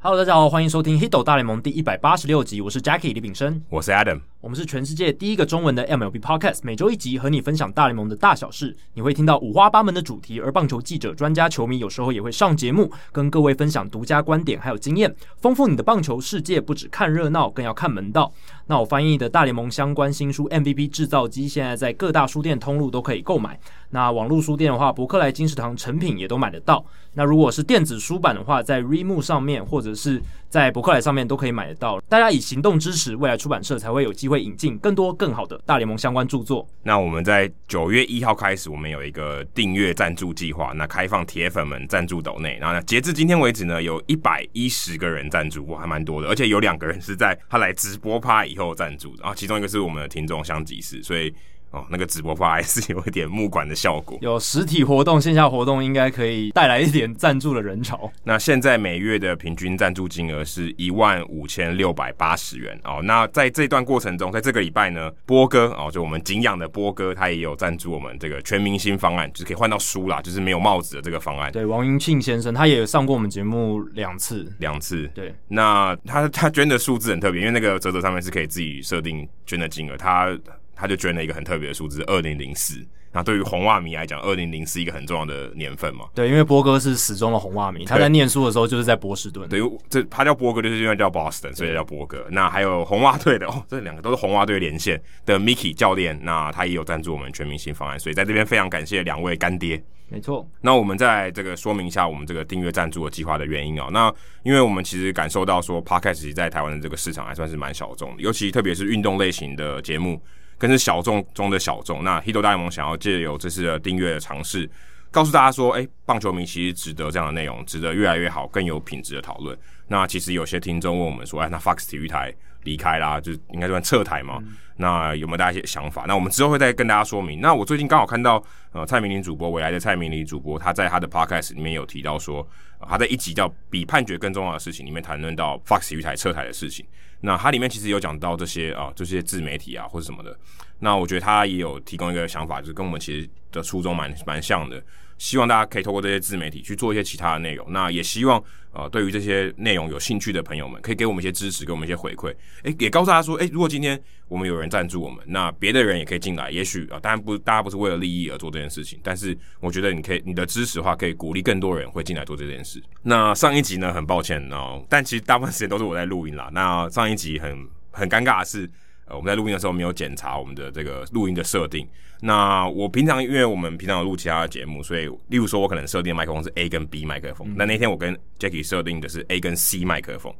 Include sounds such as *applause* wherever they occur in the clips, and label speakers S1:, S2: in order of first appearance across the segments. S1: Hello，大家好，欢迎收听《Hito 大联盟》第一百八十六集，我是 Jackie 李炳生，
S2: 我是 Adam。
S1: 我们是全世界第一个中文的 MLB Podcast，每周一集和你分享大联盟的大小事，你会听到五花八门的主题，而棒球记者、专家、球迷有时候也会上节目，跟各位分享独家观点还有经验，丰富你的棒球世界。不只看热闹，更要看门道。那我翻译的大联盟相关新书《MVP 制造机》现在在各大书店通路都可以购买。那网络书店的话，博客来、金石堂成品也都买得到。那如果是电子书版的话，在 Readmoo 上面或者是在博客来上面都可以买得到。大家以行动支持未来出版社，才会有机会引进更多更好的大联盟相关著作。
S2: 那我们在九月一号开始，我们有一个订阅赞助计划，那开放铁粉们赞助斗内。然后呢，截至今天为止呢，有一百一十个人赞助，哇，还蛮多的。而且有两个人是在他来直播趴以后赞助的，啊然后其中一个是我们的听众香吉士，所以哦，那个直播趴还是有一点木管的效果。
S1: 有实体活动、线下活动，应该可以带来一点赞助的人潮。
S2: 那现在每月的平均赞助金额是一万五千六百八十元哦。那在这段过程中，在这个礼拜呢，波哥哦，就我们敬仰的波哥，他也有赞助我们这个全明星方案，就是可以换到书啦，就是没有帽子的这个方案
S1: 对，王云庆先生他也上过我们节目两次。
S2: 两次。
S1: 对，
S2: 那他他捐的数字很特别，因为那个折折上面是可以自己设定捐的金额，他他就捐了一个很特别的数字，二零零四。那对于红袜迷来讲，二零零是一个很重要的年份嘛。
S1: 对，因为波哥是始终的红袜迷，他在念书的时候就是在波士顿。
S2: 对，这他叫波哥，就是因为叫 Boston，所以叫波哥。那还有红袜队的哦，这两个都是红袜队连线的 Mickey 教练，那他也有赞助我们全明星方案，所以在这边非常感谢两位干爹。
S1: 没错，
S2: 那我们在这个说明一下我们这个订阅赞助的计划的原因哦。那因为我们其实感受到说，Podcast 其实在台湾的这个市场还算是蛮小众的，尤其特别是运动类型的节目，更是小众中的小众。那 Hito 大联盟想要借由这次的订阅尝试，告诉大家说，哎、棒球迷其实值得这样的内容，值得越来越好、更有品质的讨论。那其实有些听众问我们说，哎，那 Fox 体育台离开啦，就是应该算撤台嘛？那有没有大家一些想法？那我们之后会再跟大家说明。那我最近刚好看到，呃，蔡明林主播，未来的蔡明林主播，他在他的 podcast 里面有提到说，呃他在一集叫《比判决更重要的事情》里面谈论到 Fox 体育台撤台的事情。那它里面其实有讲到这些啊、这些自媒体啊或者什么的。那我觉得他也有提供一个想法，就是跟我们其实的初衷蛮蛮像的。希望大家可以透过这些自媒体去做一些其他的内容。那也希望呃，对于这些内容有兴趣的朋友们，可以给我们一些支持，给我们一些回馈。诶、也告诉大家说，诶、如果今天我们有人赞助我们，那别的人也可以进来。也许啊、当然不，大家不是为了利益而做这件事情，但是我觉得你可以，你的支持的话，可以鼓励更多人会进来做这件事。那上一集呢，很抱歉哦，但其实大部分时间都是我在录音啦。那上一集很很尴尬的是。呃，我们在录音的时候没有检查我们的这个录音的设定。那我平常因为我们平常有录其他的节目，所以例如说我可能设定麦克风是 A 跟 B 麦克风，那、那天我跟 Jackie 设定的是 A 跟 C 麦克风，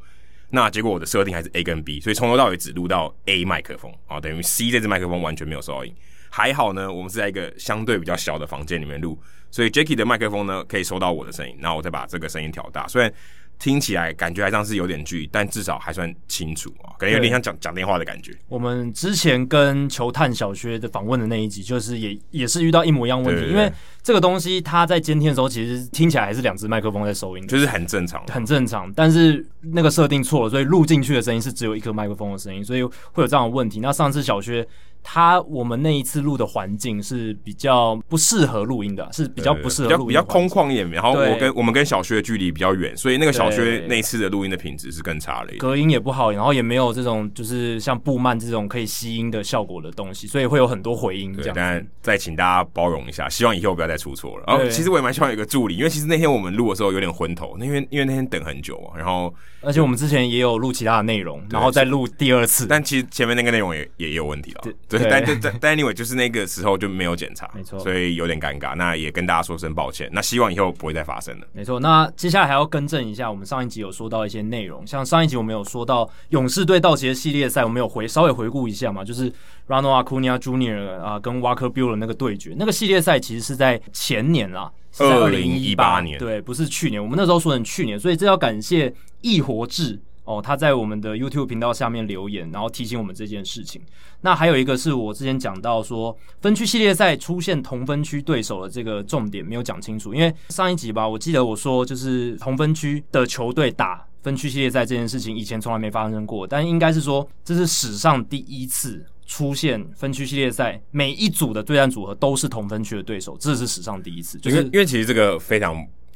S2: 那结果我的设定还是 A 跟 B，所以从头到尾只录到 A 麦克风啊，等于 C 这支麦克风完全没有收到音。还好呢，我们是在一个相对比较小的房间里面录，所以 Jackie 的麦克风呢可以收到我的声音，然后我再把这个声音调大。虽然听起来感觉还像是有点距离，但至少还算清楚啊，感觉有点像讲讲电话的感觉。
S1: 我们之前跟球探小薛的访问的那一集，就是也也是遇到一模一样问题，
S2: 对对
S1: 因
S2: 对
S1: 为这个东西它在监听的时候，其实听起来还是两只麦克风在收音的，
S2: 就是很正常。
S1: 很正常。但是那个设定错了，所以录进去的声音是只有一颗麦克风的声音，所以会有这样的问题。那上次小薛他我们那一次录的环境是比较不适合录音的，是比较不适合
S2: 比较
S1: 录
S2: 比
S1: 音
S2: 较
S1: 的环
S2: 空
S1: 境。
S2: 旷一点。然后
S1: 对
S2: 我跟我们跟小薛的距离比较远，所以那个小薛
S1: 对
S2: 那一次的录音的品质是更差了一点。
S1: 隔音也不好，然后也没有这种就是像布幔这种可以吸音的效果的东西，所以会有很多回音这
S2: 对，
S1: 样子。
S2: 但再请大家包容一下，希望以后不要再出错了。然后
S1: 对
S2: 其实我也蛮希望有一个助理，因为其实那天我们录的时候有点昏头，那因为因为那天等很久嘛，然后
S1: 而且我们之前也有录其他的内容，然后再录第二次。
S2: 但其实前面那个内容也也也有问题了，对，
S1: 对
S2: 但就但但 anyway 就是那个时候就没有检查，
S1: 没错
S2: 所以有点尴尬。那也跟大家说声抱歉，那希望以后不会再发生了。
S1: 没错，那接下来还要更正一下，我们上一集有说到一些内容，像上一集我们有说到勇士队道奇的系列赛，我们有回稍微回顾一下嘛，就是 Ronald Acuna Jr. 啊、跟 Walker Buehler 那个对决，那个系列赛其实是在前年啦，是在
S2: 2018
S1: 2018
S2: 年
S1: 对，不是去年，我们那时候说成去年，所以这要感谢易活志哦，他在我们的 YouTube 频道下面留言，然后提醒我们这件事情。那还有一个是我之前讲到说，分区系列赛出现同分区对手的这个重点没有讲清楚，因为上一集吧，我记得我说就是同分区的球队打分区系列赛这件事情以前从来没发生过，但应该是说这是史上第一次。出现分区系列赛，每一组的对战组合都是同分区的对手，这是史上第一次。就
S2: 因为
S1: 是
S2: 因为其实这个非常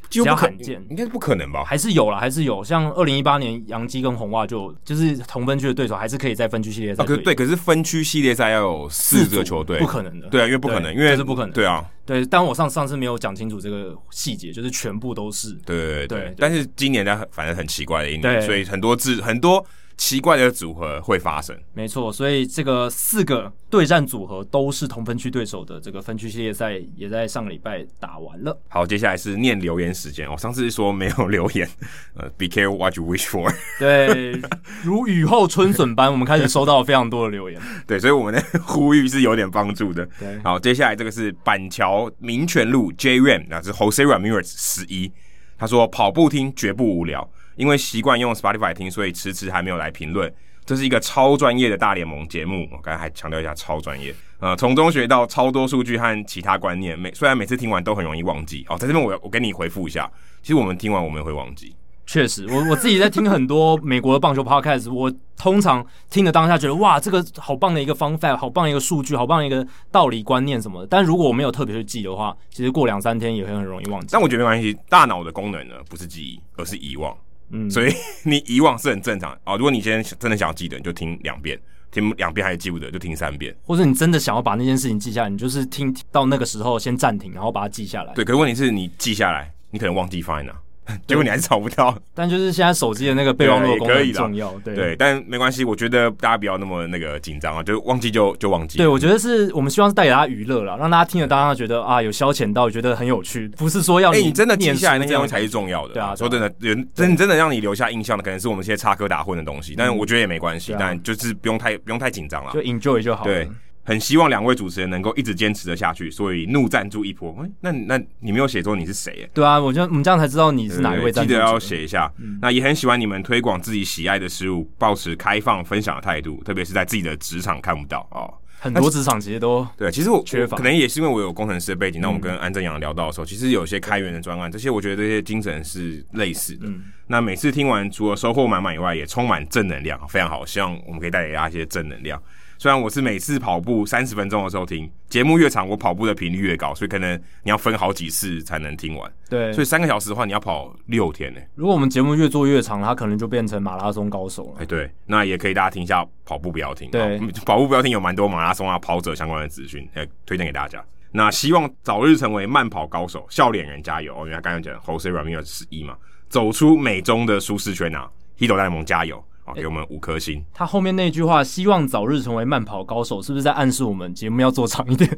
S2: 几乎
S1: 比较
S2: 不可
S1: 罕见
S2: 应该是不可能吧？
S1: 还是有啦，还是有。像二零一八年杨基跟红袜就就是同分区的对手，还是可以在分区系列赛
S2: 啊，可对，可是分区系列赛要有四
S1: 组
S2: 个球队
S1: 不，可能的。
S2: 对啊，因为不可能，因为
S1: 这是不可能。
S2: 对啊，
S1: 对，但我上上次没有讲清楚这个细节，就是全部都是。
S2: 对对
S1: 对
S2: 对对
S1: 对
S2: 但是今年呢，反正很奇怪的一
S1: 对
S2: 年，所以很多字很多奇怪的组合会发生。
S1: 没错，所以这个四个对战组合都是同分区对手的这个分区系列赛，也在上个礼拜打完了。
S2: 好，接下来是念留言时间。我、上次说没有留言，呃，be careful what you wish for。
S1: 对，如雨后春笋般，我们开始收到非常多的留言。
S2: 对，所以我们的 *laughs* 呼吁是有点帮助的。
S1: 对
S2: 好，接下来这个是板桥民权路 J Ram，那是 Jose Ramirez 十一，他说跑步听绝不无聊，因为习惯用 Spotify 听，所以迟迟还没有来评论。这是一个超专业的大联盟节目，我刚才还强调一下超专业。呃，从中学到超多数据和其他观念，每虽然每次听完都很容易忘记。哦，在这边我我跟你回复一下，其实我们听完我们也会忘记。
S1: 确实，我我自己在听很多美国的棒球 podcast，我通常听的当下觉得哇，这个好棒的一个方 fact，好棒的一个数据，好棒的一个道理观念什么的。但如果我没有特别去记的话，其实过两三天也会很容易忘记。
S2: 但我觉得没关系，大脑的功能呢不是记忆，而是遗忘。
S1: 嗯，
S2: 所以 *laughs* 你遗忘是很正常哦。如果你今天真的想要记得，你就听两遍，听两遍还记不得，就听三遍。
S1: 或者你真的想要把那件事情记下来，你就是听到那个时候先暂停，然后把它记下来。
S2: 对，可是问题是你记下来，你可能忘记 find 啊， *laughs* 结果你还是找不到。
S1: 但就是现在手机的那个备忘录的功能
S2: 对也可以
S1: 很
S2: 啦
S1: 重要，对。
S2: 对，但没关系，我觉得大家不要那么那个紧张啊，就忘记就就忘记。
S1: 对，我觉得是我们希望是带给大家娱乐啦，让大家听了，大家觉得啊有消遣到，觉得很有趣，不是说要
S2: 哎、你真的记
S1: 念
S2: 下来
S1: 书
S2: 那些
S1: 这样
S2: 东西才是重要的。
S1: 对啊
S2: 说真的，人真真的让你留下印象的，可能是我们这些插科打诨的东西，但是我觉得也没关系，
S1: 对啊
S2: 但就是不用太不用太紧张了
S1: 就。enjoy 就好了。
S2: 啊对，很希望两位主持人能够一直坚持的下去，所以怒赞助一波。哎、那那你没有写说你是谁、耶
S1: 对啊，我就我们这样才知道你是哪一位
S2: 对
S1: 赞
S2: 记
S1: 助
S2: 得
S1: 者。嗯
S2: 要写一下。那也很喜欢你们推广自己喜爱的事物，保持开放分享的态度，特别是在自己的职场看不到哦。
S1: 很多职场其实都
S2: 对，其实我
S1: 缺乏嗯
S2: 我可能也是因为我有工程师的背景。那我们跟安正阳聊到的时候，其实有些开源的专案，这些我觉得这些精神是类似的。
S1: 嗯
S2: 那每次听完，除了收获满满以外，也充满正能量，非常好。希望我们可以带给大家一些正能量。虽然我是每次跑步三十分钟的时候听，节目越长，我跑步的频率越高，所以可能你要分好几次才能听完。
S1: 对
S2: 所。以三个小时的话，你要跑六天呢、
S1: 如果我们节目越做越长，他可能就变成马拉松高手了。
S2: 哎，对，那也可以大家听一下跑步不要停。
S1: 对
S2: 哦跑步不要停有蛮多马拉松啊、跑者相关的资讯，呃，推荐给大家。那希望早日成为慢跑高手，笑脸人加油！哦，因为他刚刚讲 Jose Ramirez 十一嘛，走出美中的舒适圈啊，Hito 大联盟加油
S1: 哎
S2: 啊、哦给我们五颗星。
S1: 他后面那句话“希望早日成为慢跑高手”，是不是在暗示我们节目要做长一点？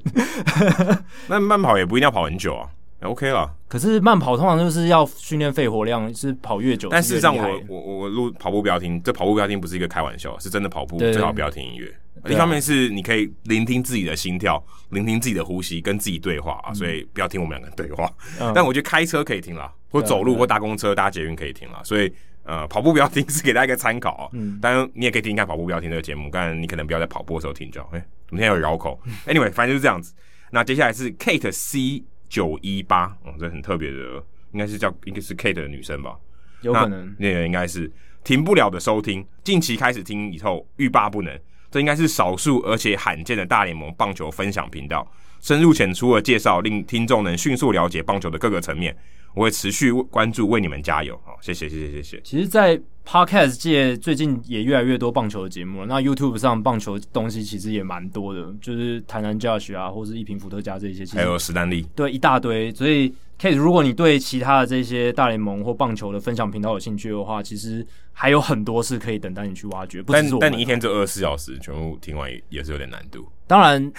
S2: 那慢跑也不一定要跑很久啊。哎 OK 了，
S1: 可是慢跑通常就是要训练肺活量，是跑越久。
S2: 但事实上
S1: 越厉害
S2: 我我我我录跑步不要停，这跑步不要停不是一个开玩笑，是真的跑步
S1: 对
S2: 最好不要听音乐。
S1: 对啊
S2: 一方面是你可以聆听自己的心跳，聆听自己的呼吸，跟自己对话啊，所以不要听我们两个对话。
S1: 嗯啊
S2: 但我觉得开车可以听啦，或走路或搭公车、搭捷运可以听啦。所以呃，跑步不要听 *laughs* 是给大家一个参考、哦。
S1: 嗯
S2: 当然你也可以听一看跑步不要听这个节目，但你可能不要在跑步的时候听就好。哎、我们现在有
S1: *laughs*
S2: 绕口。Anyway，反正就是这样子。那接下来是 Kate C 九一八，哦，这很特别的，应该是叫应该是 Kate 的女生吧？
S1: 有可能
S2: 那个应该是停不了的收听。近期开始听以后，欲罢不能。这应该是少数而且罕见的大联盟棒球分享频道，深入浅出的介绍，令听众能迅速了解棒球的各个层面。我会持续关注，为你们加油！好，谢谢，谢谢，谢谢。
S1: 其实，在 podcast 界最近也越来越多棒球的节目了。那 YouTube 上棒球东西其实也蛮多的，就是谈谈 Josh 啊，或是一平伏特加这些，其实
S2: 还有史丹利，
S1: 对，一大堆。所以 Kate，如果你对其他的这些大联盟或棒球的分享频道有兴趣的话，其实还有很多是可以等待你去挖掘。不只
S2: 但
S1: 是我们啊
S2: 但你一天只有二十四小时，全部听完也也是有点难度。
S1: 当然，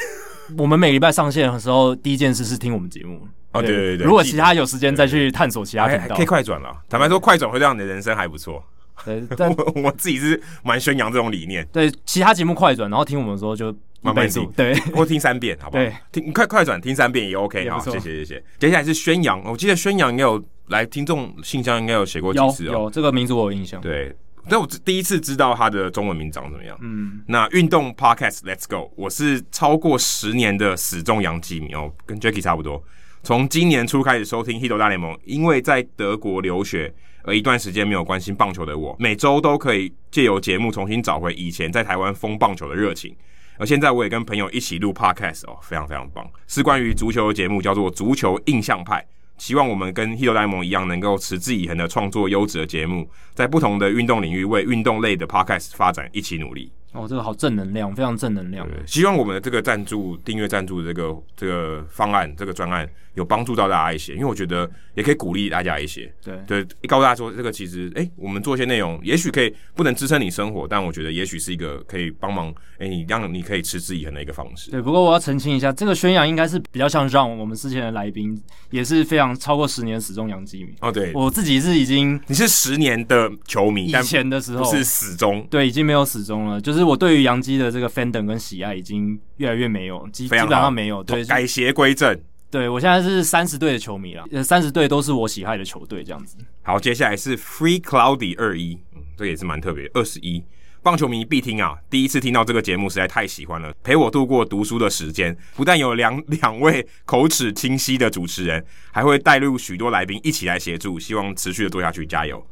S1: 我们每礼拜上线的时候，第一件事是听我们节目。
S2: 哦对对对
S1: 如果其他有时间再去探索其他
S2: 还
S1: 频
S2: 哎还
S1: 道
S2: 可以，快转了，坦白说，快转会让你的人生还不错。
S1: 对，但
S2: 我 *laughs* 我自己是蛮宣扬这种理念，
S1: 对其他节目快转，然后听我们的时候就
S2: 慢慢
S1: 倍速
S2: 听 *laughs*
S1: 对。
S2: 或听三遍，好不好
S1: 对？
S2: 听快快转听三遍也 OK
S1: 也不
S2: 好，
S1: 错
S2: 谢谢谢谢。接下来是宣扬，哦我记得宣扬应该有来听众信箱应该有写过几
S1: 有
S2: 次哦。
S1: 有这个名字我有印象。
S2: 对，但我第一次知道他的中文名长怎么样。
S1: 嗯，
S2: 那运动 Podcast Let's Go，我是超过十年的死忠洋基迷哦，跟 Jacky 差不多。从今年初开始收听《h i t 大联盟》，因为在德国留学，而一段时间没有关心棒球的我，每周都可以借由节目重新找回以前在台湾疯棒球的热情。而现在我也跟朋友一起录 podcast 哦，非常非常棒，是关于足球的节目，叫做《足球印象派》，希望我们跟《h e r o 联盟》一样，能够持之以恒的创作优质的节目，在不同的运动领域为运动类的 Podcast 发展一起努力。
S1: 哦，这个好正能量，非常正能量。
S2: 对，希望我们的这个赞助、订阅赞助的这个这个方案、这个专案有帮助到大家一些，因为我觉得也可以鼓励大家一些。
S1: 对，
S2: 对，告诉大家说，这个其实，哎、我们做一些内容，也许可以不能支撑你生活，但我觉得也许是一个可以帮忙，哎、你让你可以持之以恒的一个方式。
S1: 对，不过我要澄清一下，这个宣扬应该是比较像让我们之前的来宾也是非常超过十年的始终杨基迷。
S2: 哦，对，
S1: 我自己是已经
S2: 你是十年的球迷，
S1: 以
S2: 但
S1: 前的时
S2: 不
S1: 候
S2: 是死忠，
S1: 对已经没有始终了，就是我对于杨基的这个 fandom 跟喜爱已经越来越没有，基基
S2: 非常
S1: 本
S2: 好
S1: 上没有。对，
S2: 改邪归正。
S1: 对我现在是三十队的球迷了，呃，三十队都是我喜爱的球队这样子。
S2: 好，接下来是 Free Cloudy 二一，嗯，这个也是蛮特别，二十一。棒球迷必听啊！第一次听到这个节目，实在太喜欢了，陪我度过读书的时间。不但有两 *laughs* 两位口齿清晰的主持人，还会带入许多来宾一起来协助。希望持续的做下去，加油！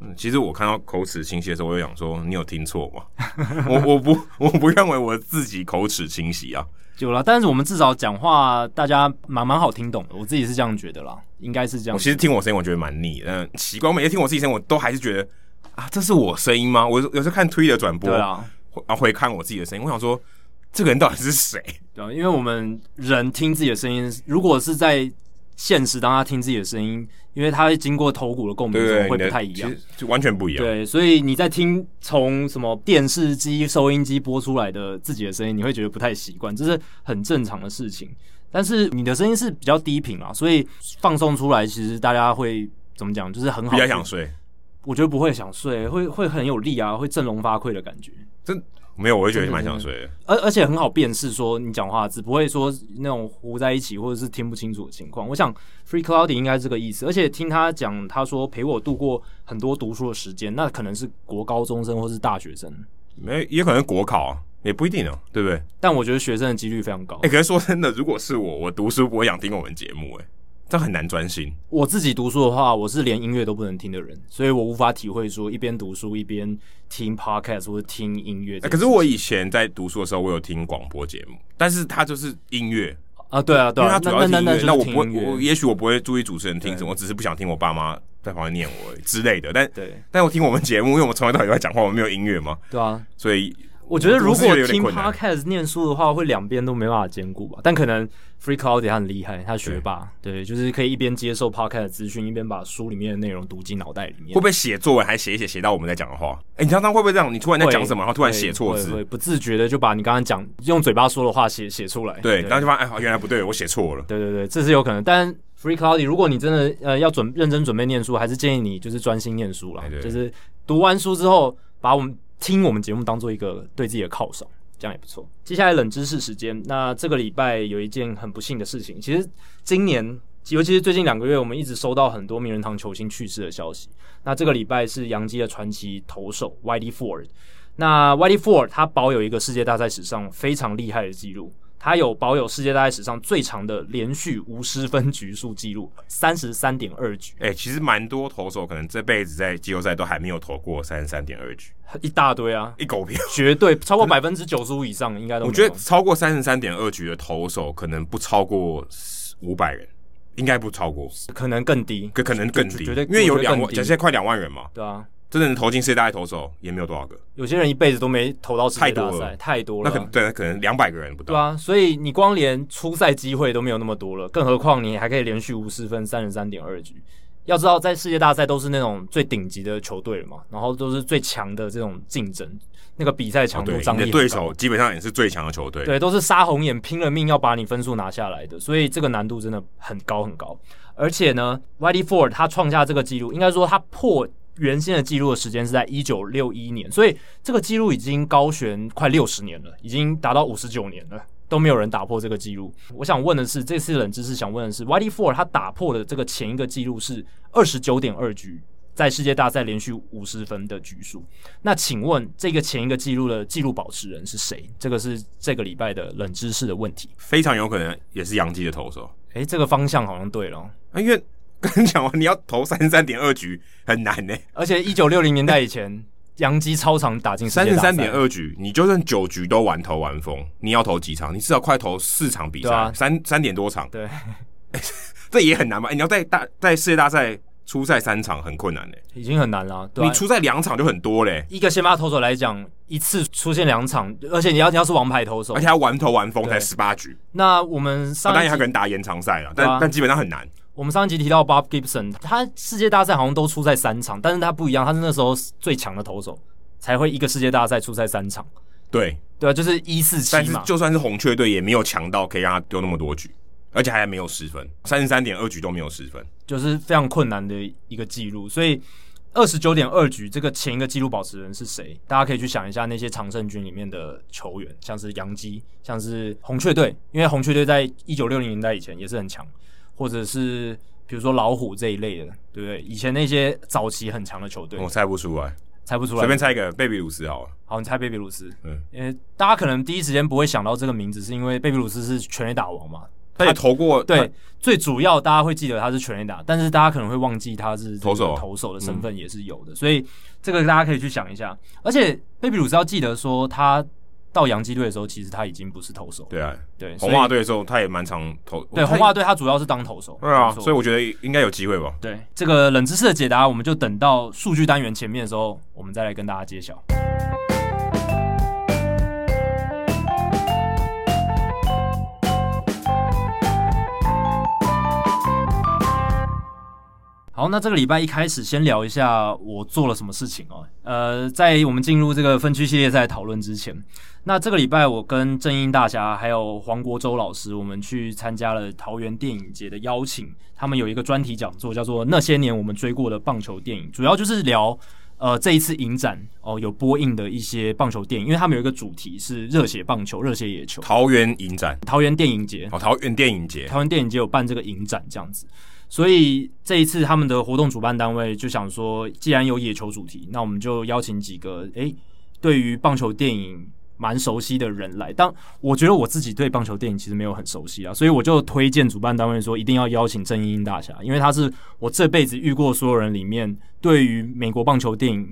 S2: 嗯，其实我看到口齿清晰的时候，我就想说，你有听错吗？ *laughs* 我我不我不认为我自己口齿清晰啊。
S1: 有了，但是我们至少讲话大家蛮蛮好听懂的，我自己是这样觉得啦，应该是这样
S2: 我。其实听我声音，我觉得蛮腻，嗯，奇怪，我每次听我自己声音，我都还是觉得啊，这是我声音吗？我有时候看推的转播，
S1: 对啊，
S2: 回啊回看我自己的声音，我想说，这个人到底
S1: *laughs*
S2: 是谁？
S1: 对啊，因为我们人听自己的声音，如果是在现实当他听自己的声音，因为他会经过头骨的共鸣，
S2: 对
S1: 可
S2: 对
S1: 能
S2: 对，
S1: 会不
S2: 你的
S1: 太一样
S2: 其。实就完全不一样。
S1: 对，所以你在听从什么电视机、收音机播出来的自己的声音，你会觉得不太习惯，这是很正常的事情。但是你的声音是比较低频啊，所以放送出来，其实大家会怎么讲，就是很好。
S2: 比较想，睡，
S1: 我觉得不会想睡，会会很有力啊，会振聋发聩的感觉。
S2: 真没有，我会觉得蛮想睡的。
S1: 而而且很好辨识，说你讲话只不会说那种糊在一起或者是听不清楚的情况。我想 Free Cloudy 应该是这个意思，而且听他讲，他说陪我度过很多读书的时间，那可能是国高中生或是大学生，
S2: 没，也可能国考啊、也不一定哦、对不对？
S1: 但我觉得学生的几率非常高。
S2: 哎、可是说真的，如果是我，我读书不会想听我们节目、哎，这样很难专心。
S1: 我自己读书的话，我是连音乐都不能听的人，所以我无法体会说一边读书一边听 podcast 或者听音乐这
S2: 哎、
S1: 件事情、
S2: 可是我以前在读书的时候，我有听广播节目，但是它就是音乐，
S1: 啊，对啊，对
S2: 因为
S1: 啊
S2: 他，主要是
S1: 那
S2: 音
S1: 那
S2: 乐，那
S1: 就
S2: 我
S1: 是
S2: 不
S1: 听
S2: 会，
S1: 音
S2: 我
S1: 乐，
S2: 也许我不会注意主持人听什
S1: 对
S2: 么，我只是不想听我爸妈在旁边念我而已之类的。但
S1: 对
S2: 但我听我们节目，因为我们从头到尾都在讲话，我们没有音乐嘛，
S1: 对啊，
S2: 所以
S1: 我觉得如
S2: 我是觉
S1: 果
S2: 得有点
S1: 听
S2: 困难
S1: podcast 念书的话，会两边都没办法兼顾吧。但可能 Free Cloudy 他很厉害，他学霸，对，就是可以一边接受 podcast 的资讯，一边把书里面的内容读进脑袋里面。
S2: 会不会写作文还写一写写到我们在讲的话？哎、你知道他会不会这样？你突然在讲什么，然后突然写错
S1: 会会
S2: 字，
S1: 会不自觉的就把你刚刚讲用嘴巴说的话写写出来。
S2: 对，然后就发现哎、好原来不对，我写错了。
S1: 对对对，这是有可能。但 Free Cloudy，如果你真的呃要准认真准备念书，还是建议你就是专心念书啦
S2: 哎，对
S1: 就是读完书之后，把我们听我们节目当做一个对自己的犒赏，这样也不错。接下来冷知识时间，那这个礼拜有一件很不幸的事情，其实今年。尤其是最近两个月，我们一直收到很多名人堂球星去世的消息。那这个礼拜是洋基的传奇投手 YD Ford，那 Whitey Ford 他保有一个世界大赛史上非常厉害的记录，他有保有世界大赛史上最长的连续无失分局数记录，三十三点二局，
S2: 哎、其实蛮多投手可能这辈子在季后赛都还没有投过三十三点二局，
S1: 一大堆啊，
S2: 一狗票。
S1: 绝对超过百分之九十五以上应该都没有。
S2: 我觉得超过三十三点二局的投手，可能不超过五百人，应该不超过，
S1: 可能更低，
S2: 可可能更低，
S1: 绝对
S2: 因为有两
S1: 我觉得更低
S2: 万，现在快两万人嘛，
S1: 对啊，
S2: 真正投进世界大赛投手也没有多少个，
S1: 有些人一辈子都没投到世界大
S2: 太多
S1: 赛，
S2: 了
S1: 太多了
S2: 那
S1: 啊，
S2: 可能对，那可能两百个人不
S1: 对
S2: 到。
S1: 啊，所以你光连出赛机会都没有那么多了，更何况你还可以连续无失分三十三点二局。要知道，在世界大赛都是那种最顶级的球队了嘛，然后都是最强的这种竞争，那个比赛强度
S2: 哦对，
S1: 张力
S2: 你
S1: 很
S2: 的
S1: 高
S2: 对手基本上也是最强的球队。
S1: 对，都是杀红眼拼了命要把你分数拿下来的，所以这个难度真的很高很高。而且呢 w y d e Ford 他创下这个记录，应该说他破原先的记录的时间是在一九六一年，所以这个记录已经高悬快六十年了，已经达到五十九年了。都没有人打破这个记录。我想问的是，这次冷知识想问的是 w y d e Ford 他打破的这个前一个记录是二十九点二局，在世界大赛连续五十分的局数。那请问这个前一个记录的记录保持人是谁？这个是这个礼拜的冷知识的问题。
S2: 非常有可能也是洋基的投手，
S1: 诶，这个方向好像对了哦，
S2: 啊因为跟你讲完，你要投三十三点二局很难呢、
S1: 而且一九六零年代以前，洋基超常打进世
S2: 三
S1: 界
S2: 十
S1: 大赛
S2: 三点，二局，你就算九局都完投完封，你要投几场？你至少快投四场比
S1: 对啊
S2: 赛，三三点多场，
S1: 对，
S2: *laughs* 这也很难吧？欸你要在大在世界大赛出赛三场很困难嘞、
S1: 已经很难了，对吧、啊
S2: 你出赛两场就很多嘞、
S1: 一个先发投手来讲，一次出现两场，而且你要你要是王牌投手
S2: 而且，还玩头玩疯才
S1: 对
S2: 十八局，
S1: 那我们
S2: 啊、
S1: 上
S2: 哎当
S1: 一
S2: 然他
S1: 集、
S2: 可能打延长赛了，
S1: 对啊
S2: 但但基本上很难。
S1: 我们上一集提到 Bob Gibson，他世界大赛好像都出赛三场，但是他不一样，他是那时候最强的投手，才会一个世界大赛出赛三场，
S2: 对，
S1: 对啊，就是一四七
S2: 但是
S1: 嘛，
S2: 就算是红雀队也没有强到可以让他丢那么多局，而且还没有失分，三十三点二局都没有失分。
S1: 就是非常困难的一个记录，所以。二十九点二局，这个前一个纪录保持人是谁？大家可以去想一下那些常胜军里面的球员，像是杨基，像是红雀队，因为红雀队在一九六零年代以前也是很强，或者是比如说老虎这一类的，对不对？以前那些早期很强的球队，
S2: 我哦猜不出来，
S1: 猜不出来。
S2: 随便猜一个贝比鲁斯好了。
S1: 好，你猜贝比鲁斯。
S2: 嗯
S1: 嗯，因为大家可能第一时间不会想到这个名字，是因为贝比鲁斯是全垒打王嘛。
S2: 他也投过，
S1: 对，最主要大家会记得他是全垒打，但是大家可能会忘记他是这个
S2: 投手嗯
S1: 投手的身份也是有的，所以这个大家可以去想一下。而且贝比鲁斯要记得说，他到洋基队的时候，其实他已经不是投手，
S2: 对啊，
S1: 对，所以
S2: 红袜队的时候他也蛮常投，
S1: 对
S2: 他
S1: 红袜队他主要是当投手，
S2: 对啊，
S1: 没错
S2: 所以我觉得应该有机会吧。
S1: 对这个冷知识的解答，我们就等到数据单元前面的时候，我们再来跟大家揭晓。好，那这个礼拜一开始，先聊一下我做了什么事情哦。呃，在我们进入这个分区系列赛讨论之前，那这个礼拜我跟正英大侠还有黄国洲老师，我们去参加了桃园电影节的邀请，他们有一个专题讲座，叫做《那些年我们追过的棒球电影》，主要就是聊呃这一次影展哦有播映的一些棒球电影，因为他们有一个主题是热血棒球、热血野球，
S2: 桃园影展，
S1: 桃园电影节
S2: 哦，桃园电影节，
S1: 台湾电影节有办这个影展这样子，所以这一次他们的活动主办单位就想说，既然有野球主题，那我们就邀请几个诶、对于棒球电影蛮熟悉的人来。但我觉得我自己对棒球电影其实没有很熟悉啊，所以我就推荐主办单位说一定要邀请郑英英大侠，因为他是我这辈子遇过所有人里面对于美国棒球电影。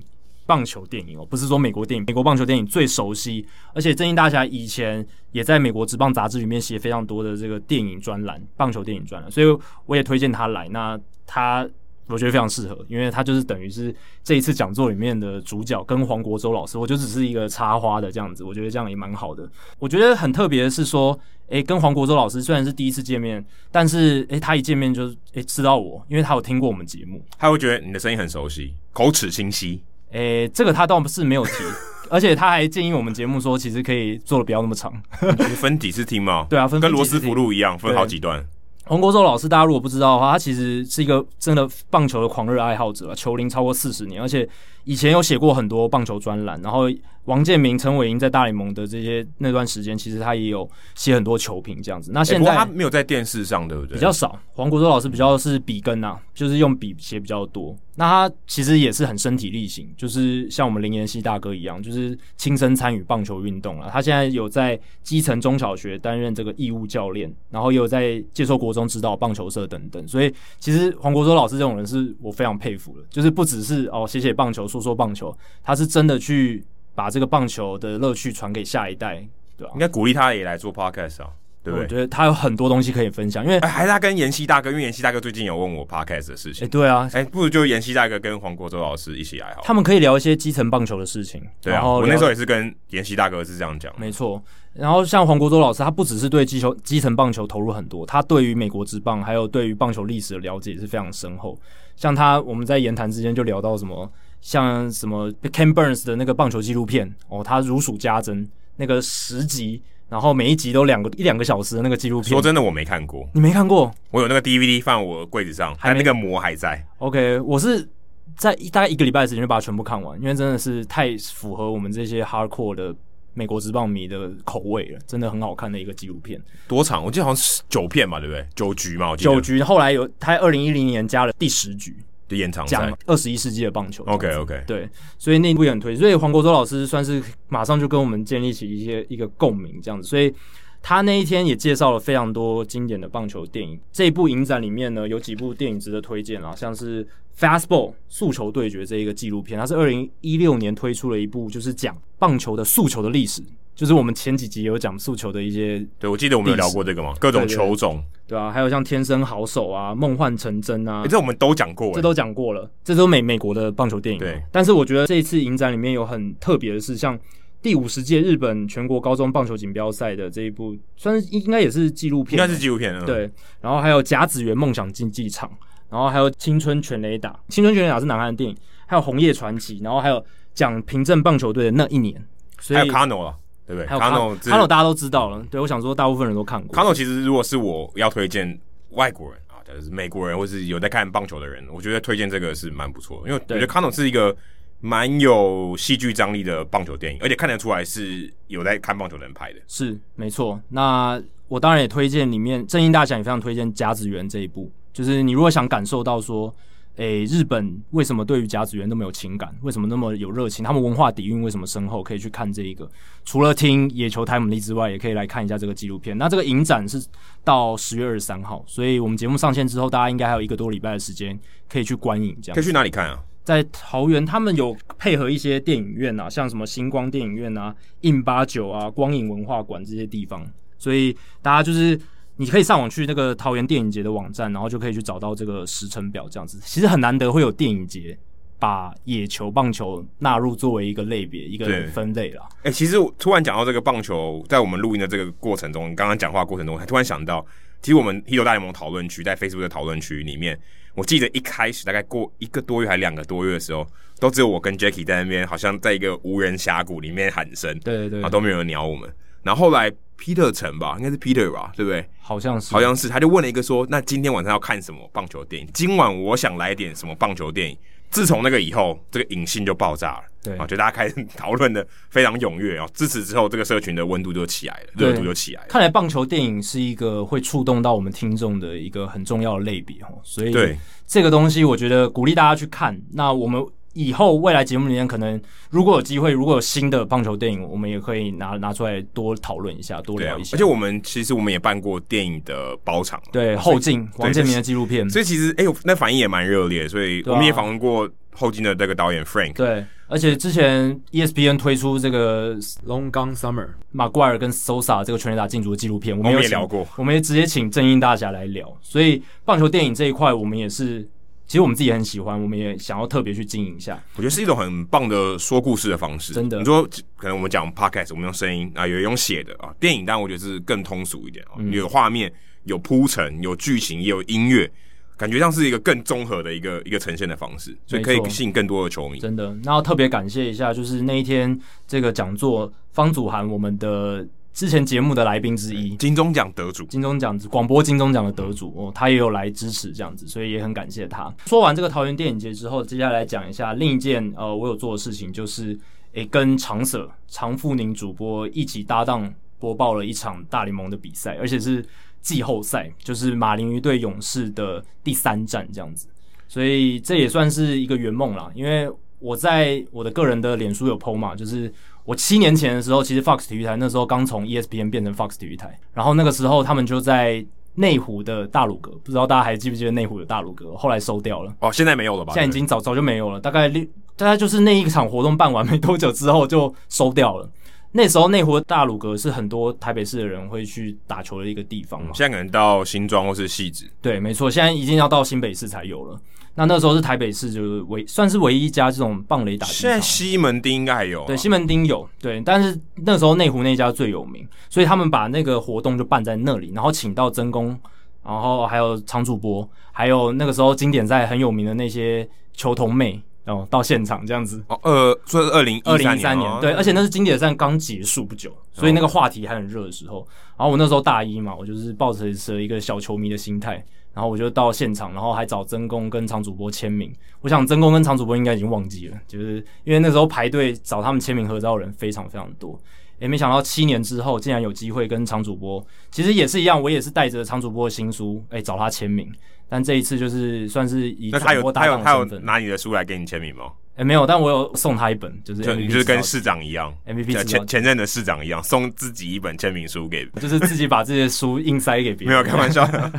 S1: 棒球电影哦，不是说美国电影，美国棒球电影最熟悉，而且正义大侠以前也在美国职棒杂志里面写非常多的这个电影专栏，棒球电影专栏，所以我也推荐他来。那他我觉得非常适合，因为他就是等于是这一次讲座里面的主角，跟黄国洲老师，我就只是一个插花的这样子，我觉得这样也蛮好的。我觉得很特别的是说，诶、跟黄国洲老师虽然是第一次见面，但是诶、他一见面就是诶、知道我，因为他有听过我们节目，
S2: 他会觉得你的声音很熟悉，口齿清晰。
S1: 诶、这个他倒是没有提， *laughs* 而且他还建议我们节目说，其实可以做的不要那么长。
S2: 你分几次听吗？
S1: *laughs* 对啊分
S2: 跟罗
S1: 几次
S2: 斯
S1: 听
S2: 福路一样，分好几段。
S1: 黄国洲老师，大家如果不知道的话，他其实是一个真的棒球的狂热爱好者啊，球龄超过四十年，而且以前有写过很多棒球专栏。然后王建民、陈伟英在大联盟的这些那段时间，其实他也有写很多球评这样子。那
S2: 欸
S1: 现
S2: 不过
S1: 在、
S2: 他没有在电视上，对不对？
S1: 比较少，黄国洲老师比较是笔耕啊，就是用笔写比较多。那他其实也是很身体力行，就是像我们林延熙大哥一样，就是亲身参与棒球运动了。啊他现在有在基层中小学担任这个义务教练，然后也有在接受国中指导棒球社等等。所以其实黄国洲老师这种人是我非常佩服的，就是不只是哦写写棒球、说说棒球，他是真的去把这个棒球的乐趣传给下一代，对吧、
S2: 应该鼓励他也来做 podcast 啊，对不
S1: 我
S2: 对？
S1: 觉得他有很多东西可以分享，因为
S2: 哎、还是他跟妍希大哥，因为妍希大哥最近有问我 podcast 的事
S1: 哎、
S2: 情。
S1: 对啊，
S2: 哎、不如就妍希大哥跟黄国洲老师一起来好了。
S1: 他们可以聊一些基层棒球的事情。
S2: 对
S1: 然
S2: 啊，
S1: 后嗯
S2: 我那时
S1: 候
S2: 候也是跟妍希大哥是这样讲。
S1: 没错。然后像黄国洲老师，他不只是对基球基层棒球投入很多，他对于美国职棒还有对于棒球历史的了解也是非常深厚。像他，我们在言谈之间就聊到什么，像什么 Ken Burns 的那个棒球纪录片哦，他如数家珍，那个十集，然后每一集都两个一两个小时的那个纪录片
S2: 说，真的，我没看过，
S1: 你没看过？
S2: 我有那个 DVD 放我柜子上，
S1: 还
S2: 但
S1: 没
S2: 那个膜还在。
S1: OK，我是在一大概一个礼拜的时间就把它全部看完，因为真的是太符合我们这些 hardcore 的美国职棒迷的口味了，真的很好看的一个纪录片。
S2: 多长？我记得好像是九片吧，对不对？九局嘛，我记得
S1: 九局后来有他二零一零年加了第十局，
S2: 就延长赛
S1: 讲。二十一世纪的棒球。
S2: OK OK，
S1: 对，所以那部也很推，所以黄国洲老师算是马上就跟我们建立起一些一个共鸣这样子，所以他那一天也介绍了非常多经典的棒球电影。这一部影展里面呢，有几部电影值得推荐啊，像是《Fastball 速球对决》这一个纪录片，它是二零一六年推出了一部，就是讲棒球的速球的历史。就是我们前几集有讲诉求的一些，
S2: 对，我记得我们有聊过这个嘛，各种
S1: 对对
S2: 球种，
S1: 对啊，还有像天生好手啊、梦幻成真啊，
S2: 诶哎这我们都讲过，
S1: 这
S2: 诶
S1: 都讲过了，这都美美国的棒球电影。
S2: 对，
S1: 但是我觉得这一次影展里面有很特别的是，像第五十届日本全国高中棒球锦标赛的这一部，算是应该也是纪录
S2: 应
S1: 片，
S2: 该是纪录片，嗯，
S1: 对，然后还有甲子园梦想竞技场，然后还有青春全垒打，青春全垒打是南韩的电影，还有红叶传奇，然后还有讲平镇棒球队的那一年，所以
S2: 还有 Cano 啊，对不对
S1: 还有卡
S2: ？Cano
S1: 卡诺大家都知道了，对我想说大部分人都看过，
S2: Cano 其实如果是我要推荐外国人啊，就是美国人或是有在看棒球的人，我觉得推荐这个是蛮不错的，因为我觉
S1: 对
S2: 得 Cano 是一个蛮有戏剧张力的棒球电影，而且看得出来是有在看棒球的人拍的。
S1: 是没错。那我当然也推荐里面正义大奖也非常推荐甲子园这一部，就是你如果想感受到说，诶、日本为什么对于甲子园那么有情感，为什么那么有热情，他们文化底蕴为什么深厚，可以去看这一个。除了听野球台姆利之外，也可以来看一下这个纪录片。那这个影展是到十月二十三号，所以我们节目上线之后，大家应该还有一个多礼拜的时间可以去观影，这样
S2: 可以去哪里看啊？
S1: 在桃园，他们有配合一些电影院啊，像什么星光电影院啊、印八九啊、光影文化馆这些地方，所以大家就是你可以上网去那个桃园电影节的网站，然后就可以去找到这个时程表，这样子其实很难得会有电影节把野球、棒球纳入作为一个类别、一个
S2: 对
S1: 分类啦。
S2: 哎、其实我突然讲到这个棒球，在我们录音的这个过程中，你刚刚讲话的过程中，我还突然想到，其实我们《一流大联盟》讨论区在 Facebook 的讨论区里面，我记得一开始大概过一个多月还两个多月的时候，都只有我跟 Jacky 在那边，好像在一个无人峡谷里面喊声，
S1: 对对对，
S2: 然后啊都没有人鸟我们。然后后来 Peter 陈吧，应该是 Peter 吧，对不对？
S1: 好像是
S2: 好像是，他就问了一个说，那今天晚上要看什么棒球电影？今晚我想来点什么棒球电影。自从那个以后，这个影性就爆炸了，
S1: 对
S2: 啊，就大家开始讨论的非常踊跃啊。自此之后，这个社群的温度就起来了，
S1: 对
S2: 热度就起来了。
S1: 看来棒球电影是一个会触动到我们听众的一个很重要的类别哦，所以
S2: 对
S1: 这个东西我觉得鼓励大家去看。那我们以后未来节目里面可能如果有机会，如果有新的棒球电影，我们也可以拿拿出来多讨论一下，多
S2: 对啊
S1: 聊一，下。
S2: 而且我们其实我们也办过电影的包场嘛，
S1: 对后进王健民的纪录片，
S2: 所以其实哎、呦，那反应也蛮热烈的，所以
S1: 对啊
S2: 我们也访问过后进的这个导演 Frank，
S1: 对，而且之前 E ESPN 推出这个
S3: Long Gone Summer，
S1: 马怪尔跟 Sosa 这个全垒打进组的纪录片，我
S2: 我
S1: 们
S2: 们
S1: 有
S2: 也
S1: 请
S2: 聊过，
S1: 我们也直接请正音大侠来聊。所以棒球电影这一块，我们也是，其实我们自己也很喜欢，我们也想要特别去经营一下。
S2: 我觉得是一种很棒的说故事的方式。
S1: 真的
S2: 你说可能我们讲 podcast，我们用声音啊，有用写的啊，电影当然我觉得是更通俗一点啊，
S1: 嗯
S2: 有画面、有铺陈、有剧情，也有音乐，感觉上是一个更综合的一个一个呈现的方式，所以可
S1: 没
S2: 以
S1: 错
S2: 吸引更多的球迷。
S1: 真的，那要特别感谢一下，就是那一天这个讲座，方祖涵我们的之前节目的来宾之一，
S2: 金钟奖得主，
S1: 金钟奖广播金钟奖的得主哦，他也有来支持这样子，所以也很感谢他。说完这个桃园电影节之后，接下来讲一下另一件呃我有做的事情，就是诶、跟常舍常富宁主播一起搭档播报了一场大联盟的比赛，而且是季后赛，就是马林鱼对勇士的第三战这样子。所以这也算是一个圆梦啦。因为我在我的个人的脸书有 PO 嘛，就是我七年前的时候，其实 Fox 体育台那时候刚从 E ESPN 变成 Fox 体育台，然后那个时候他们就在内湖的大鲁阁，不知道大家还记不记得内湖的大鲁阁，后来收掉了，
S2: 哦，现在没有了吧？
S1: 现在已经早早就没有了，大概六，大概就是那一场活动办完没多久之后就收掉了。那时候内湖的大鲁阁是很多台北市的人会去打球的一个地方嘛
S2: 对不对，现在可能到新庄或是戏子，
S1: 对，没错，现在一定要到新北市才有了。那那时候是台北市，就是唯算是唯一一家这种棒垒打球
S2: 现
S1: 场
S2: 在。西门町应该还有啊、
S1: 对，西门町有对，但是那时候内湖那家最有名，所以他们把那个活动就办在那里，然后请到真宫，然后还有常主播，还有那个时候经典赛很有名的那些球童妹，然后到现场这样子。
S2: 哦，呃，说是二零
S1: 二零一三年
S2: 年，，哦
S1: 对，而且那是经典赛刚结束不久，所以那个话题还很热的时候。然后我那时候大一嘛，我就是抱着一个小球迷的心态，然后我就到现场，然后还找曾公跟常主播签名。我想曾公跟常主播应该已经忘记了，就是因为那时候排队找他们签名合照的人非常非常多。也没想到七年之后，竟然有机会跟常主播，其实也是一样，我也是带着常主播的新书，哎、找他签名。但这一次就是算是以
S2: 那他
S1: 常
S2: 有
S1: 播
S2: 他
S1: 搭
S2: 有
S1: 档的
S2: 他有
S1: 身份，哎、
S2: 拿你的书来给你签名吗？
S1: 没有，但我有送他一本，就是
S2: 就
S1: MVP
S2: 你就是
S1: 指
S2: 跟
S1: 导
S2: 市长一样
S1: MVP
S2: 呃
S1: 指导
S2: 前前任的市长一样，送自己一本签名书给，
S1: 就是自己把这些书硬塞给别人。 *laughs*
S2: 没有开玩笑的，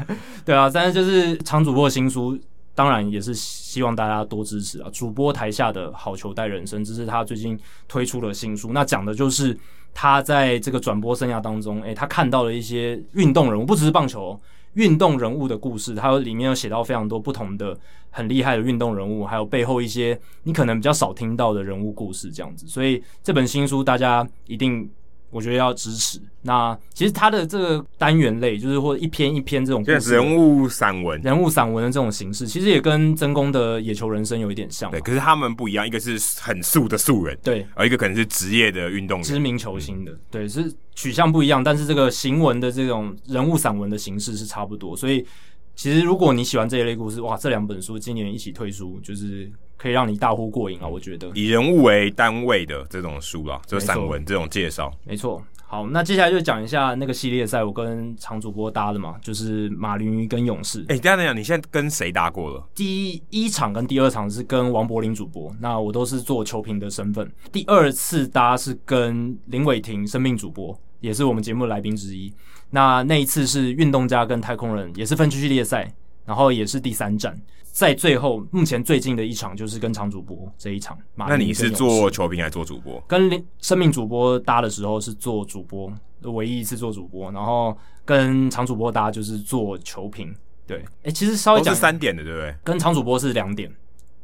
S1: 对啊，但是就是常主播的新书。当然也是希望大家多支持啊。主播台下的好球带人生，这是他最近推出的新书，那讲的就是他在这个转播生涯当中，诶、他看到了一些运动人物，不只是棒球哦，运动人物的故事，它里面有写到非常多不同的很厉害的运动人物，还有背后一些你可能比较少听到的人物故事这样子。所以这本新书大家一定我觉得要支持。那其实它的这个单元类，就是或者一篇一篇这种故
S2: 现在
S1: 事
S2: 人物散
S1: *laughs*
S2: 文，
S1: 人物散文的这种形式，其实也跟真宫的《野球人生》有一点像嘛啊
S2: 对，。可是他们不一样，一个是很素的素人，
S1: 对，
S2: 而一个可能是职业的运动
S1: 知
S2: 员。
S1: 名球星的，对，是取向不一样，但是这个行文的这种人物散文的形式是差不多，所以其实如果你喜欢这一类故事，哇，这两本书今年一起推出，就是可以让你大呼过瘾啊，我觉得，
S2: 以人物为单位的这种书啦，就是散
S1: 没
S2: 文这种介绍，
S1: 没错。好，那接下来就讲一下那个系列赛，我跟常主播搭的嘛，就是马林鱼跟勇士。
S2: 哎、等一下等一下，你现在跟谁打过了？
S1: 第一场跟第二场是跟王柏林主播，那我都是做球评的身份。第二次搭是跟林伟霆生命主播，也是我们节目来宾之一。那那一次是运动家跟太空人，也是分区系列赛，然后也是第三站。在最后，目前最近的一场就是跟常主播这一场。马
S2: 那
S1: 林
S2: 你是
S1: 跟勇士
S2: 做球评还是做主播？
S1: 跟林生命主播搭的时候是做主播，唯一一次做主播，然后跟常主播搭就是做球评。对，哎、其实稍微
S2: 都
S1: 讲
S2: 是三点的，对不对？
S1: 跟常主播是两点，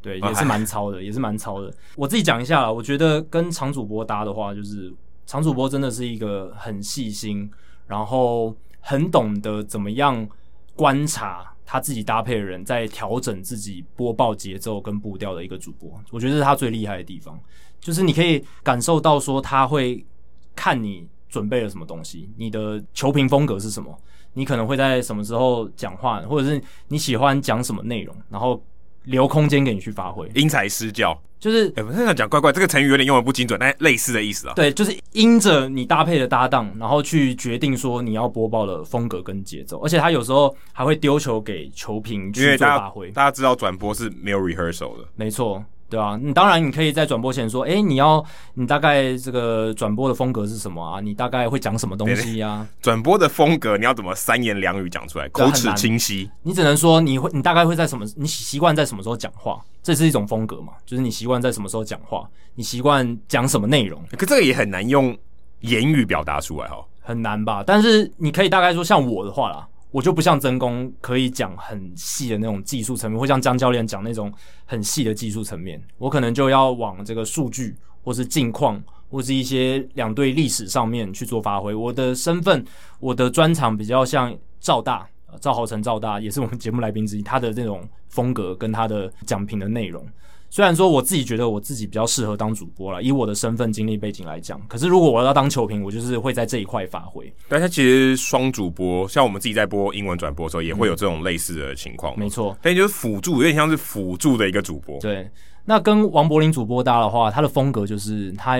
S1: 对，
S2: 哦
S1: 也是蛮糙的，也是蛮糙的。我自己讲一下啦，我觉得跟常主播搭的话，就是常主播真的是一个很细心，然后很懂得怎么样观察他自己搭配的人，在调整自己播报节奏跟步调的一个主播。我觉得这是他最厉害的地方，就是你可以感受到说他会看你准备了什么东西，你的球评风格是什么。你可能会在什么时候讲话，或者是你喜欢讲什么内容，然后留空间给你去发挥，
S2: 因材施教。
S1: 就是
S2: 哎、我在想讲怪怪，这个成语有点用的不精准，但类似的意思啊。
S1: 对，就是因着你搭配的搭档，然后去决定说你要播报的风格跟节奏，而且他有时候还会丢球给球评
S2: 因为
S1: 去做
S2: 大
S1: 发
S2: 家
S1: 挥，
S2: 大家知道转播是没有 rehearsal 的，
S1: 没错。对啊，你当然你可以在转播前说，哎，你要你大概这个转播的风格是什么啊？你大概会讲什么东西呀、啊？
S2: 转播的风格你要怎么三言两语讲出来，
S1: 对
S2: 口
S1: 很
S2: 齿
S1: 难
S2: 清晰。
S1: 你只能说你会，你大概会在什么，你习惯在什么时候讲话，这是一种风格嘛？就是你习惯在什么时候讲话，你习惯讲什么内容，
S2: 可这个也很难用言语表达出来哦。
S1: 很难吧？但是你可以大概说，像我的话啦，我就不像真功可以讲很细的那种技术层面，或像江教练讲那种很细的技术层面，我可能就要往这个数据或是近况。或是一些两队历史上面去做发挥。我的身份，我的专长比较像赵大，呃赵豪成赵大也是我们节目来宾之一，他的这种风格跟他的讲评的内容，虽然说我自己觉得我自己比较适合当主播了，以我的身份、经历、背景来讲，可是如果我要当球评，我就是会在这一块发挥。
S2: 但它其实双主播，像我们自己在播英文转播的时候，也会有这种类似的情况。
S1: 没错，
S2: 但就是辅助，有点像是辅助的一个主播。
S1: 对。那跟王柏林主播搭的话，他的风格就是他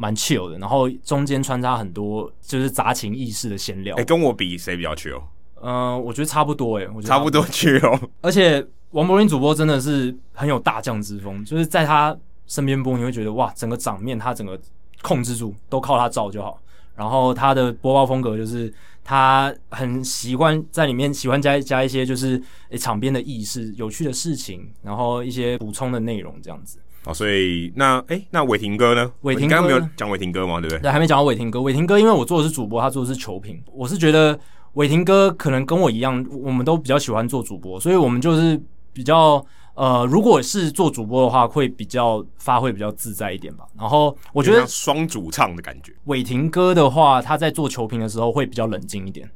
S1: 蛮 chill 的，然后中间穿插很多就是杂情意识的闲聊
S2: 哎、。跟我比谁比较缺哦？
S1: 嗯、我觉得差不多诶、我觉得
S2: 差不多缺
S1: *laughs*
S2: 哦。
S1: 而且王柏林主播真的是很有大将之风，就是在他身边播，你会觉得哇，整个场面他整个控制住，都靠他照就好。然后他的播报风格就是他很习惯在里面喜欢加加一些就是诶场边的意识、有趣的事情，然后一些补充的内容这样子。
S2: 哦，所以那哎、那伟霆哥呢？
S1: 伟霆
S2: 你刚刚没
S1: 哥
S2: 有讲伟霆哥吗？对不对？
S1: 对，还没讲到伟霆哥。伟霆哥，因为我做的是主播，他做的是球评，我是觉得伟霆哥可能跟我一样，我们都比较喜欢做主播，所以我们就是比较呃，如果是做主播的话，会比较发挥比较自在一点吧。然后我
S2: 我
S1: 觉得
S2: 双主唱的感觉。
S1: 伟霆哥的话，他在做球评的时候会比较冷静一点。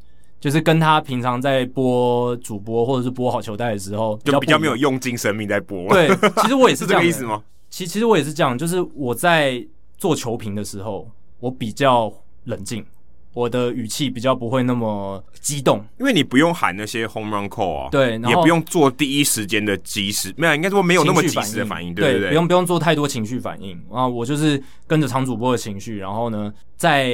S1: 就是跟他平常在播主播或者是播好球带的时候，
S2: 就比较
S1: 不
S2: 没
S1: 一
S2: 有
S1: 样
S2: 用尽生命在播，，
S1: 对，其实我也
S2: *laughs* 是
S1: 是
S2: 这
S1: 这样
S2: 个
S1: 的
S2: 意思吗？
S1: 其其实我也是这样，就是我在做球评的时候，我比较冷静，我的语气比较不会那么激动。
S2: 因为你不用喊那些 home run call 啊，
S1: 对然后
S2: 也不用做第一时间的及时，没有，应该说没有那么
S1: 情绪
S2: 及
S1: 反
S2: 时的反应，
S1: 对
S2: 对
S1: 不
S2: 对，
S1: 用不用做太多情绪反应啊！我就是跟着常主播的情绪，然后呢，在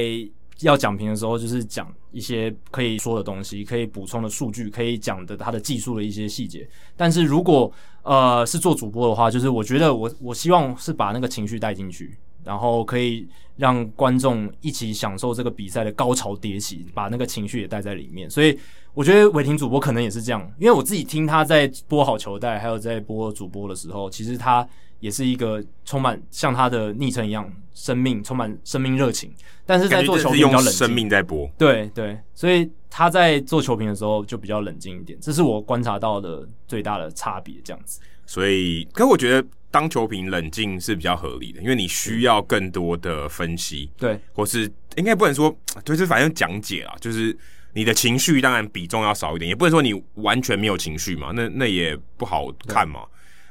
S1: 要讲评的时候，就是讲一些可以说的东西，可以补充的数据，可以讲的他的技术的一些细节。但是如果呃是做主播的话，就是我觉得我我希望是把那个情绪带进去。然后可以让观众一起享受这个比赛的高潮迭起，把那个情绪也带在里面。所以我觉得伟霆主播可能也是这样，因为我自己听他在播好球带，还有在播主播的时候，其实他也是一个充满像他的昵称一样，生命充满生命热情，但是在
S2: 感
S1: 做
S2: 觉
S1: 球
S2: 这是
S1: 评比较
S2: 用
S1: 冷
S2: 生
S1: 静。
S2: 命在播。
S1: 对对，所以他在做球评的时候就比较冷静一点，这是我观察到的最大的差别。这样子，
S2: 所以，可我觉得当球评冷静是比较合理的，因为你需要更多的分析，
S1: 对
S2: 或是应该不能说，就是反正讲解啦，就是你的情绪当然比重要少一点，也不能说你完全没有情绪嘛，那那也不好看嘛，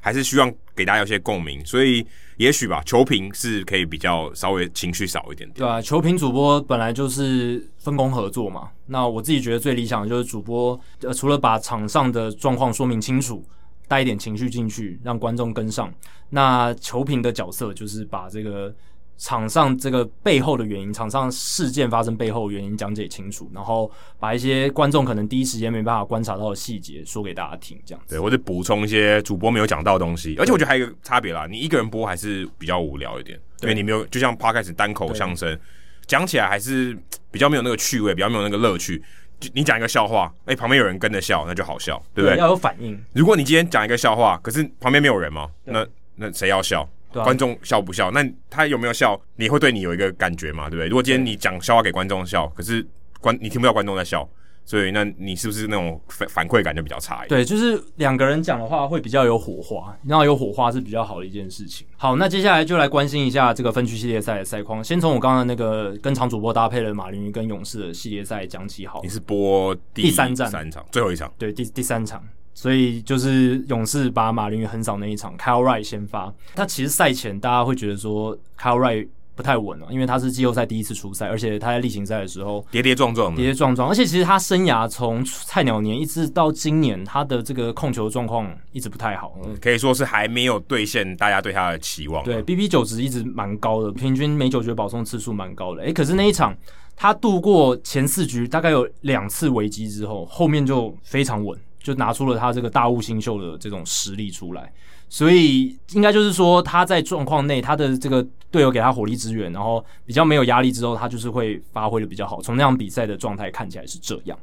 S2: 还是希望给大家有些共鸣，所以也许吧，球评是可以比较稍微情绪少一点点
S1: 对。啊，球评主播本来就是分工合作嘛。那我自己觉得最理想的就是主播，呃，除了把场上的状况说明清楚，带一点情绪进去，让观众跟上。那球评的角色就是把这个场上这个背后的原因，场上事件发生背后的原因讲解清楚，然后把一些观众可能第一时间没办法观察到的细节说给大家听，这样子。
S2: 对，或者补充一些主播没有讲到的东西。而且我觉得还有一个差别啦，你一个人播还是比较无聊一点，因
S1: 对
S2: 为你没有就像 podcast 单口相声讲起来还是嘖比较没有那个趣味，比较没有那个乐趣。就你讲一个笑话，哎、旁边有人跟着笑，那就好笑，对不对？
S1: 要有反应，
S2: 如果你今天讲一个笑话，可是旁边没有人嘛，
S1: 对
S2: 那那谁要笑？
S1: 对啊
S2: 观众笑不笑？那他有没有笑？你会对你有一个感觉嘛，对不对？如果今天你讲笑话给观众笑，可是观你听不到观众在笑，所以那你是不是那种反反馈感就比较差一点？
S1: 对，就是两个人讲的话会比较有火花，然后有火花是比较好的一件事情。好，那接下来就来关心一下这个分区系列赛的赛况。先从我刚刚那个跟常主播搭配了马林鱼跟勇士的系列赛讲起好了
S2: 你。是播第
S1: 第三站
S2: 三场最后一场，
S1: 对，第第三场，所以就是勇士把马林鱼横扫那一场，Kyle Wright 先发。他其实赛前大家会觉得说 Kyle Wright 不太稳了、哦因为他是季后赛第一次出赛，而且他在例行赛的时候
S2: 跌跌撞撞
S1: 跌
S2: 的，
S1: 跌撞撞，而且其实他生涯从菜鸟年一直到今年，他的这个控球状况一直不太好。哦
S2: 可以说是还没有兑现大家对他的期望。
S1: 对，BB 九值一直蛮高的，平均每九局的保送次数蛮高的。诶，可是那一场他度过前四局，大概有两次危机之后，后面就非常稳，就拿出了他这个大物新秀的这种实力出来。所以应该就是说，他在状况内，他的这个队友给他火力支援，然后比较没有压力之后，他就是会发挥的比较好。从那场比赛的状态看起来是这样。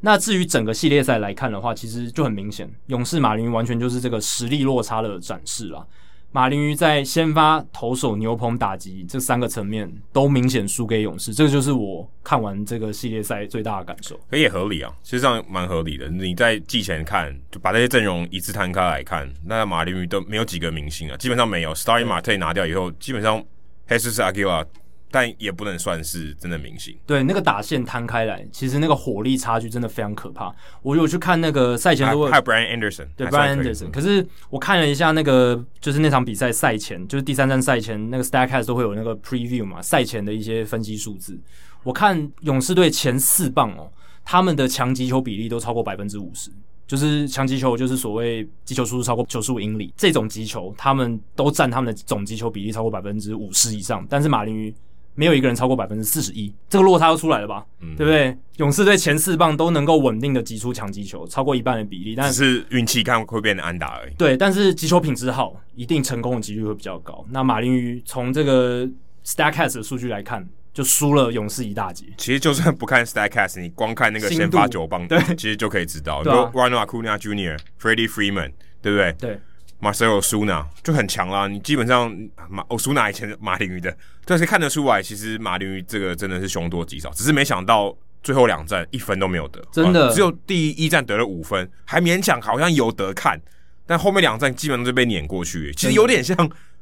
S1: 那至于整个系列赛来看的话，其实就很明显，勇士马林鱼完全就是这个实力落差的展示啦。马林鱼在先发、投手、牛棚打击这三个层面都明显输给勇士，这个就是我看完这个系列赛最大的感受。
S2: 可也合理啊，事实上蛮合理的。你在季前看，就把这些阵容一字摊开来看，那马林鱼都没有几个明星啊，基本上没有。Starry m a r t 拿掉以后，基本上 Jesus Aguila，但也不能算是真的明星。
S1: 对，那个打线摊开来，其实那个火力差距真的非常可怕。我有去看那个赛前
S2: 还
S1: 如果
S2: 还有 Brian Anderson，
S1: 对
S2: 还
S1: Brian
S2: 算可以
S1: Anderson，可是我看了一下那个，就是那场比赛赛前，就是第三站赛前，那个 Stacks 都会有那个 preview 嘛，赛前的一些分析数字。我看勇士队前四棒哦，他们的强击球比例都超过百分之五十，就是强击球，就是所谓击球速度超过九十五英里这种击球，他们都占他们的总击球比例超过百分之五十以上，但是马林鱼。没有一个人超过百分之四十一，这个落差都出来了吧？
S2: 嗯
S1: 对不对？勇士队前四棒都能够稳定的击出强击球，超过一半的比例，但
S2: 只是运气看会变成安打而已。
S1: 对，但是击球品质好，一定成功的几率会比较高。那马林鱼从这个 Stacks 的数据来看，就输了勇士一大截。
S2: 其实就算不看 Statcast，你光看那个
S1: 心
S2: 先发
S1: 度
S2: 九棒，
S1: 对
S2: 其实就可以知道，就
S1: 对啊
S2: Ronald Acuna Jr.、Freddie Freeman，对不对
S1: 对，
S2: ？Marcelo Osuna 就很强啦。你基本上马 Osuna 以前是马林鱼的，但是看得出来，其实马林鱼这个真的是凶多吉少。只是没想到最后两战一分都没有得，
S1: 真的
S2: 啊只有第一战得了五分，还勉强好像有得看，但后面两战基本上就被碾过去。其实有点像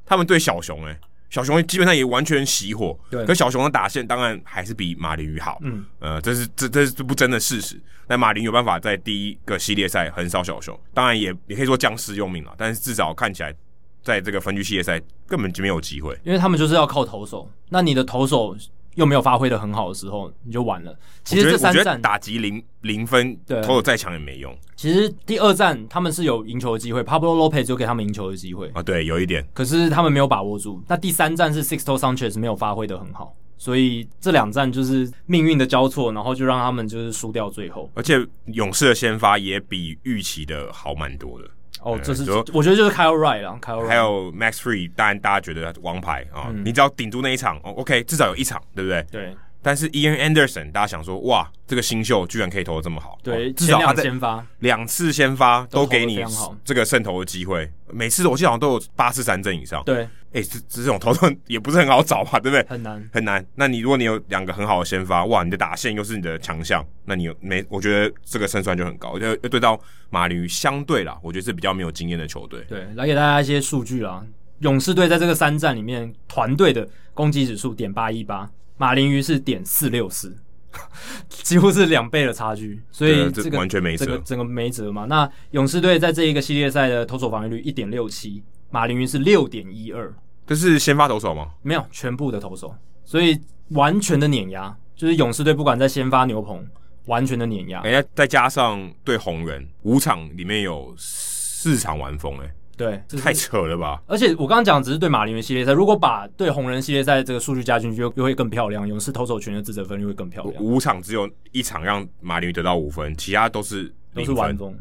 S2: 他们对小熊哎、欸小熊基本上也完全熄火，
S1: 对
S2: 可小熊的打线当然还是比马林鱼好，
S1: 嗯，
S2: 呃，这是这这是不争的事实。那马林有办法在第一个系列赛横扫小熊，当然也也可以说将士用命了，但是至少看起来，在这个分区系列赛根本就没有机会。
S1: 因为他们就是要靠投手，那你的投手又没有发挥的很好的时候，你就完了。其实
S2: 我
S1: 这
S2: 觉得我
S1: 三
S2: 觉得
S1: 战，
S2: 打击零零分，
S1: 对啊
S2: 投手再强也没用
S1: 其实第二战他们是有赢球的机会，Pablo Lopez 就给他们赢球的机会，
S2: 啊。对，有一点
S1: 可是他们没有把握住。那第三战是 Sixto Sanchez 没有发挥的很好，所以这两战就是命运的交错，然后就让他们就是输掉最后。
S2: 而且勇士的先发也比预期的好蛮多的。
S1: 哦，这是
S2: 你说
S1: 我觉得就是 Kyle Wright 啦，Kyle Wright
S2: 还有 Max Free，当然大家觉得王牌啊、
S1: 嗯
S2: 你只要顶住那一场、哦、，OK，至少有一场，对不对？
S1: 对
S2: 但是 Ian Anderson，大家想说，哇，这个新秀居然可以投的这么好，
S1: 对，
S2: 哦至
S1: 前
S2: 少他
S1: 两
S2: 在
S1: 先发，
S2: 两次先发
S1: 都
S2: 都
S1: 投得
S2: 给你
S1: 非常好
S2: 这个胜投的机会，每次我记得好像都有八次三振以上。，
S1: 对，
S2: 哎、这这种投的 *laughs* 也不是很好找吧，对不对？
S1: 很难，
S2: 很难。那你如果你有两个很好的先发，哇，你的打线又是你的强项，那你有没？我觉得这个胜算就很高。我觉得对到马驴相对啦，我觉得是比较没有经验的球队。
S1: 对，来给大家一些数据啦。勇士队在这个三战里面，团队的攻击指数点八一八，马林鱼是点四六四， *laughs* 几乎是两倍的差距，所以
S2: 对这
S1: 个
S2: 完全没辙
S1: 这个整个没辙嘛。那勇士队在这一个系列赛的投手防御率一点六七，马林鱼是六点一二，
S2: 这是先发投手吗？
S1: 没有全部的投手，所以完全的碾压，就是勇士队不管在先发牛棚，完全的碾压。
S2: 哎、那再加上对红人五场里面有四场完封、哎，
S1: 对，这是
S2: 太扯了吧？
S1: 而且我刚刚讲只是对马林鱼系列赛，如果把对红人系列赛这个数据加进去，又又会更漂亮。勇士投手群的自责分率会更漂亮，
S2: 五场只有一场让马林鱼得到五分，其他都是
S1: 都
S2: 零
S1: 是完
S2: 分。
S1: 封。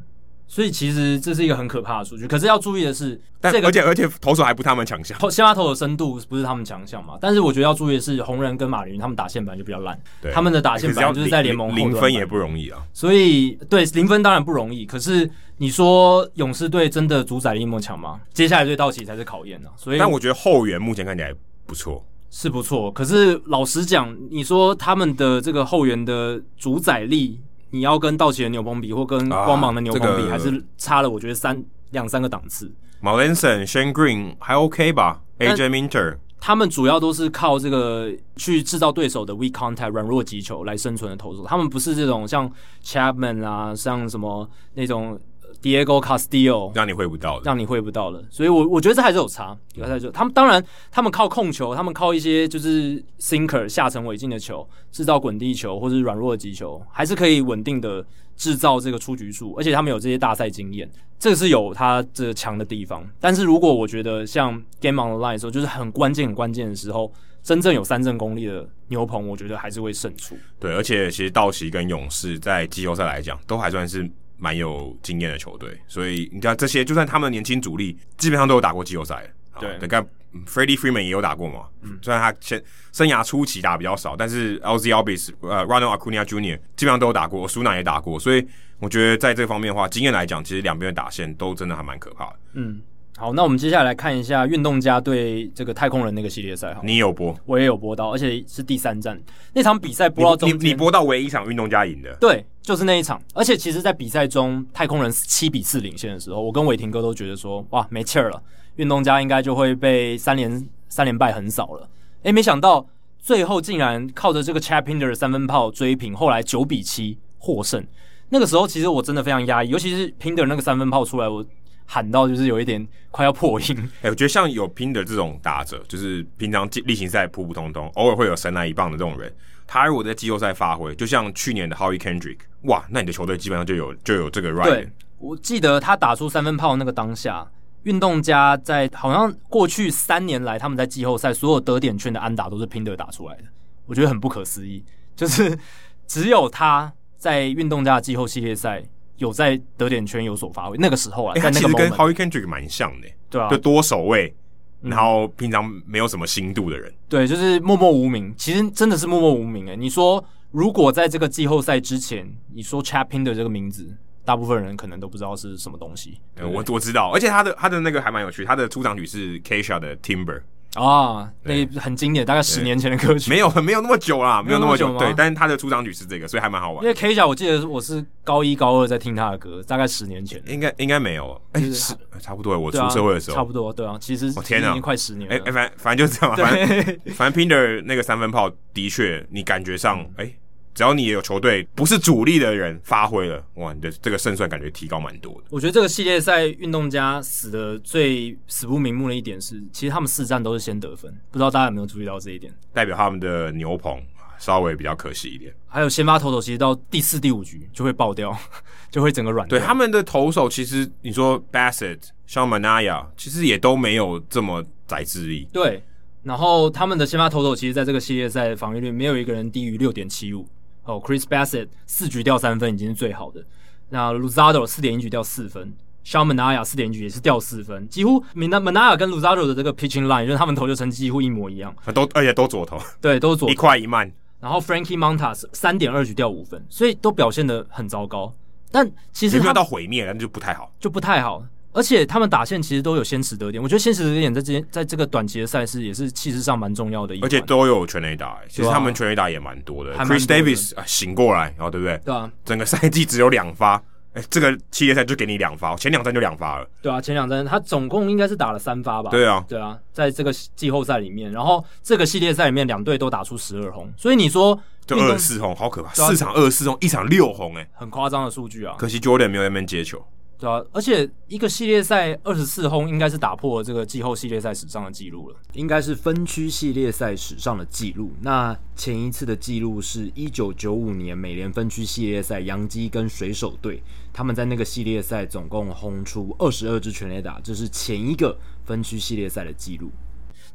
S1: 所以其实这是一个很可怕的数据。可是要注意的是，
S2: 但、
S1: 这个
S2: 而且而且投手还不他们强项，
S1: 投先发投手深度不是他们强项嘛？但是我觉得要注意的是，红人跟马林鱼他们打线本来就比较烂，
S2: 对
S1: 他们的打
S2: 可
S1: 线
S2: 是
S1: 本
S2: 要
S1: 来就是在联盟后
S2: 零
S1: 段
S2: 分
S1: 班
S2: 也不容易啊。
S1: 所以对零分当然不容易，可是你说勇士队真的主宰力那么强吗？接下来对道奇才是考验呢、所以
S2: 但我觉得后援目前看起来不错，
S1: 是不错，可是老实讲，你说他们的这个后援的主宰力，你要跟道奇的牛棚比，或跟光芒的牛棚比，
S2: 啊这个
S1: 还是差了，我觉得三两三个档次。
S2: m a l i n s o n Shane Green 还 OK 吧
S1: 但
S2: ？AJ Minter
S1: 他们主要都是靠这个去制造对手的 weak contact 软弱击球来生存的投手，他们不是这种像 Chapman 啊，像什么那种呃 Diego Castillo
S2: 让你会不到的，
S1: 让你会不到了，所以我我觉得这还是有差，有还是有。他们当然，他们靠控球，他们靠一些就是 sinker 下沉尾进的球，制造滚地球或是软弱的击球，还是可以稳定的制造这个出局数，而且他们有这些大赛经验，这个是有他这强的地方。但是如果我觉得像 game on the line 的时候，就是很关键很关键的时候，真正有三振功力的牛棚，我觉得还是会胜出。
S2: 对，而且其实道奇跟勇士在季后赛来讲，都还算是蛮有经验的球队，所以你看这些，就算他们的年轻主力，基本上都有打过季后赛。啊
S1: 对嗯
S2: 你看 Freddie Freeman 也有打过嘛，虽然他先生涯初期打比较少，但是 LZ Albis 呃 Ronald Acuna Jr. 基本上都有打过，苏南也打过，所以我觉得在这方面的话，经验来讲，其实两边的打线都真的还蛮可怕的。
S1: 嗯，好，那我们接下来看一下运动家对这个太空人那个系列赛，好了。
S2: 你有播？
S1: 我也有播到，而且是第三站那场比赛播到
S2: 你
S1: 中
S2: 你你
S1: 间，
S2: 播到唯一一场运动家赢的，
S1: 对，就是那一场。而且其实，在比赛中，太空人七比四领先的时候，我跟伟霆哥都觉得说，哇，没气儿了，运动家应该就会被三连三连败横扫了。诶，没想到最后竟然靠着这个 Chapinder 的三分炮追平，后来九比七获胜。那个时候其实我真的非常压抑，尤其是 Pinder 那个三分炮出来，我喊到就是有一点快要破音。
S2: 哎、我觉得像有拼的这种打者，就是平常季例行赛普普通通，偶尔会有神来一棒的这种人，他如果在季后赛发挥，就像去年的 Howie Kendrick，哇，那你的球队基本上就有就有这个 right
S1: 对。，我记得他打出三分炮那个当下，运动家在好像过去三年来他们在季后赛所有得点圈的安打都是拼德打出来的，我觉得很不可思议。就是只有他在运动家的季后系列赛有在得点圈有所发挥，那个时候啊，
S2: 哎、
S1: 在
S2: 他
S1: 那
S2: 其
S1: 个
S2: 实跟
S1: moment，
S2: Howie Kendrick 蛮像的、
S1: 对啊嗯
S2: 就，多守卫，然后平常没有什么心度的人。
S1: 对，就是默默无名，其实真的是默默无名诶、你说如果在这个季后赛之前，你说 Chad Pinder 这个名字，大部分人可能都不知道是什么东西。
S2: 呃我我知道，而且他的他的那个还蛮有趣，他的出场曲是 Kesha 的 Timber，
S1: 啊，那很经典，大概十年前的歌曲。
S2: 没有没有那么久啦，没有那么久，
S1: 没有那么久吗
S2: 对，但是他的出场曲是这个，所以还蛮好玩
S1: 因。为 K 小，我记得我是高一高二在听他的歌，大概十年前。
S2: 应该应该没有，哎、是差不多，我出
S1: 对啊
S2: 社会的时候，
S1: 差不多，对啊，其实
S2: 我天
S1: 已
S2: 啊
S1: 经快十年
S2: 哎、哎
S1: 了。
S2: 反反正就是这样，反正
S1: 对，
S2: 反正 Pinder 那个三分炮的确，你感觉上，
S1: 嗯
S2: 哎、只要你有球队不是主力的人发挥了，哇，你的这个胜算感觉提高蛮多的。
S1: *laughs* 我觉得这个系列赛运动家死的最死不瞑目的一点是，其实他们四战都是先得分，不知道大家有没有注意到这一点？
S2: 代表他们的牛棚稍微比较可惜一点。
S1: 还有先发投手，其实到第四、第五局就会爆掉， *laughs* 就会整个软掉。
S2: 对他们的投手，其实你说 Bassett、像 Manaya，其实也都没有这么宰智力。
S1: 对，然后他们的先发投手其实在这个系列赛防御率没有一个人低于六点七五。哦，Chris Bassett 四局掉三分已经是最好的，那 Luzardo 四点一局掉四分肖门纳雅四点局也是掉四分，几乎门纳门纳雅跟卢扎罗的这个 pitching line，就是他们投球成绩几乎一模一样，
S2: 都而且都左投，
S1: 对，都是左
S2: 一快一慢。
S1: 然后 Frankie Montas 三点二局掉五分，所以都表现的很糟糕。但其实
S2: 有没
S1: 他
S2: 有到毁灭，那就不太好。
S1: 就不太好，而且他们打线其实都有先取得点，我觉得先取得点在之前在这个短期的赛事也是气势上蛮重要的一环，
S2: 而且都有全垒打、欸其实
S1: 对啊
S2: 他们全垒打也蛮多的。
S1: 还蛮
S2: Chris
S1: 多的
S2: Davis 啊、醒过来，然后对不对？
S1: 对啊，
S2: 整个赛季只有两发， *laughs* 哎、这个系列赛就给你两发，哦前两站就两发了。
S1: 对啊，前两站他总共应该是打了三发吧？
S2: 对啊，
S1: 对啊，在这个季后赛里面，然后这个系列赛里面两队都打出十二红，所以你说
S2: 就
S1: 运
S2: 二
S1: 动
S2: 十四红，好可怕！
S1: 对啊
S2: 四场二十四红，一场六红、哎，
S1: 很夸张的数据啊，
S2: 可惜 Jordan 没有在那边接球。
S1: 对啊，而且一个系列赛二十四轰应该是打破了这个季后系列赛史上的记录了。
S3: 应该是分区系列赛史上的记录。那前一次的记录是一九九五年美联分区系列赛，洋基跟水手队，他们在那个系列赛总共轰出二十二支全垒打，这是前一个分区系列赛的记录。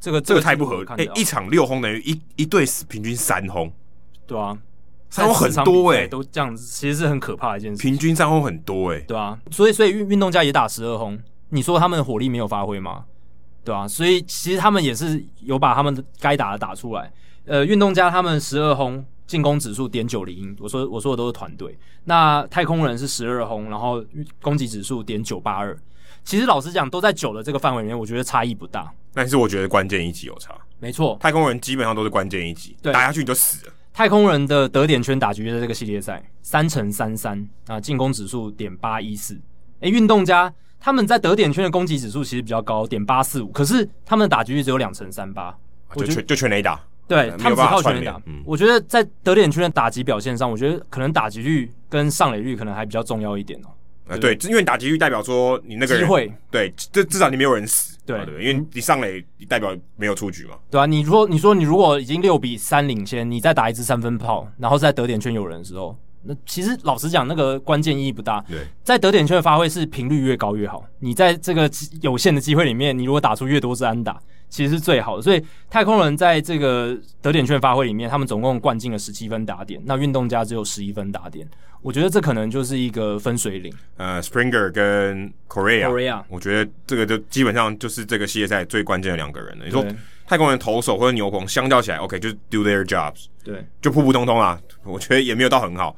S1: 这个
S2: 这个太不合
S1: 理，
S2: 哎、一场六轰等于一一队平均三轰，
S1: 对啊，
S2: 三轰很
S1: 三场
S2: 多
S1: 比
S2: 哎、
S1: 赛都这样子，其实是很可怕的一件事，
S2: 平均三轰很多哎、
S1: 对啊，所以所以运运动家也打十二轰，你说他们的火力没有发挥吗？对啊，所以其实他们也是有把他们的该打的打出来。呃，运动家他们十二轰进攻指数点九零，我说我说的都是团队。那太空人是十二轰，然后攻击指数点九八二。其实老实讲，都在九的这个范围里面，我觉得差异不大。
S2: 但是我觉得关键一集有差，
S1: 没错，
S2: 太空人基本上都是关键一集，
S1: 对
S2: 打下去你就死了。
S1: 太空人的得点圈打局在这个系列赛三乘三三啊，进攻指数点八一四。诶，运动家他们在得点圈的攻击指数其实比较高，点八四五，可是他们的打局率只有两乘三八。我
S2: 啊就
S1: 觉得
S2: 全就全垒打，
S1: 对
S2: 呃
S1: 他们只靠全垒打
S2: 没有办法串联嗯，
S1: 我觉得在得点圈的打击表现上，我觉得可能打击率跟上垒率可能还比较重要一点哦。
S2: 呃，对，因为你打击率代表说你那个人
S1: 机会，
S2: 对，这至少你没有人死，
S1: 对
S2: 啊对，因为你上垒你代表没有出局嘛，
S1: 对啊，你说你说你如果已经六比三领先，你再打一支三分炮，然后在得点圈有人的时候，那其实老实讲，那个关键意义不大。
S2: 对，
S1: 在得点圈的发挥是频率越高越好。你在这个机有限的机会里面，你如果打出越多支安打，其实是最好的。所以太空人在这个得点圈发挥里面，他们总共灌进了十七分打点，那运动家只有十一分打点。我觉得这可能就是一个分水岭。
S2: 呃，Springer 跟 Korea，,
S1: Correa
S2: 我觉得这个就基本上就是这个系列赛最关键的两个人了。你说
S1: 对
S2: 太空人投手或者牛棚相较起来，OK，就是 do their jobs，
S1: 对
S2: 就普普通通啦，我觉得也没有到很好。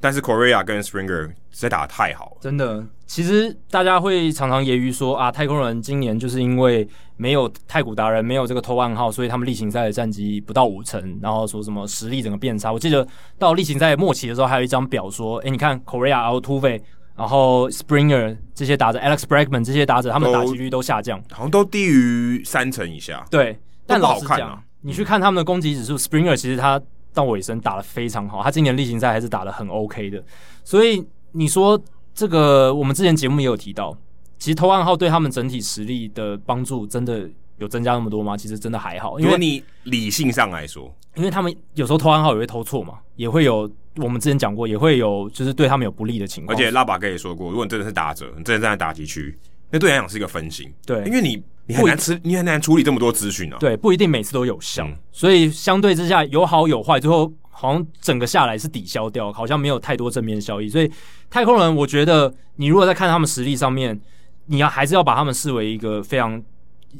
S2: 但是 Korea 跟 Springer 实在打得太好了，
S1: 真的，其实大家会常常揶揄说啊，太空人今年就是因为没有太古达人，没有这个偷暗号，所以他们例行赛的战绩不到五成，然后说什么实力整个变差。我记得到例行赛末期的时候，还有一张表说，哎诶，你看 Korea、Altuve，然后 Springer 这些打者，Alex Bregman 这些打者，他们的打击率都下降。
S2: 好像都低于三成以下。
S1: 对，但
S2: 都不好
S1: 老实
S2: 看
S1: 讲，
S2: 啊
S1: 你去看他们的攻击指数，Springer 其实他到尾声打得非常好，他今年例行赛还是打得很 OK 的。所以你说这个，我们之前节目也有提到，其实投暗号对他们整体实力的帮助真的有增加那么多吗？其实真的还好，因
S2: 如
S1: 为
S2: 果你理性上来说，
S1: 因为他们有时候投暗号也会投错嘛，也会有我们之前讲过，也会有就是对他们有不利的情
S2: 而
S1: 况，
S2: 且拉巴哥也说过，如果你真的是打者，你真的站在打击区，那对你来讲是一个分心。
S1: 对
S2: 因为你你很难吃，你很难处理这么多资讯啊。
S1: 对，不一定每次都有效，
S2: 嗯
S1: 所以相对之下有好有坏，最后好像整个下来是抵消掉，好像没有太多正面效益。所以太空人，我觉得你如果在看他们实力上面，你要还是要把他们视为一个非常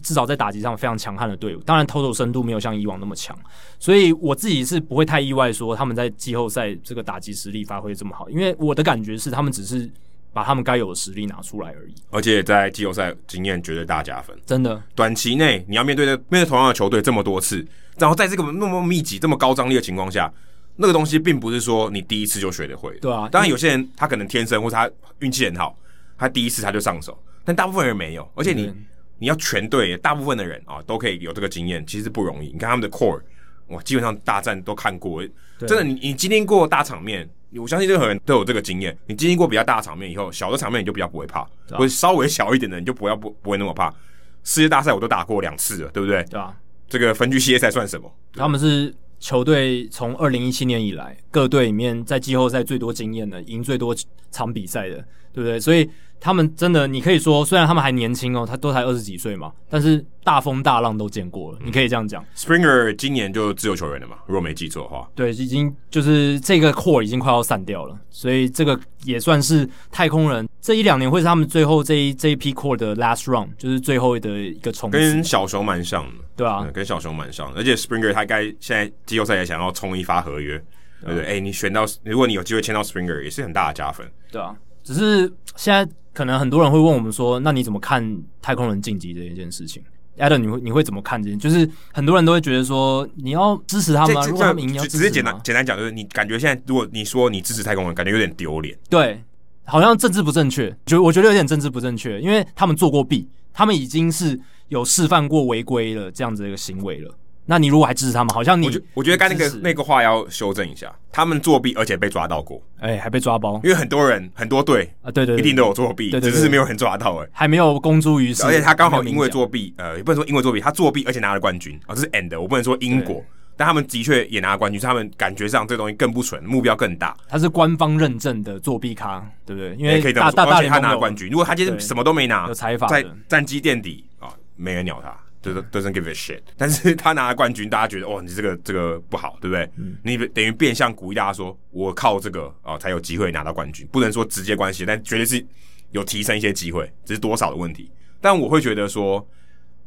S1: 至少在打击上非常强悍的队伍。当然，投手深度没有像以往那么强，所以我自己是不会太意外说他们在季后赛这个打击实力发挥这么好，因为我的感觉是他们只是把他们该有的实力拿出来而已，
S2: 而且在季后赛经验绝对大加分。
S1: 真的。
S2: 短期内你要面对的面对同样的球队这么多次，然后在这个那么密集、这么高张力的情况下，那个东西并不是说你第一次就学得会的。
S1: 对啊
S2: 当然有些人他可能天生或者他运气很好，他第一次他就上手，但大部分人没有。而且你、
S1: 对
S2: 你要全队大部分的人啊都可以有这个经验，其实不容易。你看他们的 core，我基本上大战都看过，真的你你经历过大场面。我相信任何人都有这个经验，你经历过比较大的场面以后，小的场面你就比较不会怕，或者稍微小一点的你就不要不不会那么怕。世界大赛我都打过两次了，对不对？
S1: 对吧、啊
S2: 这个分区系列赛算什么？
S1: 他们是球队从二零一七年以来各队里面在季后赛最多经验的，赢最多场比赛的，对不对？所以他们真的，你可以说，虽然他们还年轻哦，他都才二十几岁嘛，但是大风大浪都见过了，你可以这样讲。
S2: Springer 今年就自由球员了嘛，如果没记错的话。
S1: 对，已经就是这个 core 已经快要散掉了，所以这个也算是太空人这一两年会是他们最后这一这一批 core 的 last round，就是最后的一个冲
S2: 跟
S1: 刺，
S2: 小熊蛮像的，
S1: 对啊
S2: 嗯，跟小熊蛮像的。而且 Springer 他该现在季后赛也想要冲一发合约，对不对？哎、你选到，如果你有机会签到 Springer，也是很大的加分。
S1: 对啊。只是现在可能很多人会问我们说，那你怎么看太空人晋级这一件事情？Adam，你会你会怎么看这件？就是很多人都会觉得说，你要支持他们、啊，如果他们赢，你要
S2: 直
S1: 支
S2: 直
S1: 持
S2: 接简
S1: 吗
S2: 单简单讲，就是你感觉现在，如果你说你支持太空人，感觉有点丢脸。
S1: 对，好像政治不正确，就我觉得有点政治不正确，因为他们做过弊，他们已经是有示范过违规了这样子的一个行为了。那你如果还支持他们，好像你
S2: 我觉我觉得刚那个
S1: 支持
S2: 那个话要修正一下，他们作弊而且被抓到过，
S1: 哎、还被抓包
S2: 因为很多人很多队
S1: 啊，对对
S2: 一
S1: 对，
S2: 定都有作弊，
S1: 对对对
S2: 只是没有人抓到而已。
S1: 还没有公诸于世，
S2: 而且他刚好
S1: 还
S2: 因
S1: 没
S2: 为
S1: 有明
S2: 作弊，呃，也不能说因为作弊，他作弊而且拿了冠军啊、这是 and，我不能说因果
S1: 对，
S2: 但他们的确也拿了冠军，所以他们感觉上这东西更不纯，目标更大，
S1: 讲，他是官方认证的作弊咖，对不对？因为
S2: 哎也可以这
S1: 大
S2: 么说。
S1: 大大
S2: 而且
S1: 联
S2: 他
S1: 盟
S2: 拿了
S1: 有
S2: 冠军，如果他今天
S1: 对
S2: 什么都没拿
S1: 有，采访
S2: 在
S1: 的，
S2: 战机垫底啊、没人鸟他。就是 doesn't give a shit，但是他拿了冠军，大家觉得哦哇，你这个这个不好，对不对？
S1: 嗯
S2: 你等于变相鼓励大家说，我靠这个啊、才有机会拿到冠军，不能说直接关系，但绝对是有提升一些机会，只是多少的问题。但我会觉得说，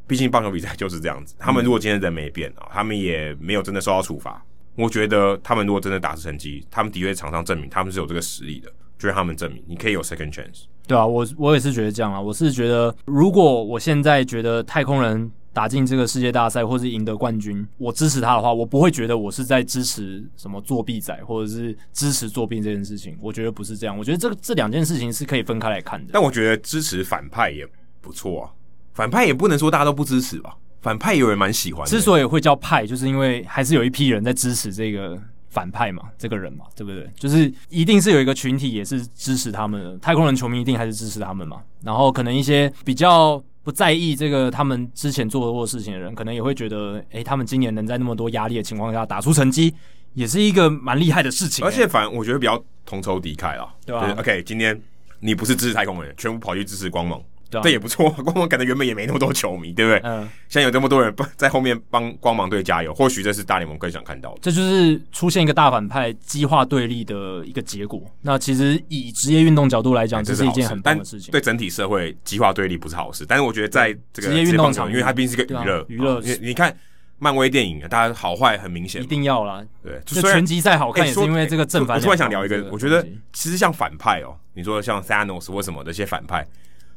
S2: 毕竟棒球比赛就是这
S1: 嗯
S2: 样子，他们如果今天人没变啊，他们也没有真的受到处罚。我觉得他们如果真的打出成绩，他们的确在场上证明他们是有这个实力的，就让他们证明你可以有 second chance。
S1: 对啊，我我也是觉得这样啊。我是觉得，如果我现在觉得太空人打进这个世界大赛或是赢得冠军，我支持他的话，我不会觉得我是在支持什么作弊仔，或者是支持作弊这件事情。我觉得不是这样，我觉得这个这两件事情是可以分开来看的。
S2: 但我觉得支持反派也不错啊，反派也不能说大家都不支持吧，反派有人蛮喜欢的。
S1: 之所以会叫派，就是因为还是有一批人在支持这个反派嘛，这个人嘛，对不对？就是一定是有一个群体也是支持他们的，太空人球迷一定还是支持他们嘛。然后可能一些比较不在意这个他们之前做过的事情的人，可能也会觉得，诶，他们今年能在那么多压力的情况下打出成绩，也是一个蛮厉害的事情、
S2: 而且反正我觉得比较同仇敌忾啊，
S1: 对啊
S2: 就是 OK，今天你不是支持太空人，全部跑去支持光芒，
S1: 对啊
S2: 这也不错。 *laughs* 光芒可能原本也没那么多球迷，对不对？
S1: 嗯。
S2: 现在有这么多人帮在后面帮光芒队加油，或许这是大联盟更想看到的。
S1: 这就是出现一个大反派激化对立的一个结果。那其实以职业运动角度来嗯讲，这
S2: 哎是
S1: 是一
S2: 好事
S1: 件很棒
S2: 但
S1: 的事情。
S2: 对整体社会激化对立不是好事。但是我觉得在这个
S1: 职业运
S2: 职
S1: 动
S2: 棒球
S1: 场
S2: 因为它毕竟是个
S1: 对
S2: 娱
S1: 啊
S2: 乐
S1: 娱乐
S2: 啊你你看漫威电影，啊大家好坏很明显
S1: 一
S2: 嘛，
S1: 定要啦，
S2: 对。就
S1: 就
S2: 虽然
S1: 拳击赛好看
S2: 哎
S1: 也是
S2: 说
S1: 因为这个正反
S2: 我
S1: 两道。
S2: 突然想聊一
S1: 这
S2: 个，我觉
S1: 东
S2: 得
S1: 西
S2: 其实像反派哦，你说像 Thanos 或什么的一些反派，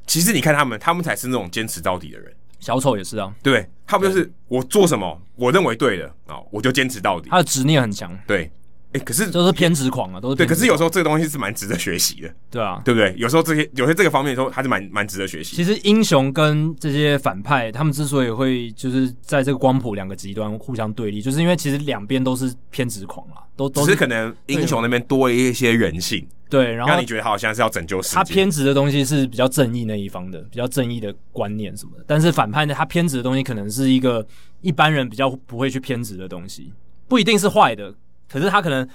S2: 其实你看他们，他们才是那种坚持到底的人，
S1: 小丑也是啊，
S2: 对不对？他们就是我做什么，我认为对的啊、哦我就坚持到底。
S1: 他的执念很强，
S2: 对，哎，可是
S1: 都是偏执狂啊，都是
S2: 对，
S1: 偏
S2: 可
S1: 执
S2: 是有时候这个东西是蛮值得学习的，
S1: 对啊。
S2: 对不对？有时候这些有些这个方面的时候，还是蛮蛮值得学习
S1: 其。实英雄跟这些反派，他们之所以会就是在这个光谱两个极端互相对立，就是因为其实两边都是偏执狂啦，都
S2: 只
S1: 都
S2: 是可能英雄那边多了一些人性，
S1: 对，然后
S2: 让你觉得他好像是要拯救世界。
S1: 他偏执的东西是比较正义那一方的，比较正义的观念什么的。但是反派呢，他偏执的东西可能是一个一般人比较不会去偏执的东西，不一定是坏的，可是他可能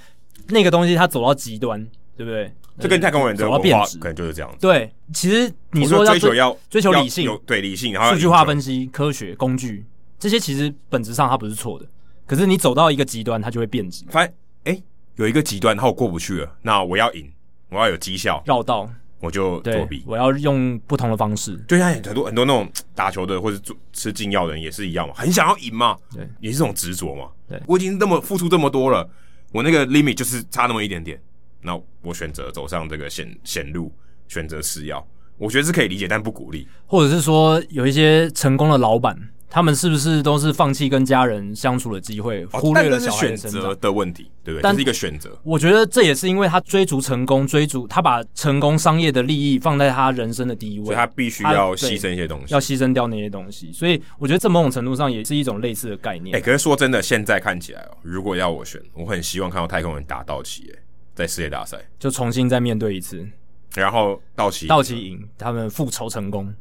S1: 那个东西他走到极端，对不对？呃
S2: 这跟太空人的
S1: 走到
S2: 文
S1: 变
S2: 化
S1: 质
S2: 可能就是这样子。
S1: 对，其实你
S2: 我说
S1: 要
S2: 追求要
S1: 追求
S2: 要
S1: 理性
S2: 有对理性，然后
S1: 数据
S2: 要
S1: 化
S2: 引
S1: 分析、科学工具这些，其实本质上它不是错的。可是你走到一个极端，它就会变质、
S2: 发现哎、诶有一个极端，然后我过不去了，那我要赢，我要有绩效，
S1: 绕道。
S2: 我就作
S1: 对
S2: 弊，。
S1: 我要用不同的方式。
S2: 就像很多很多那种打球的或者做吃禁药的人也是一样嘛，很想要赢嘛，
S1: 对，
S2: 也是这种执着嘛。
S1: 对
S2: 我已经那么付出这么多了，我那个 limit 就是差那么一点点，那我选择走上这个险险路，选择吃药，我觉得是可以理解，但不鼓励。
S1: 或者是说有一些成功的老板，他们是不是都是放弃跟家人相处的机会，
S2: 哦
S1: 忽
S2: 但
S1: 略了
S2: 这
S1: 小
S2: 是
S1: 孩
S2: 选
S1: 的成长？
S2: 择的问题，对不对？
S1: 但
S2: 这是一个选择。
S1: 我觉得这也是因为他追逐成功，追逐他把成功商业的利益放在他人生的第一
S2: 所
S1: 位
S2: 以，他必须
S1: 他
S2: 要
S1: 对
S2: 牺牲一些东西，
S1: 要牺牲掉那些东西。所以我觉得这某种程度上也是一种类似的概念。
S2: 哎、可是说真的，现在看起来哦，如果要我选，我很希望看到太空人打道奇，哎，在世界大赛，
S1: 就重新再面对一次，
S2: 然后道奇，
S1: 道奇赢，他们复仇成功，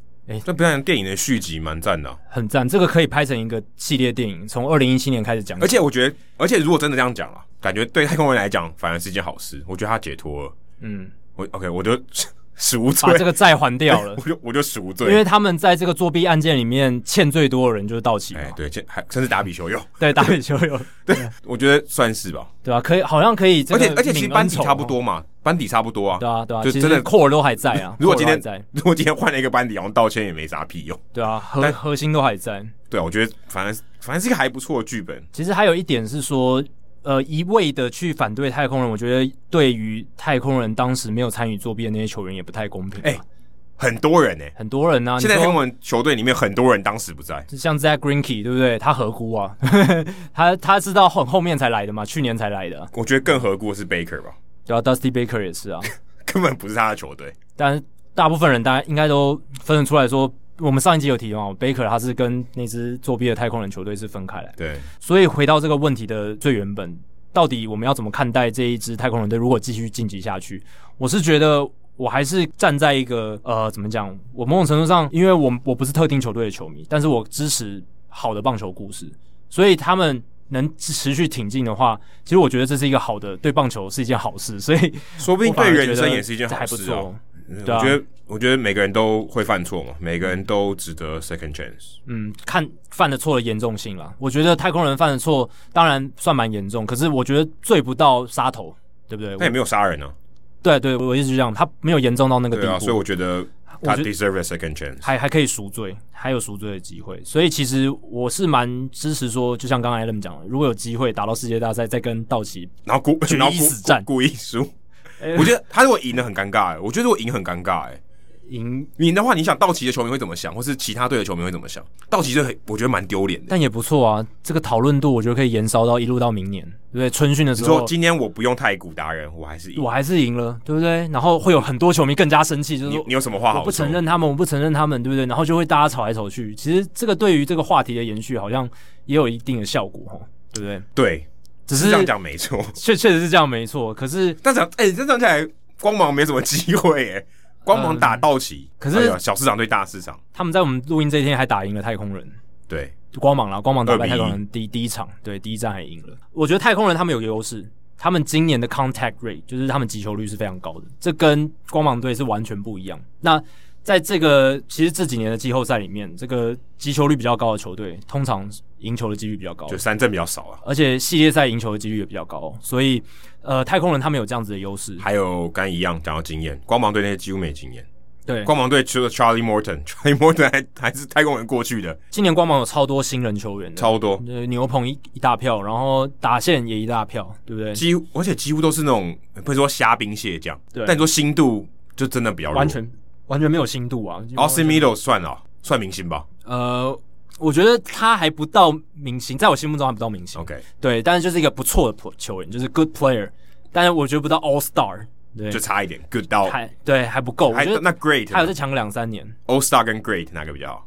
S2: 那不像电影的续集，蛮赞的啊、
S1: 很赞。这个可以拍成一个系列电影，从二零一七年开始讲起。
S2: 而且我觉得，而且如果真的这样讲了，啊感觉对太空人来讲反而是一件好事。我觉得他解脱了，
S1: 嗯，
S2: 我 OK，我就 *laughs* 死无罪
S1: 把，这个债还掉了
S2: *laughs* 我。就我就死无
S1: 因
S2: 罪。
S1: 为他们在这个作弊案件里面欠最多的人就是道奇嘛，
S2: 哎，对，这还甚至打比球友，
S1: *laughs* 对，打比球有
S2: 我觉得算是吧。
S1: 对吧、可以，好像可以这
S2: 而
S1: 个泯恩仇啊，
S2: 且而且其实班底差不多嘛，班底差不多啊
S1: 对。啊，对啊，
S2: 就
S1: 其
S2: 真
S1: 实
S2: 的
S1: core 都还在啊
S2: *laughs* 。如果
S1: core
S2: 今
S1: 都还
S2: 天
S1: 在，
S2: 如果今天换了一个班底，然后道歉也没啥屁用。
S1: 对啊，核
S2: 但
S1: 核心都还在。
S2: 对啊，我觉得反正反正是一个还不错的剧本。
S1: 其实还有一点是说，呃，一味的去反对太空人，我觉得对于太空人当时没有参与作弊的那些球员也不太公平、啊。
S2: 哎很多人呢、欸
S1: 很多人呢、啊，
S2: 现在
S1: 你
S2: 黑
S1: 说
S2: 文球队里面很多人当时不在，
S1: 像 Zach Greinke 对不对？他何辜啊？ *laughs* 他他是到后后面才来的嘛，去年才来的啊，
S2: 我觉得更何故是 Baker 吧， *laughs*
S1: 对啊，Dusty Baker 也是啊。
S2: 根本不是他的球队。
S1: 但是大部分人大家应该都分得出来说，我们上一集有提到 Baker 他是跟那支作弊的太空人球队是分开来的。
S2: 对，
S1: 所以回到这个问题的最原本，到底我们要怎么看待这一支太空人队？如果继续晋级下去，我是觉得我还是站在一个呃，怎么讲？我某种程度上，因为我我不是特定球队的球迷，但是我支持好的棒球故事，所以他们。能持续挺进的话，其实我觉得这是一个好的，对棒球是一件好事，所以
S2: 说不定
S1: 我反
S2: 对
S1: 而觉
S2: 人
S1: 得
S2: 生也是一件
S1: 这
S2: 好
S1: 还不
S2: 事
S1: 错
S2: 啊。。
S1: 对啊
S2: 我觉得，我觉得每个人都会犯错嘛，每个人都值得 second chance。
S1: 嗯，看犯的错的严重性啦。我觉得太空人犯的错当然算蛮严重，可是我觉得罪不到杀头，对不对？
S2: 他也没有杀人啊，
S1: 对对，我一直这样，他没有严重到那个地
S2: 对
S1: 步，
S2: 啊，所以我觉得
S1: 我
S2: 他
S1: 觉得
S2: deserve a second chance。
S1: 还还可以赎罪，还有赎罪的机会。所以其实我是蛮支持说，就像刚才 Adam 讲的，如果有机会打到世界大赛，再跟道奇，
S2: 然后故
S1: 决一
S2: 然后故
S1: 死战
S2: 故故意输
S1: 哎。
S2: 我觉得他如果赢了很尴尬、欸，我觉得如果赢很尴尬、欸，
S1: 赢，
S2: 赢的话，你想道奇的球迷会怎么想，或是其他队的球迷会怎么想？道奇这很我觉得蛮丢脸的。
S1: 但也不错啊。这个讨论度我觉得可以延烧到一路到明年，对不对？春训的
S2: 你
S1: 时
S2: 说
S1: 候。
S2: 今天我不用太古达人，我还是赢
S1: 我。还是赢了，对不对？然后会有很多球迷更加生气，就是
S2: 你
S1: 说
S2: 你有什么话好
S1: 我
S2: 说？
S1: 不承认他们，我不承认他们，对不对？然后就会大家吵来吵去。其实这个对于这个话题的延续，好像也有一定的效果，哦，对不对？
S2: 对，
S1: 只
S2: 是
S1: 是
S2: 这样讲没错。
S1: 确确实是这样，没错。可是
S2: 但讲哎、这讲起来，光芒没什么机
S1: *laughs*
S2: 会耶、光芒打道奇，
S1: 嗯可是
S2: 哎呦小市场对大市场，
S1: 他们在我们录音这一天还打赢了太空人，
S2: 对
S1: 光芒啦，光芒打败
S2: 2-1
S1: 太空人第第一场，对，第一战还赢了。我觉得太空人他们有个优势，他们今年的 contact rate 就是他们击球率是非常高的，这跟光芒队是完全不一样。那在这个其实这几年的季后赛里面，这个击球率比较高的球队，通常赢球的几率比较高，
S2: 就三振比较少啊，
S1: 而且系列赛赢球的几率也比较高，所以呃，太空人他们有这样子的优势。
S2: 还有刚一样讲到经验，光芒队那些几乎没经验。
S1: 对，
S2: 光芒队除了 Charlie Morton，Charlie Morton *laughs* 还还是太空人过去的，
S1: 今年光芒有超多新人球员的，
S2: 超多，
S1: 呃，牛棚一一大票，然后打线也一大票，对不对？
S2: 几乎而且几乎都是那种不是说虾兵蟹将，
S1: 对
S2: 但你说心度就真的比较弱
S1: 完。全完全没有新度啊。
S2: 然后 s i m i d o 算了，算明星吧。
S1: 呃，我觉得他还不到明星，在我心目中还不到明星。
S2: OK，
S1: 对，但是就是一个不错的 pl- 球员，就是 good player，但是我觉得不到 all star，对，
S2: 就差一点，Good 到
S1: 还对还不够。我
S2: 还
S1: 觉得
S2: 那 Great
S1: 还有
S2: 呢
S1: 再强个两三年
S2: All Star 跟 Great 哪个比较好？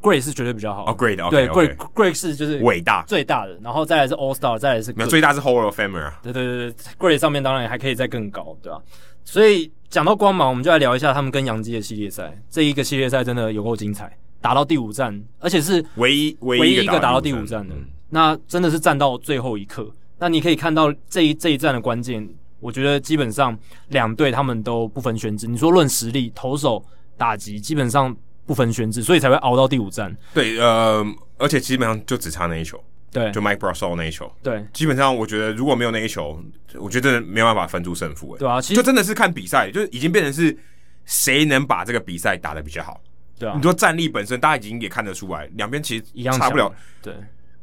S1: ，Gray 是绝对比较好。
S2: 哦，Great，OK，
S1: 对
S2: OK
S1: ，Gray，Gray 是就是
S2: 伟大，
S1: 最大的，然后再来是 All Star，再来是
S2: 没有
S1: good
S2: 最大是 Hall of Famer 啊。
S1: 对对对对，grade 上面当然还可以再更高，对吧、所以讲到光芒，我们就来聊一下他们跟洋基的系列赛。这一个系列赛真的有够精彩，打到第五战，而且是
S2: 唯一唯
S1: 唯
S2: 一
S1: 一一
S2: 一
S1: 个
S2: 个
S1: 打
S2: 打
S1: 到
S2: 到
S1: 第
S2: 第
S1: 五
S2: 五
S1: 战
S2: 战
S1: 的
S2: 的，
S1: 那真的是战到最后一刻。那你可以看到这一这一战的关键，我觉得基本上两队他们都不分轩轾。你说论实力，投手、打击基本上不分轩轾，所以才会熬到第五战。
S2: 对，呃，而且基本上就只差那一球，
S1: 对
S2: 就 Mike Brasso 那一球。
S1: 对
S2: 基本上，我觉得如果没有那一球，我觉得真的没有办法分出胜负、欸。
S1: 对啊，其
S2: 就
S1: 实
S2: 真的是看比赛，就是已经变成是谁能把这个比赛打得比较好。
S1: 对啊
S2: 你，说战力本身，大家已经也看得出来，两边其实
S1: 一样
S2: 差不
S1: 强
S2: 了。
S1: 对。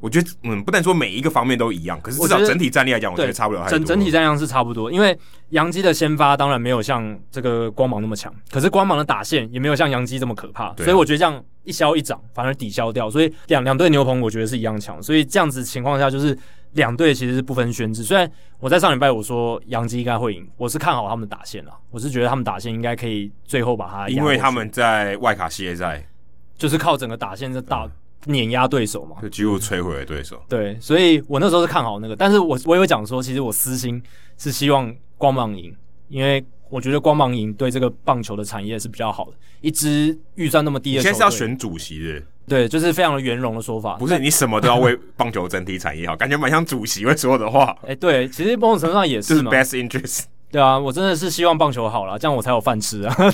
S2: 我觉得，嗯，不能说每一个方面都一样，可是至
S1: 我觉
S2: 少
S1: 得
S2: 整体战力来讲，我觉
S1: 对，
S2: 得差不了太多。
S1: 整整体战量是差不多，因为杨基的先发当然没有像这个光芒那么强，可是光芒的打线也没有像杨基这么可怕，
S2: 对啊
S1: 所以我觉得这样一消一涨反而抵消掉，所以两两队牛棚我觉得是一样强，所以这样子情况下就是两队其实是不分轩轾。虽然我在上礼拜我说杨基应该会赢，我是看好他们的打线啦，我是觉得他们打线应该可以最后把它压过去，
S2: 因为他们在外卡系列赛
S1: 就是靠整个打线在
S2: 嗯
S1: 打碾压对手嘛，
S2: 就几乎摧毁了对手。
S1: 对，所以我那时候是看好那个，但是我我有讲说，其实我私心是希望光芒赢，因为我觉得光芒营对这个棒球的产业是比较好的。一支预算那么低的
S2: 现
S1: 球队，
S2: 在是要选嗯主席的，
S1: 对，就是非常的圆融的说法。
S2: 不是你什么都
S1: *laughs*
S2: 要为棒球整体产业好，感觉蛮像主席会说的话，
S1: 哎、对，其实某种程度上也
S2: 就是是
S1: 嘛，
S2: best interest。
S1: 对啊，我真的是希望棒球好了，这样我才有饭吃
S2: *laughs*
S1: 啊。 *laughs*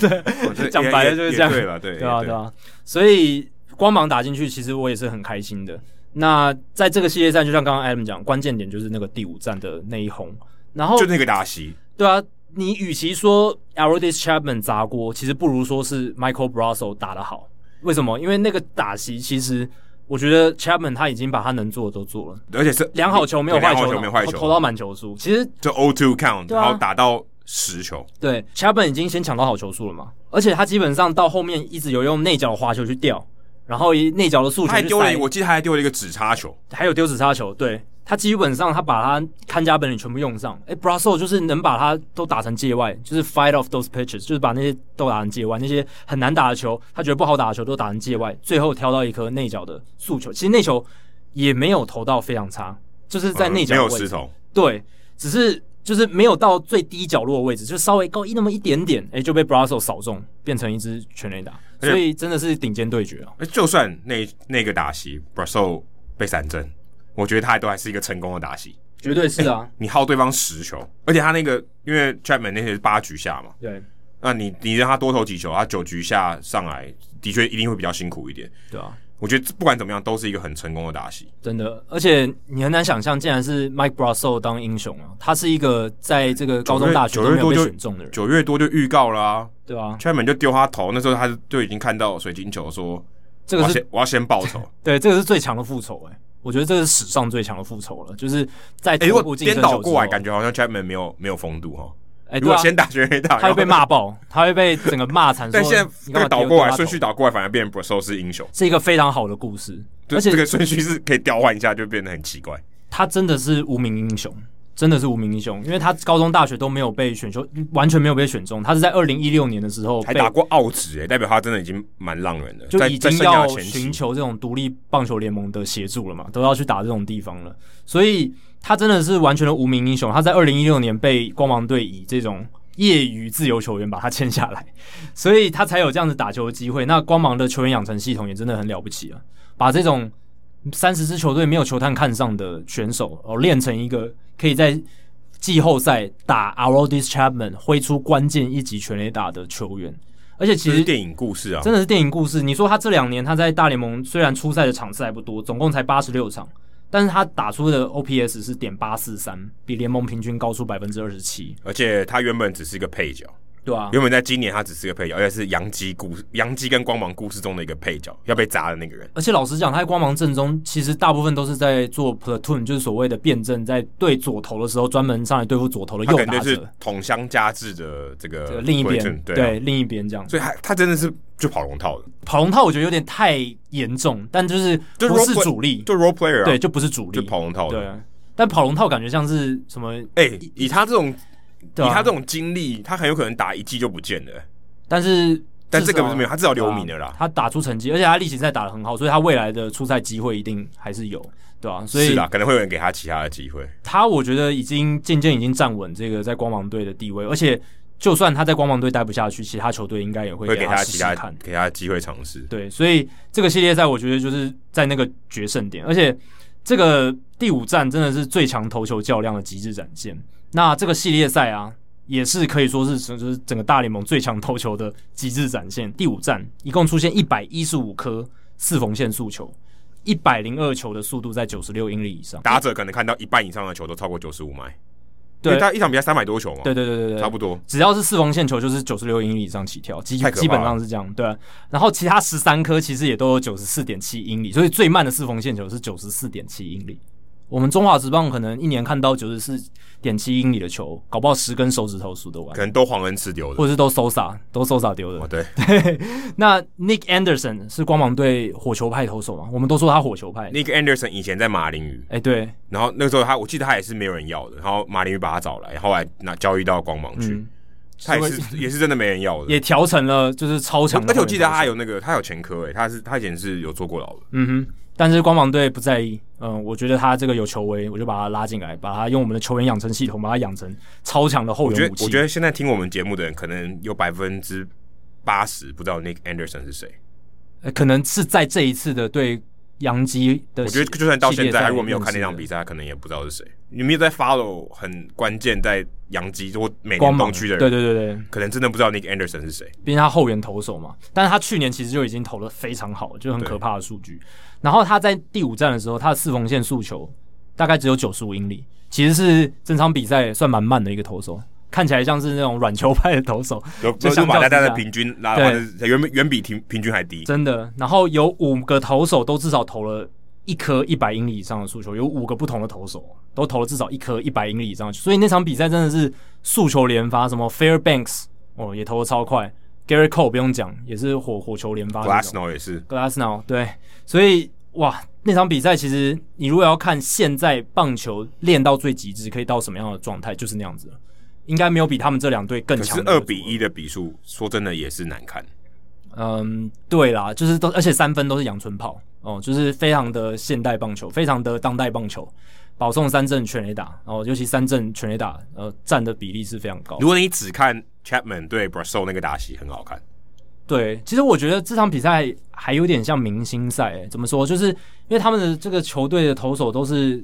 S1: 对，讲白了就是这样
S2: 也对了，对
S1: 对啊，
S2: 也
S1: 对啊，所以光芒打进去，其实我也是很开心的。那在这个系列赛，就像刚刚 Adam 讲，关键点就是那个第五站的那一红。然后
S2: 就那个达西，
S1: 对啊，你与其说 a r o d i s Chapman 砸锅，其实不如说是 Michael Brasso 打得好。为什么？因为那个打席，其实我觉得 Chapman 他已经把他能做的都做了，
S2: 而且是
S1: 良好球没有
S2: 对
S1: 坏
S2: 良好
S1: 球，
S2: 球，没有坏
S1: 投
S2: 球，
S1: 投到满球数。其实
S2: 就 O two count，
S1: 对啊
S2: 然后打到十球，
S1: 对 Chapman 已经先抢到好球数了嘛，而且他基本上到后面一直有用内角的滑球去吊，然后以内角的速
S2: 他
S1: 球
S2: 还
S1: 去
S2: 丢了
S1: 塞
S2: 一，，我记得他还丢了一个直插球，
S1: 还有丢直插球。对他基本上他把他看家本领全部用上。哎 b r a s o 就是能把他都打成界外，就是 fight off those pitches，就是把那些都打成界外，那些很难打的球，他觉得不好打的球都打成界外，最后挑到一颗内角的速球。其实内球也没有投到非常差，就是在
S2: 嗯
S1: 内角
S2: 没
S1: 的
S2: 有
S1: 位置
S2: 石头，
S1: 对，只是就是没有到最低角落的位置，就稍微高一那么一点点，哎、就被 Brasso 扫中，变成一支全垒打，
S2: 而且
S1: 所以真的是顶尖对决啊！
S2: 而就算那那个打席 b r a s o 被三振，我觉得他都还是一个成功的打席。
S1: 绝对是啊，
S2: 你耗对方十球，而且他那个因为 Chapman 那些是八局下嘛，
S1: *laughs* 对
S2: 那你你让他多投几球，他九局下上来，的确一定会比较辛苦一点。
S1: 对啊，
S2: 我觉得不管怎么样，都是一个很成功的打席。
S1: 真的，而且你很难想象，竟然是 Mike Brasso 当英雄啊！他是一个在这个高中、大学
S2: 九
S1: 都
S2: 月
S1: 没有
S2: 多
S1: 被
S2: 就
S1: 选中的人，
S2: 九月多就预告啦、啊、
S1: 对啊，
S2: ，Chapman 就丢他头，那时候他就已经看到水晶球说，
S1: 这个
S2: 我要
S1: 是
S2: 先我要先报仇。
S1: 对，这个是最强的复仇哎、我觉得这是史上最强的复仇了，就是在
S2: 哎、
S1: 头
S2: 如
S1: 部
S2: 果
S1: 竞争
S2: 颠
S1: 球
S2: 倒过来，
S1: 之后
S2: 感觉好像 Chapman 没有没有风度哦。
S1: 哎、
S2: 如
S1: 对
S2: 果
S1: 啊，
S2: 先打全垒打，
S1: 他会被
S2: 然后。
S1: 骂爆，他会被整个骂惨。
S2: 但
S1: 说
S2: 现在
S1: 你
S2: 这
S1: 干嘛
S2: 个倒
S1: 丢
S2: 过来，
S1: 丢他
S2: 顺
S1: 头
S2: 序倒过来，反而变 b r a s o 是英雄。
S1: 是一个非常好的故事，
S2: 对
S1: 而且
S2: 这个顺序是可以调换一下，就变得很奇怪。
S1: 他真的是无名英雄，真的是无名英雄，因为他高中、大学都没有被选秀，完全没有被选中。他是在二零一六年的时候
S2: 还
S1: 被
S2: 打过澳职，哎，代表他真的已经蛮浪人的，
S1: 就
S2: 在
S1: 已
S2: 在
S1: 经
S2: 生涯
S1: 要
S2: 前期
S1: 寻。求这种独立棒球联盟的协助了嘛，都要去打这种地方了，所以他真的是完全的无名英雄。他在二零一六年被光芒队以这种业余自由球员把他签下来，所以他才有这样子打球的机会。那光芒的球员养成系统也真的很了不起啊，把这种三十支球队没有球探看上的选手哦，练成一个可以在季后赛打 a r o d i s Chapman 挥出关键一级全垒打的球员。而且其
S2: 这
S1: 实
S2: 是电影故事啊，
S1: 真的是电影故事。你说他这两年他在大联盟虽然出赛的场次还不多，总共才八十六场，但是他打出的 OPS 是点八四三，比联盟平均高出百分之二十七，
S2: 而且他原本只是一个配角，
S1: 对啊，
S2: 原本在今年他只是一个配角，而且是杨基故事、杨基跟光芒故事中的一个配角，要被砸的那个人。
S1: 而且老实讲，他在光芒阵中，其实大部分都是在做 platoon，就是所谓的辩证，在对左投的时候专门上来对付左投的
S2: 他
S1: 右
S2: 可能
S1: 打
S2: 就是
S1: 者，
S2: 桶箱加制的这
S1: 这
S2: 个
S1: 个另一
S2: platoon，
S1: 边
S2: 对啊，
S1: 对另一边这样。
S2: 所以他他真的是就跑龙套的，
S1: 跑龙套我觉得有点太严重，但就是
S2: 就
S1: 不是
S2: role play-
S1: 主力，
S2: 就 role player 啊
S1: 对，，就不是主
S2: 就
S1: 力，
S2: 跑龙套
S1: 对
S2: 的。
S1: 啊。但跑龙套感觉像是什么？
S2: 哎，以他这种
S1: 对啊
S2: 以他这种经历，他很有可能打一季就不见了。
S1: 但是
S2: 但这个
S1: 至
S2: 不是
S1: 少
S2: 没有，他至少留名了
S1: 啊
S2: 啦。
S1: 他打出成绩，而且他例行赛打得很好，所以他未来的出赛机会一定还是有，对吧、所
S2: 是
S1: 以
S2: 啦，可能会有人给他其他的机会。
S1: 他我觉得已经渐渐已经站稳这个在光芒队的地位，而且就算他在光芒队待不下去，其他球队应该也会
S2: 会给
S1: 他
S2: 他
S1: 试
S2: 其
S1: 试
S2: 他
S1: 看。
S2: 给他机会尝试。
S1: 对，所以这个系列赛我觉得就是在那个决胜点，而且这个第五战真的是最强投球较量的极致展现。那这个系列赛啊，也是可以说是整就是整个大联盟最强投球的极致展现。第五战一共出现一百一十五颗四缝线速球，一百零二球的速度在九十六英里以上。
S2: 打者可能看到一半以上的球都超过九十五迈，因
S1: 对
S2: 为他一场比赛三百多球嘛，
S1: 对对对对对，
S2: 差不多。
S1: 只要是四缝线球，就是九十六英里以上起跳，基
S2: 太可怕了
S1: 基本上是这样，对啊、然后其他十三颗其实也都有九十四点七英里，所以最慢的四缝线球是九十四点七英里。我们中华职棒可能一年看到九十四点七英里的球，搞不好十根手指头数得完
S2: 可，能都黄恩赐丢的
S1: 或。者是都收撒，都收撒丢
S2: 哦，
S1: 的。
S2: 对，
S1: *laughs*
S2: *laughs*
S1: 那 Nick Anderson 是光芒队火球派投手嘛？我们都说他火球派。
S2: 那个 Anderson 以前在马林鱼，
S1: 哎、对，
S2: 然后那个时候他，我记得他也是没有人要的，然后马林鱼把他找来，后来拿交易到光芒去，
S1: 嗯，
S2: 他也是也是真的没人要的。
S1: 也调成了就是超强的
S2: 而
S1: 后援投手。
S2: 且欸我记得他有那个，他有前科诶、他是他以前是有做过牢的，
S1: 嗯哼，但是光芒队不在意，嗯，我觉得他这个有球威，我就把他拉进来，把他用我们的球员养成系统把他养成超强的后
S2: 我觉
S1: 援
S2: 得
S1: 武器。
S2: 我觉得现在听我们节目的人，可能有百分之八十不知道 Nick Anderson 是谁。
S1: 呃可能是在这一次的对杨基的，
S2: 我觉得就算到现在，他如果没有看那场比
S1: 呃赛，
S2: 赛，他可能也不知道是谁。你没有在 follow 很关键在洋基或美
S1: 光
S2: 联
S1: 芒
S2: 东区的
S1: 对
S2: 人，
S1: 对对对，
S2: 可能真的不知道 Nick Anderson 是谁。
S1: 毕竟他后援投手嘛，但是他去年其实就已经投的非常好，就很
S2: 对
S1: 可怕的数据。然后他在第五站的时候，他的四缝线速球大概只有九十五英里，其实是整场比赛算蛮慢的一个投手，看起来像是那种软球派的投手，
S2: 有
S1: 就
S2: 就
S1: 相较
S2: 马大家
S1: 之
S2: 的
S1: 下
S2: 平均拉的话
S1: 对
S2: 是，远远比平平均还低。
S1: 真的。然后有五个投手都至少投了一颗一百英里以上的速球，有五个不同的投手都投了至少一颗一百英里以上的球，所以那场比赛真的是速球连发，什么 Fairbanks 哦也投的超快，Gary Cole 不用讲，也是火火球连发那种。
S2: Glassnow 也是，
S1: Glassnow 对，所以哇，那场比赛其实你如果要看现在棒球练到最极致可以到什么样的状态，就是那样子了，应该没有比他们这两队更
S2: 可
S1: 强
S2: 是
S1: 的
S2: 二
S1: 对手
S2: 比一的比数，说真的也是难看。
S1: 嗯，对啦，就是都，而且三分都是阳春炮哦，就是非常的现代棒球，非常的当代棒球，保送三振全垒打，哦，尤其三振全垒打，呃，占的比例是非常高
S2: 如。果你只看 Chapman 对 Brasso 那个打戏很好看，
S1: 对，其实我觉得这场比赛还有点像明星赛、欸，怎么说？就是因为他们的这个球队的投手都是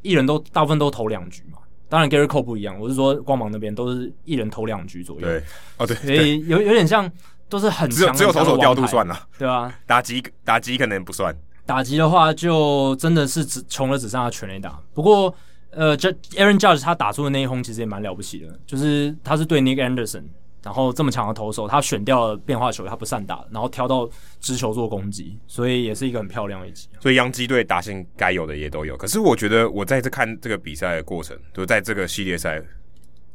S1: 一人都大部分都投两局嘛，当然 Gary Cole 不一样，我是说光芒那边都是一人投两局左右，
S2: 对，，哦对，
S1: 所
S2: 对，
S1: 以有有点像都是很
S2: 只有
S1: 强
S2: 只有
S1: 很强
S2: 投
S1: 的
S2: 手调度
S1: 王牌
S2: 算了，
S1: 对啊，
S2: 打击打击可能不算。
S1: 打击的话，就真的是只穷了只剩下全垒打。不过，呃，这 Aaron Judge 他打出的那一轰其实也蛮了不起的，就是他是对 Nick Anderson，然后这么强的投手，他选掉了变化球，他不善打，然后挑到直球做攻击，所以也是一个很漂亮的一集。啊
S2: 所以洋基队打线该有的也都有。可是我觉得我在这看这个比赛的过程，就在这个系列赛，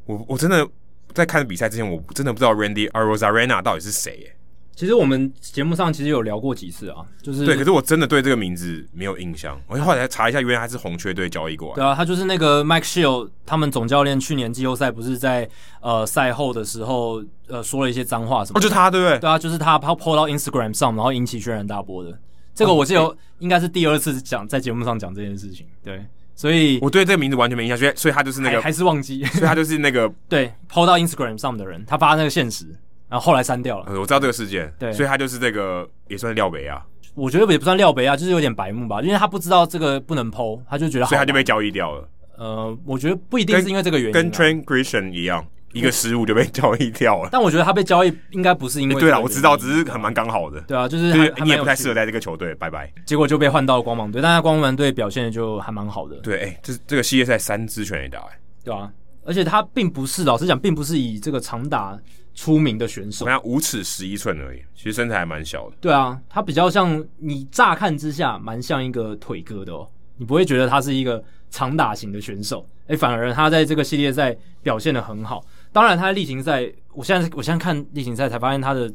S2: 我我真的在看比赛之前，我真的不知道 Randy a r o z a r e n a 到底是谁耶。
S1: 其实我们节目上其实有聊过几次啊，就是
S2: 对，可是我真的对这个名字没有印象。我后来才查一下，原来他是红雀队交易过来
S1: 对。啊，他就是那个 Mike Shield，他们总教练去年季后赛不是在呃赛后的时候呃说了一些脏话什么
S2: 哦，
S1: 的
S2: 就他，对不对？
S1: 对啊，就是他他 PO 到 Instagram 上，然后引起轩然大波的。
S2: 哦
S1: 这个我记得应该是第二次讲在节目上讲这件事情，对，所以
S2: 我对这个名字完全没印象，所以所以他就是那
S1: 还
S2: 个，
S1: 还是忘记， *laughs*
S2: 所以他就是那个，
S1: 对，PO 到 Instagram 上的人，他发那个现实，然后后来删掉了。
S2: 呃我知道这个事件，
S1: 对
S2: 所以他就是这个也算是廖北啊，
S1: 我觉得也不算廖北啊，就是有点白目吧，因为他不知道这个不能 PO，他就觉得好
S2: 所以
S1: 玩，
S2: 他就被交易掉了，
S1: 呃，我觉得不一定是因为这个原因啊、
S2: 跟 Train Christian 一样，一个失误就被交易掉了。
S1: 但我觉得他被交易应该不是因为、
S2: 对了，我知道，只是很蛮。刚好的。
S1: 对啊，就是
S2: 就
S1: 还
S2: 是
S1: 还
S2: 你
S1: 蛮
S2: 也
S1: 有
S2: 不太
S1: 趣
S2: 适合在这个球队，拜拜。
S1: 结果就被换到了光芒队，但他光芒队表现的就还蛮好的。
S2: 对，哎、这这个系列赛三支全垒打、哎，
S1: 对啊，而且他并不是，老实讲，并不是以这个长打出名的选
S2: 我
S1: 手。
S2: 看五尺十一寸而已，其实身材还蛮小的。
S1: 对啊，他比较像你乍看之下，蛮像一个腿哥的哦，你不会觉得他是一个长打型的选手，哎，反而他在这个系列赛表现的很好。当然，他在例行赛，我现在我现在看例行赛才发现他的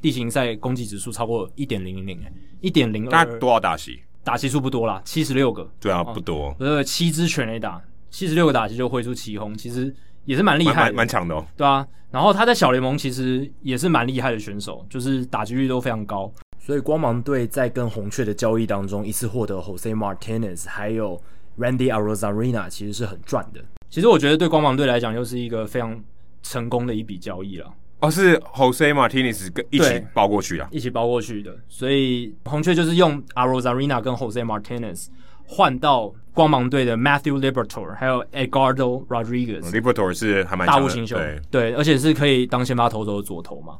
S1: 例行赛攻击指数超过一点零零零，哎，一点零
S2: 那
S1: 二，
S2: 多少打席？
S1: 打席数不多啦，七十六个，
S2: 对啊，不多，
S1: 呃，七支全垒打，七十六个打席就挥出七轰，其实也是蛮厉
S2: 蛮
S1: 害
S2: 蛮
S1: 的。
S2: 蛮强的哦。
S1: 对啊，然后他在小联盟其实也是蛮厉害的选手，就是打击率都非常高。
S3: 所以光芒队在跟红雀的交易当中，一次获得 Jose Martinez 还有 Randy Arozarena，其实是很赚的。
S1: 其实我觉得对光芒队来讲，又是一个非常成功的一笔交易了，
S2: 哦，是 Jose Martinez 跟一起
S1: 对
S2: 包过去啊。
S1: 一起包过去的。所以红雀就是用 Arozarena 跟 Jose Martinez 换到光芒队的 Matthew Libertor 还有 Edgardo Rodriguez，、
S2: Libertor 是还蛮
S1: 大
S2: 强
S1: 物
S2: 的，
S1: 新秀
S2: 对，，
S1: 对，而且是可以当先发投手的左投嘛。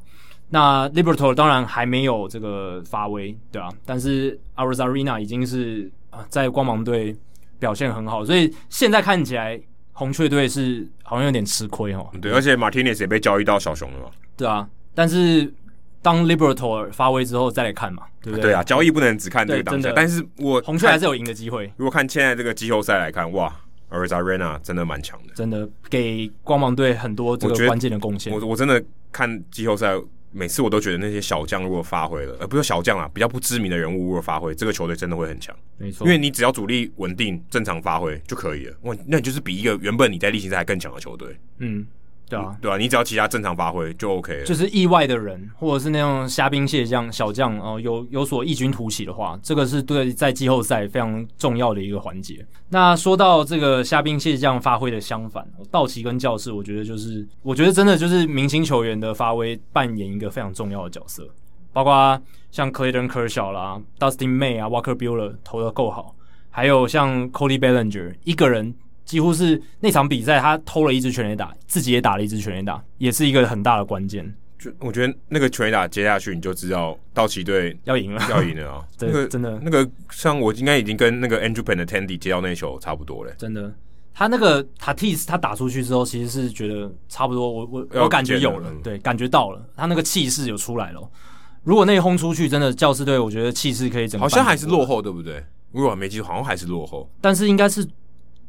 S1: 那 Libertor 当然还没有这个发威，对啊，但是 a r o z a r e n a 已经是啊在光芒队表现很好，所以现在看起来红雀队是好像有点吃亏哦，
S2: 对，而且 Martinez 也被交易到小熊了嘛。
S1: 对啊，但是当 Libertor 发威之后再来看嘛，对不对？
S2: 对，啊，交易不能只看这个
S1: 对
S2: 当
S1: 真
S2: 下，
S1: 的
S2: 但是我
S1: 红雀还
S2: 看
S1: 是有赢的机会，
S2: 如果看现在这个季后赛来看，哇 a r z a r e n a 真的蛮强的。
S1: 真的给光芒队很多这
S2: 我觉
S1: 个
S2: 得
S1: 关键的贡献
S2: 我。我真的看季后赛，每次我都觉得那些小将如果发挥了，呃，不是小将啊，比较不知名的人物如果发挥，这个球队真的会很强。
S1: 没错
S2: 因，为你只要主力稳定、正常发挥就可以了。哇，那你就是比一个原本你在例行赛还更强的球队。
S1: 嗯，对啊，
S2: 对吧、你只要其他正常发挥就 OK 了。
S1: 就是意外的人，或者是那种虾兵蟹将、小将，哦、有有所异军突起的话，这个是对在季后赛非常重要的一个环节。那说到这个虾兵蟹将发挥的相反，哦道奇跟教士，我觉得就是，我觉得真的就是明星球员的发挥扮演一个非常重要的角色，包括像 Clayton Kershaw 啦、Dustin May 啊、Walker Buehler 投的够好，还有像 Cody Bellinger 一个人几乎是那场比赛他偷了一支全垒打，自己也打了一支全垒打，也是一个很大的关键。
S2: 就我觉得那个全垒打接下去，你就知道道奇队
S1: *laughs* 要赢了，
S2: 要赢了啊！
S1: 对
S2: 那个
S1: 真的
S2: 那个像我应该已经跟那个 Andrew Pan 的 Tandy 接到那球差不多了。
S1: 真的。他那个塔蒂斯，他打出去之后，其实是觉得差不多，我我
S2: 要
S1: 我感觉
S2: 见了
S1: 有了
S2: 嗯，
S1: 对，感觉到了，他那个气势有出来了哦。如果那一轰出去，真的教士队，我觉得气势可以整个
S2: 好像
S1: 扳
S2: 还
S1: 平
S2: 是落后，对不对？如果我没记错，好像还是落后。
S1: 但是应该是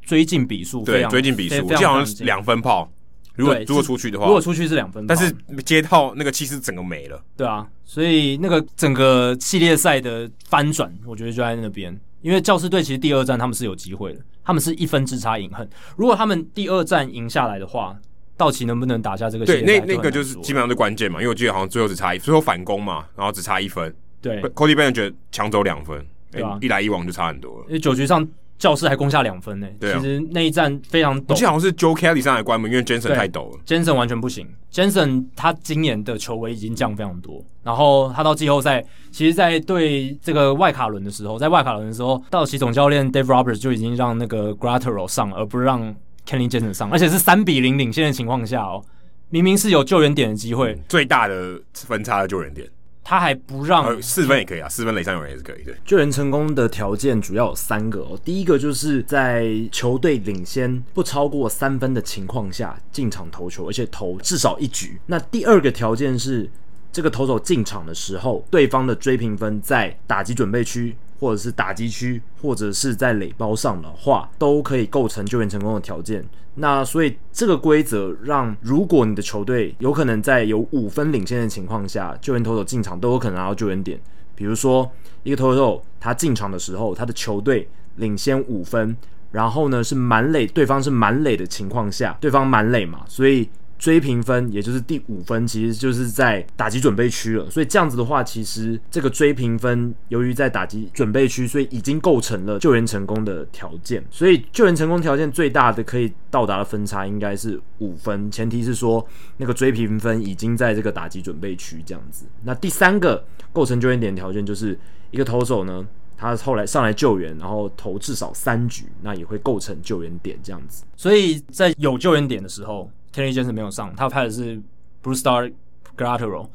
S1: 追进比数，非
S2: 对，
S1: 常
S2: 追进比
S1: 非
S2: 数，我
S1: 非
S2: 记得
S1: 常
S2: 好
S1: 非常
S2: 像是
S1: 近
S2: 两分炮。如果
S1: 对
S2: 如果
S1: 是
S2: 出去的话，
S1: 如果出去是两分炮，
S2: 但是接到那个气势整个没了。
S1: 对啊，所以那个整个系列赛的翻转，我觉得就在那边。因为教师队其实第二战他们是有机会的，他们是一分之差饮恨。如果他们第二战赢下来的话，道奇能不能打下这个系
S2: 对，
S1: 列
S2: 那
S1: 赛
S2: 那个就是基
S1: 基
S2: 本上是关键嘛，因为我记得好像最后只差一，最后反攻嘛，然后只差一分。
S1: 对，
S2: Cody b e n 觉得抢走两分，
S1: 对啊
S2: 哎一来一往就差很多了。
S1: 因为九局上教师还攻下两分呢、
S2: 对啊
S1: 其实那一战非常
S2: 我
S1: 陡
S2: 记得好像是 Joe Kelly 上来关门，因为 Jensen
S1: 对
S2: 太抖了。
S1: ，Jensen 完全不行。Jensen 他今年的球威已经降非常多，然后他到季后赛，其实，在对这个外卡轮的时候，在外卡轮的时候，道奇总教练 Dave Roberts 就已经让那个 Grattero 上，而不是让 Kenny Jensen 上，而且是三比零领先的情况下哦，明明是有救援点的机会，
S2: 最大的分差的救援点，
S1: 他还不让
S2: 呃，四分也可以啊，四分垒上有人也是可以的。
S3: 救援成功的条件主要有三个哦，第一个就是在球队领先不超过三分的情况下进场投球，而且投至少一局。那第二个条件是这个投手进场的时候，对方的追平分在打击准备区。或者是打击区，或者是在垒包上的话，都可以构成救援成功的条件。那所以这个规则让，如果你的球队有可能在有五分领先的情况下，救援投手进场都有可能拿到救援点。比如说一个投手他进场的时候，他的球队领先五分，然后呢是满垒，对方是满垒的情况下，对方满垒嘛，所以追平分也就是第五分，其实就是在打击准备区了。所以这样子的话，其实这个追平分由于在打击准备区，所以已经构成了救援成功的条件。所以救援成功条件最大的可以到达的分差应该是五分，前提是说那个追平分已经在这个打击准备区这样子。那第三个构成救援点的条件就是一个投手呢。他后来上来救援，然后投至少三局，那也会构成救援点这样子。
S1: 所以在有救援点的时候，Kenny Jensen 没有上，他派的是 Bruce Star Grattero，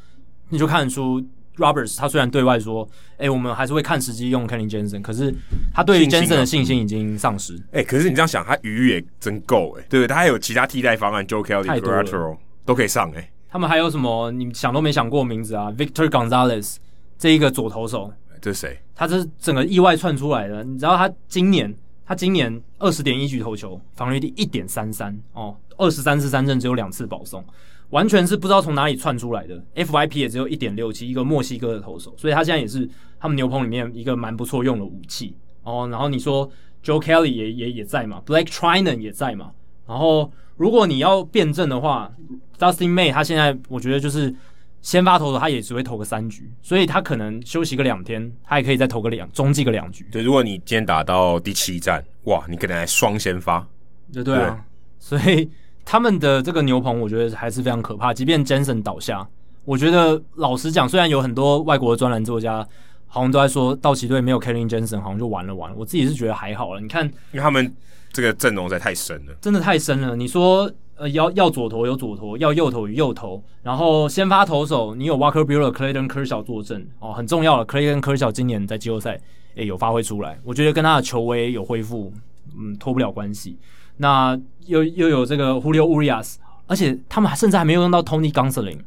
S1: 你就看得出 Roberts 他虽然对外说，哎、我们还是会看时机用 Kenny Jensen，可是他对于
S2: 信心啊
S1: Jensen 的信心已经丧失。
S2: 哎、可是你这样想，他余也真够哎、对不对？他还有其他替代方案，Joe Kelly、
S1: 太多了
S2: Grattero 都可以上哎、
S1: 他们还有什么你想都没想过的名字啊？Victor Gonzalez 这一个左投手，
S2: 这是谁？
S1: 他这是整个意外窜出来的。你知道他今年，他今年二十点一局投球，防御率一点三三哦，二十三次三振只有两次保送，完全是不知道从哪里窜出来的。FYP 也只有一点六七，一个墨西哥的投手，所以他现在也是他们牛棚里面一个蛮不错用的武器哦。然后你说 Joe Kelly 也也也在嘛，Blake Trinan 也在嘛，然后如果你要辩证的话，Dustin May 他现在我觉得就是先发投手，他也只会投个三局，所以他可能休息个两天，他也可以再投个两中继个两局，
S2: 对，如果你今天打到第七站，哇，你可能还双先发，
S1: 对对啊，所以他们的这个牛棚我觉得还是非常可怕，即便 Jensen 倒下，我觉得老实讲，虽然有很多外国的专栏作家。好像都在说道奇队没有 Kelly Jensen，好像就完了完了。我自己是觉得还好了。你看
S2: 因为他们这个阵容实在太深了。
S1: 真的太深了。你说，呃，要要左投有左投，要右投有右投，然后先发投手你有 Walker Buehler、Clayton Kershaw 坐镇哦，很重要了。Clayton Kershaw 今年在季后赛也有发挥出来，我觉得跟他的球威有恢复，嗯，脱不了关系。那又又有这个 Julio Urias，而且他们还甚至还没有用到 Tony Gonsolin，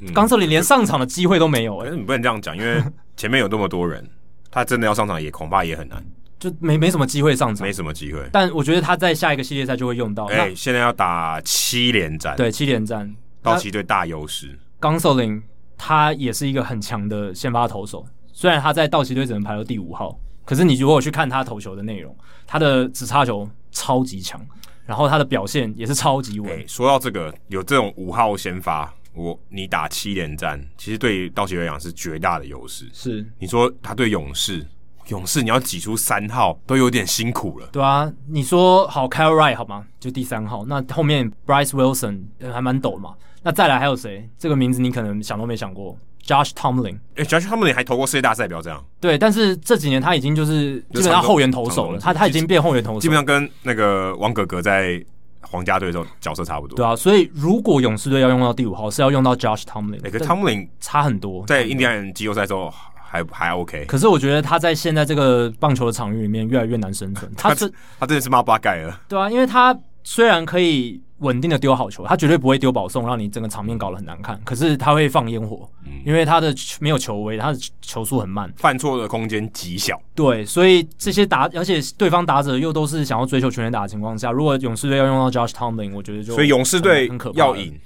S2: 嗯
S1: Gonsolin 连上场的机会都没有、
S2: 可
S1: 哎，
S2: 是你不能这样讲，因为前面有那么多人， *laughs* 他真的要上场也恐怕也很难，
S1: 就没没什么机会上场
S2: 没。什么机会。
S1: 但我觉得他在下一个系列赛就会用到。
S2: 哎、
S1: 那
S2: 现在要打七连战，，
S1: 对七连战，
S2: 道奇队大优势。
S1: 冈瑟林他也是一个很强的先发投手，虽然他在道奇队只能排到第五号，可是你如果去看他投球的内容，他的直插球超级强，然后他的表现也是超级稳。
S2: 哎、说到这个，有这种五号先发，我你打七连战，其实对于道奇来讲是绝大的优势。
S1: 是，
S2: 你说他对勇士，勇士你要挤出三号都有点辛苦了。
S1: 对啊，你说好 c a r Wright 好吗？就第三号，那后面 Bryce Wilson、呃还蛮陡的嘛。那再来还有谁？这个名字你可能想都没想过，Josh Tomlin。
S2: 哎、j o s h 他们还投过世界大赛，不要这样，
S1: 对，但是这几年他已经就是基本上后援投手了，他他已经变后援投手，
S2: 基本上跟那个王格格在皇家队的时候角色差不多。
S1: 对啊。所以如果勇士队要用到第五号，是要用到 Josh Tomlin，
S2: 哎、可
S1: 但嗯
S2: 是汤姆林
S1: 差很多。
S2: 在印第安人季后赛之后还还 OK，
S1: 可是我觉得他在现在这个棒球的场域里面越来越难生
S2: *laughs*
S1: 存。他是
S2: 他真的是骂八盖了。
S1: 对啊，因为他虽然可以稳定的丢好球，他绝对不会丢保送，让你整个场面搞得很难看。可是他会放烟火，
S2: 嗯
S1: 因为他的球没有球威，他的球速很慢。
S2: 犯错的空间极小，
S1: 对，所以这些打，而且对方打者又都是想要追求全垒打的情况下，如果勇士队要用到 Josh Tomlin，我觉得就
S2: 所以勇士队
S1: 很很可怕
S2: 要
S1: 了，
S2: 赢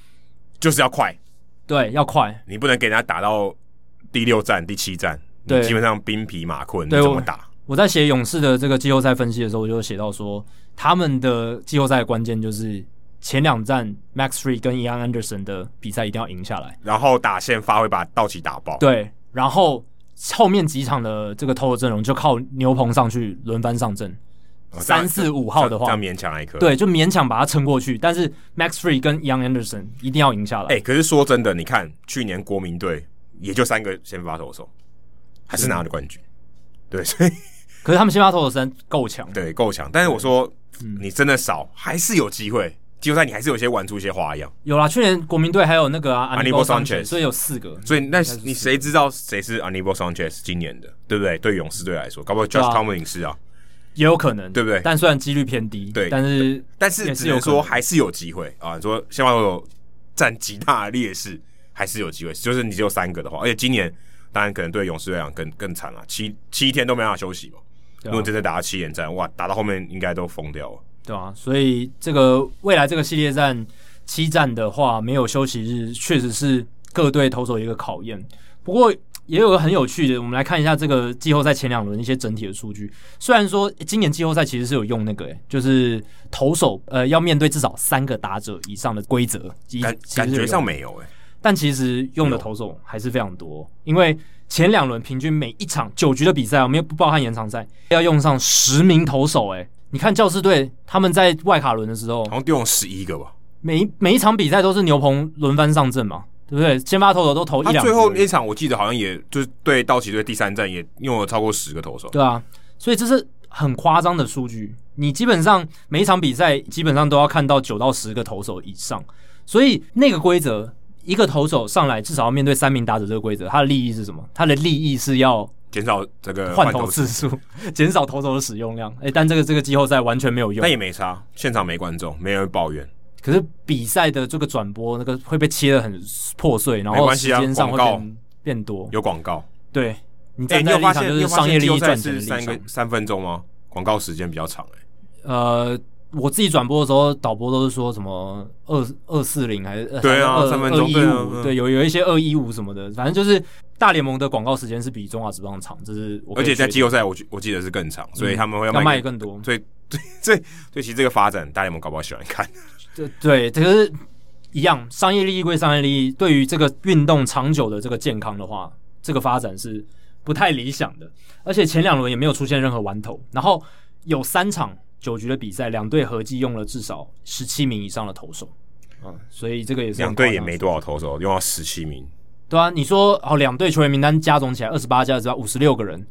S2: 就是要快，
S1: 对，要快。
S2: 你不能给人家打到第六站、第七站，
S1: 对
S2: 你基本上兵疲马困，你
S1: 对
S2: 怎
S1: 我
S2: 么打？
S1: 我在写勇士的这个季后赛分析的时候，我就写到说，他们的季后赛的关键就是前两站 Max Free 跟 Ian Anderson 的比赛一定要赢下来。
S2: 然后打线发挥把道奇打爆，
S1: 对，然后后面几场的这个投手阵容就靠牛棚上去轮番上阵，
S2: 哦这样
S1: 三四五号的
S2: 这
S1: 话
S2: 样，勉强还可以。，
S1: 对，就勉强把它撑过去。但是 Max Free 跟 Young Anderson 一定要赢下来。
S2: 哎、可是说真的，你看去年国民队也就三个先发投手，还是拿了冠军，对，所以，
S1: 可是他们先发投手三够强
S2: 对够强。但是我说你真的少，还是有机会。季后赛你还是有些玩出一些花样，
S1: 有啦，去年国民队还有那个啊 Anibal
S2: Anibal Sanchez
S1: Sanchez，所以有四个。
S2: 所以那你谁知道谁是 Anibal Sanchez 今年的，对不对？对勇士队来说，搞不好 Josh
S1: 啊
S2: Tomlin 是啊，
S1: 也有可能，
S2: 对不对
S1: 但虽然几率偏低，
S2: 对
S1: 但是
S2: 但是
S1: 也
S2: 只
S1: 有
S2: 能
S1: 可能
S2: 说还是有机会啊！你说先发投手占极大的劣势，还是有机会。就是你只有三个的话，而且今年当然可能对勇士来讲更更惨了，七七天都没办法休息嘛。
S1: 对啊
S2: 如果真的打到七连战，哇，打到后面应该都疯掉了。
S1: 对啊，所以这个未来这个系列战七战的话，没有休息日，确实是各队投手的一个考验。不过也有个很有趣的，我们来看一下这个季后赛前两轮一些整体的数据。虽然说诶今年季后赛其实是有用那个、诶就是投手呃要面对至少三个打者以上的规则，其实
S2: 感
S1: 其实
S2: 感
S1: 是有
S2: 觉
S1: 用
S2: 上没有哎、
S1: 但其实用
S2: 嗯
S1: 的投手还是非常多，因为前两轮平均每一场九局的比赛，我们又不包含延长赛，要用上十名投手、欸。你看教士队他们在外卡轮的时候
S2: 好，像丢了十一个吧。
S1: 每一每一场比赛都是牛棚轮番上阵嘛，对不对？先发投手都投一
S2: 他
S1: 两局
S2: 最
S1: 而已，
S2: 后那场我记得好像也就是对道奇队第三战也用了超过十个投手，
S1: 对啊，所以这是很夸张的数据。你基本上每一场比赛基本上都要看到九到十个投手以上，所以那个规则，一个投手上来至少要面对三名打者这个规则，它的利益是什么？它的利益是要
S2: 减少这个
S1: 换投次数， *laughs* 减少投手的使用量。哎、但这个这个季后赛完全没有用
S2: 但。也没差，现场没观众，没人会抱怨。
S1: 可是比赛的这个转播那个会被切的很破碎，然
S2: 没
S1: 后
S2: 关
S1: 时
S2: 系啊
S1: 间上会
S2: 广告
S1: 变变多。
S2: 有广告，
S1: 对你
S2: 哎、
S1: 站
S2: 你
S1: 在
S2: 有
S1: 立
S2: 发
S1: 场
S2: 现
S1: 就
S2: 你有
S1: 是
S2: 发
S1: 商业
S2: 现
S1: 利
S2: 季后
S1: 益
S2: 赛
S1: 赚钱
S2: 是
S1: 的立
S2: 三个
S1: 场。
S2: 三分钟吗？广告时间比较长、欸，
S1: 呃，我自己转播的时候，导播都是说什么二二四零还是呃
S2: 对啊
S1: 二
S2: 三分钟
S1: 二一
S2: 对啊
S1: 五，
S2: 嗯
S1: 对，有有一些二一五什么的，反正就是大联盟的广告时间是比中华职棒长，这是我可
S2: 而
S1: 以
S2: 且在
S1: 确
S2: 季后赛我记我记得是更长，所以他们会
S1: 定要卖
S2: 卖
S1: 得更多。
S2: 所以对对对，其实这个发展大联盟搞不好喜欢看，
S1: 对对，这个是一样，商业利益归商业利益，对于这个运动长久的这个健康的话，这个发展是不太理想的。而且前两轮也没有出现任何完投，然后有三场九局的比赛，两队合计用了至少十七名以上的投手。嗯，所以这个也是
S2: 哦两队也
S1: 很夸张
S2: 没多少投手，用到十七名，
S1: 对啊。你说哦，两队球员名单加总起来二十八加只要五十六个人，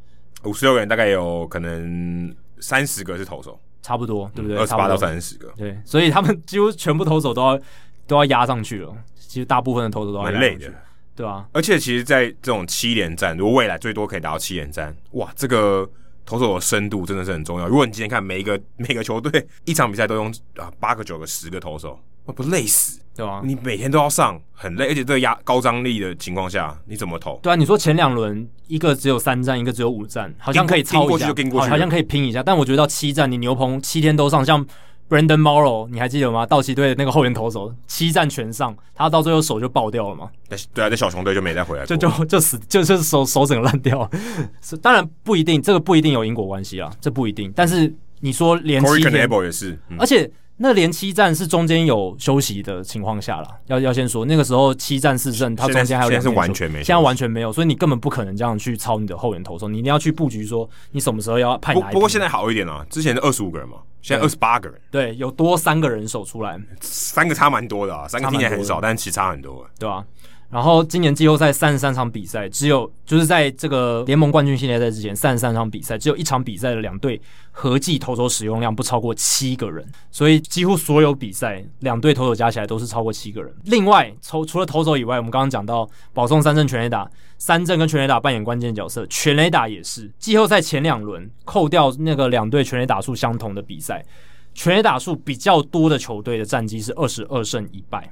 S2: 五十六个人大概有可能三十个是投手，
S1: 差不多，对不对？
S2: 嗯二十八
S1: 差不多
S2: 到
S1: 哦
S2: 三十个，
S1: 对，所以他们 *laughs* 几乎全部投手都要都要压上去了。其实大部分的投手都要
S2: 蛮
S1: 压
S2: 累
S1: 上去
S2: 的。。
S1: 对啊，
S2: 而且其实，在这种七连战，如果未来最多可以打到七连战，哇，这个投手的深度真的是很重要。如果你今天看每一个 *laughs* 每个球队一场比赛都用啊八个、九个、十个投手，那不累死？
S1: 对啊。
S2: 你每天都要上，很累，而且这个压高张力的情况下，你怎么投？
S1: 对啊，你说前两轮一个只有三战，一个只有五战，好像可以超一下，
S2: 盯过去就盯过去
S1: 好好像可以拼一下。但我觉得到七战，你牛棚七天都上，像 Brandon Morrow，你还记得吗？道奇队的那个后援投手，七战全上，他到最后手就爆掉了嘛，
S2: 但对啊，在小熊队就没再回来过，
S1: 就就就死，就就是手手整个烂掉了。 *laughs* 是当然不一定，这个不一定有因果关系啊，这不一定。但是你说连
S2: Corey
S1: 七
S2: c a n a
S1: 天
S2: b，l 也是，嗯
S1: 而且那连七战是中间有休息的情况下了，要要先说那个时候七战四胜，它中间还有
S2: 现
S1: 两天
S2: 在是
S1: 休
S2: 完全没休息
S1: 现在完全没有，所以你根本不可能这样去操你的后援投手，你一定要去布局说你什么时候要派
S2: 不
S1: 哪一
S2: 不过
S1: 批
S2: 现在好一点啊，之前是二十五个人嘛，现在二十八个人，
S1: 对有多三个人手出来，
S2: 三个差蛮多的啊，三个听起来很少，但其实差很多。
S1: 对吧、然后今年季后赛三十三场比赛，只有就是在这个联盟冠军系列赛之前，三十三场比赛只有一场比赛的两队合计投手使用量不超过七个人，所以几乎所有比赛两队投手加起来都是超过七个人。另外，除除了投手以外，我们刚刚讲到保送三振全垒打，三振跟全垒打扮演关键角色，全垒打也是季后赛前两轮扣掉那个两队全垒打数相同的比赛，全垒打数比较多的球队的战绩是二十二胜一败。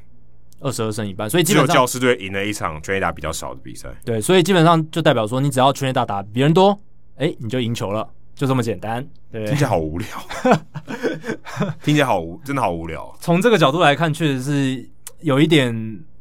S1: 二十二胜一败，所以基
S2: 只有
S1: 本上
S2: 教师队赢了一场全垒打比较少的比赛，
S1: 对，所以基本上就代表说，你只要全垒打打比别人多，哎、你就赢球了，就这么简单。对 *laughs*
S2: 听，起来好无聊， *laughs* 听起来好无，真的好无聊。
S1: 从这个角度来看，确实是有一点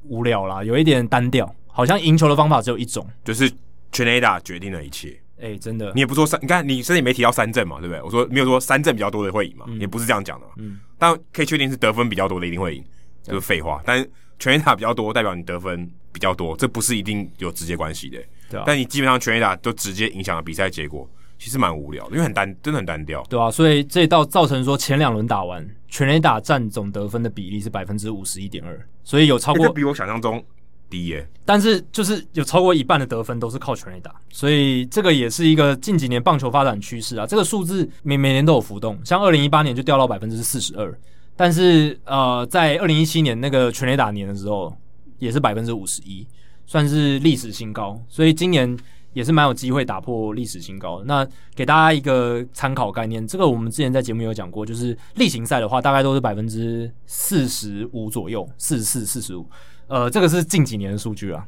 S1: 无聊啦，有一点单调，好像赢球的方法只有一种。
S2: 就是全垒打决定了一切。
S1: 哎、真的
S2: 你，也不说三，你看你甚至也没提到三振嘛，对不对？我说没有说三振比较多的会赢嘛，也不是这样讲的嘛。
S1: 嗯
S2: 但可以确定是得分比较多的一定会赢，就是废话。但全垒打比较多，代表你得分比较多，这不是一定有直接关系的。
S1: 对啊
S2: 但你基本上全垒打都直接影响了比赛结果，其实蛮无聊的，因为很单，真的很单调。
S1: 对啊，所以这道造成说前两轮打完，全垒打占总得分的比例是百分之五十一点二，所以有超
S2: 欸
S1: 过
S2: 这比我想象中低耶、
S1: 但是就是有超过一半的得分都是靠全垒打，所以这个也是一个近几年棒球发展趋势啊。这个数字每每年都有浮动，像二零一八年就掉到百分之四十二，但是呃，在二零一七年那个全垒打年的时候也是百分之五十一，算是历史新高，所以今年。也是蛮有机会打破历史新高的。那给大家一个参考概念，这个我们之前在节目有讲过，就是例行赛的话，大概都是百分之四十五左右，四十四、四十五。呃，这个是近几年的数据啊，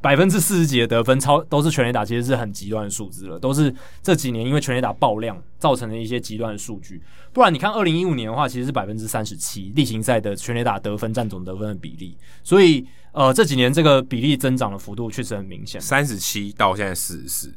S1: 百分之四十几的得分超都是全垒打，其实是很极端的数字了，都是这几年因为全垒打爆量造成的一些极端的数据。不然你看二零一五年的话，其实是百分之三十七例行赛的全垒打得分占总得分的比例，所以呃这几年这个比例增长的幅度确实很明显。
S2: 三十七到现在四十四，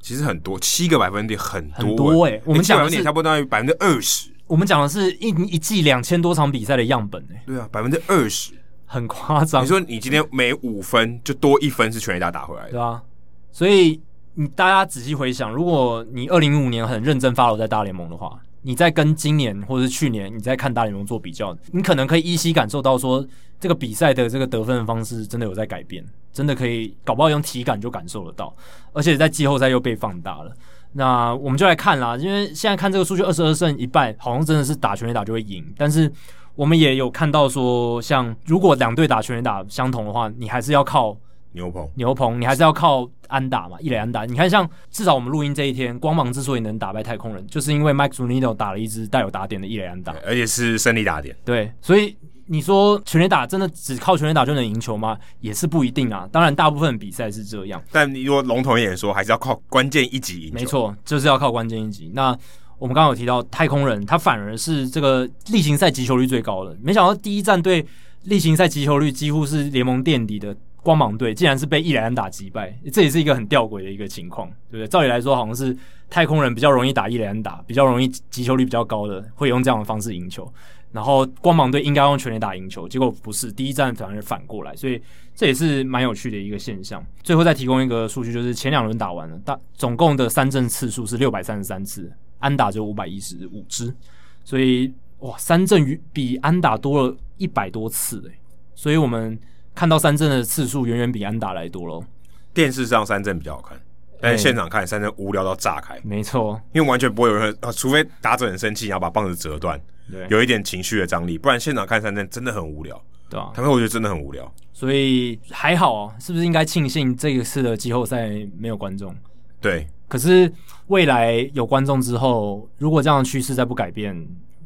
S2: 其实很多，七个百分点很多、欸，
S1: 很多欸我们
S2: 七
S1: 讲的
S2: 个百分点
S1: 是
S2: 差不多大于百分之二十，
S1: 我们讲的是一一季两千多场比赛的样本、欸，
S2: 对啊，百分之二十。
S1: 很夸张
S2: 你，说你今天每五分就多一分是全垒打打回来
S1: 对
S2: 的，
S1: 吧、所以你大家仔细回想，如果你二零一五年很认真 follow 在大联盟的话，你在跟今年或者是去年你在看大联盟做比较，你可能可以依稀感受到说，这个比赛的这个得分的方式真的有在改变，真的可以搞不好用体感就感受得到，而且在季后赛又被放大了。那我们就来看啦，因为现在看这个数据，二十二胜一败，好像真的是打全垒打就会赢。但是我们也有看到说，像如果两队打全垒打相同的话，你还是要靠
S2: 牛棚
S1: 牛棚，你还是要靠安打嘛，一垒安打。你看，像至少我们录音这一天，光芒之所以能打败太空人，就是因为 Mike Zunino 打了一支带有打点的一垒安打。
S2: 而且是胜利打点。
S1: 对，所以你说全垒打真的只靠全垒打就能赢球吗？也是不一定啊。当然，大部分比赛是这样，
S2: 但你如果笼统一点说，还是要靠关键一击赢球。
S1: 没，错，就是要靠关键一击。那我们刚刚有提到太空人，他反而是这个例行赛击球率最高的，没想到第一战队例行赛击球率几乎是联盟垫底的。光芒队竟然是被伊莱安打击败，这也是一个很吊诡的一个情况，对不对？照理来说，好像是太空人比较容易打伊莱安打，比较容易击球率比较高的，会用这样的方式赢球。然后光芒队应该用全垒打赢球，结果不是，第一站反而反过来，所以这也是蛮有趣的一个现象。最后再提供一个数据，就是前两轮打完了，大总共的三振次数是六百三十三次，安打只有五百一十五支，所以哇，三振与比安打多了一百多次诶、所以我们看到三振的次数远远比安打来多咯。
S2: 电视上三振比较好看，但
S1: 哎
S2: 是现场看三振无聊到炸开，
S1: 没错，
S2: 因为完全不会有人，啊除非打者很生气，然后把棒子折断，
S1: 对
S2: 有一点情绪的张力，不然现场看三振真的很无聊。
S1: 对啊，
S2: 坦白说，我觉得真的很无聊。
S1: 所以还好啊，是不是应该庆幸这一次的季后赛没有观众？
S2: 对，
S1: 可是未来有观众之后，如果这样的趋势再不改变，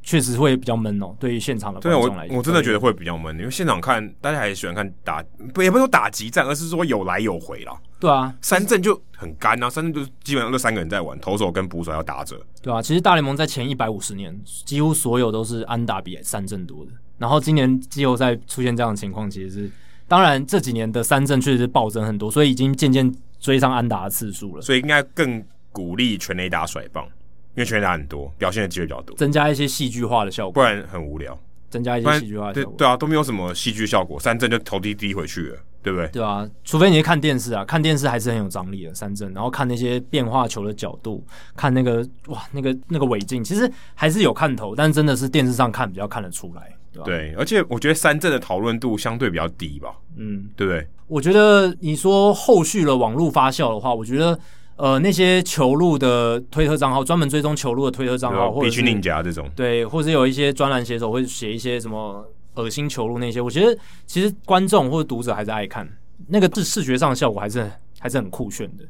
S1: 确实会比较闷哦。对于现场的
S2: 对
S1: 观
S2: 啊，我
S1: 众来说，
S2: 我真的觉得会比较闷，因为现场看大家还喜欢看打，不也不是说打集战，而是说有来有回啦。
S1: 对啊，
S2: 三振就很干啊，三振就是基本上就三个人在玩，投手跟捕手要打者，
S1: 对啊。其实大联盟在前一百五十年，几乎所有都是安打比三振多的。然后今年季后赛出现这样的情况，其实是当然这几年的三振确实是暴增很多，所以已经渐渐追上安打的次数了。
S2: 所以应该更鼓励全垒打甩棒，因因为全垒打很多，表现的机会比较多，
S1: 增加一些戏剧化的效
S2: 不
S1: 果，
S2: 然很无聊。
S1: 增加一
S2: 不
S1: 些
S2: 然
S1: 戏剧化的
S2: 对
S1: 效果。
S2: 对啊，都没有什么戏剧效果，三振就投递低回去了，对不对？
S1: 对啊，除非你是看电视啊，看电视还是很有张力的三振，然后看那些变化球的角度，看那个哇，那个那个尾劲，其实还是有看头，但真的是电视上看比较看得出来，对吧？，
S2: 对，而且我觉得三振的讨论度相对比较低吧，
S1: 嗯，
S2: 对不对？
S1: 我觉得你说后续的网络发酵的话，我觉得呃那些球路的推特账号，专门追踪球路的推特账
S2: 比
S1: 号，
S2: 如
S1: 或
S2: 必
S1: 者
S2: 须
S1: 是
S2: 令甲这种，
S1: 对，或者有一些专栏写手会写一些什么恶心球路那些，我觉得其实观众或者读者还是爱看，那个视视觉上的效果还是还是很酷炫的。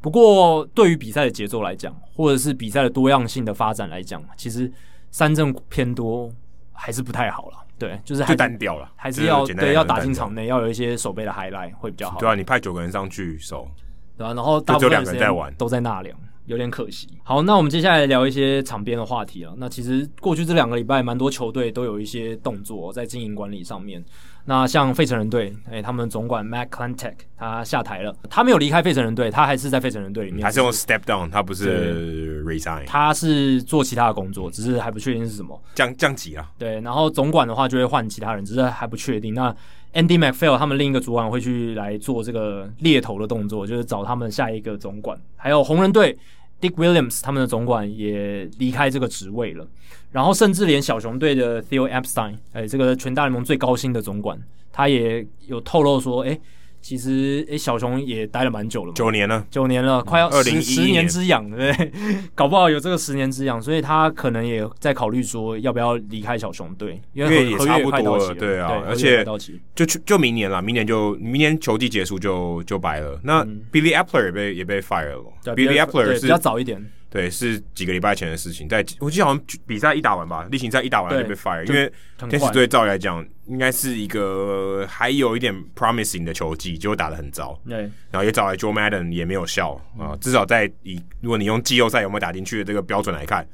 S1: 不过对于比赛的节奏来讲，或者是比赛的多样性的发展来讲，其实三振偏多还是不太好了。对，就是还
S2: 就是单调了，
S1: 还
S2: 就是
S1: 要
S2: 简单来
S1: 对要
S2: 讲就
S1: 打
S2: 单
S1: 进
S2: 调
S1: 场内，要有一些手背的 highlight 会比较好。
S2: 对啊，你派九个人上去守，
S1: 对啊，然后大部分的时
S2: 就只有两个人
S1: 间
S2: 在玩
S1: 都在纳凉，有点可惜。好，那我们接下来聊一些场边的话题啊。那其实过去这两个礼拜，蛮多球队都有一些动作哦在经营管理上面。那像费城人队，哎、他们总管 Matt Klentak 他下台了，他没有离开费城人队，他还是在费城人队里面，
S2: 嗯还是用 step down，他不是 resign
S1: 他是做其他的工作，只是还不确定是什么。
S2: 降降级啊，
S1: 对，然后总管的话就会换其他人，只是还不确定。那 Andy McPhail 他们另一个主管会去来做这个猎头的动作，就是找他们下一个总管。还有红人队 Dick Williams 他们的总管也离开这个职位了，然后甚至连小熊队的 Theo Epstein，哎，这个全大联盟最高薪的总管，他也有透露说，哎，其实哎小熊也待了蛮久了嘛，
S2: 九年了，
S1: 九年了，快要
S2: 2011
S1: 十十年
S2: 年
S1: 之痒，对 *laughs* 不对？搞不好有这个十年之痒，所以他可能也在考虑说要不要离开小熊队，因
S2: 因为
S1: 为
S2: 也
S1: 合合
S2: 差
S1: 约
S2: 不
S1: 快到
S2: 多了
S1: 期了，
S2: 对啊
S1: 合约
S2: 而且
S1: 快到期，
S2: 就去就明年了，明年就明年球季结束就就白了。那 Billy Apple 也被也被 fire 了
S1: 嗯对啊比
S2: ，Billy
S1: 较
S2: Apple
S1: 对
S2: 是
S1: 比较早一点，
S2: 对，是几个礼拜前的事情，在我记得好像比赛一打完吧，例行赛一打完
S1: 对
S2: 就被 fire，
S1: 就
S2: 因为
S1: 很
S2: 天使
S1: 快
S2: 队照理来讲应该是一个还有一点 promising 的球技，结果打得很糟，
S1: 对
S2: 然后也找来 Joe Madden 也没有效啊、至少在以如果你用季后赛有没有打进去的这个标准来看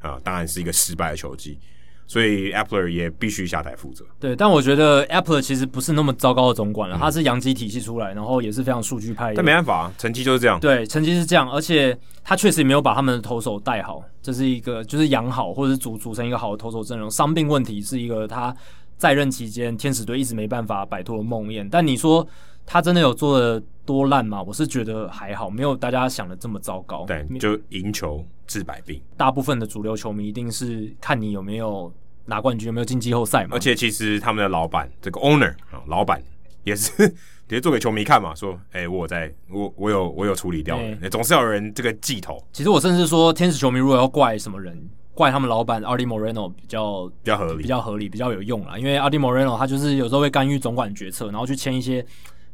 S2: 啊、当然是一个失败的球技，所以 Apple 也必须下台负责。
S1: 对。但我觉得 Apple 其实不是那么糟糕的总管了，他是洋基体系出来，然后也是非常数据派的，
S2: 嗯但没办法，啊成绩就是这样。
S1: 对，成绩是这样，而且他确实也没有把他们的投手带好，这是一个就是养好，或者是组组成一个好的投手阵容。伤病问题是一个他在任期间天使队一直没办法摆脱的梦魇。但你说他真的有做的多烂吗？我是觉得还好，没有大家想的这么糟糕。
S2: 对，就赢球治百病。
S1: 大部分的主流球迷一定是看你有没有拿冠军，有没有进季后赛嘛。
S2: 而且其实他们的老板这个 owner 啊，老板也是 *laughs* 也是做给球迷看嘛，说，哎、我有在我我有我有处理掉的，
S1: 对
S2: 总是要有人这个记头
S1: 其实我甚至说，天使球迷如果要怪什么人，怪他们老板 Artie Moreno 比较
S2: 比较合理
S1: 比。较合理，比较有用啦。因为 Adi Moreno 他就是有时候会干预总管决策，然后去签一些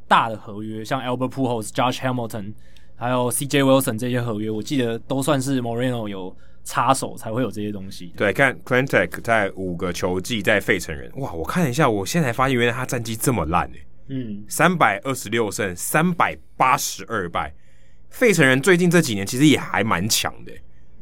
S1: 大的合约，像 Albert Pujols、Josh Hamilton，还有 CJ Wilson 这些合约，我记得都算是 Moreno 有插手才会有这些东西。
S2: 对，看 c l a n t e c 在五个球季在费城人，哇，我看了一下，我现在才发现原来他战绩这么烂欸诶、
S1: 嗯，
S2: 三百二十六胜，三百八十二败。费城人最近这几年其实也还蛮强的、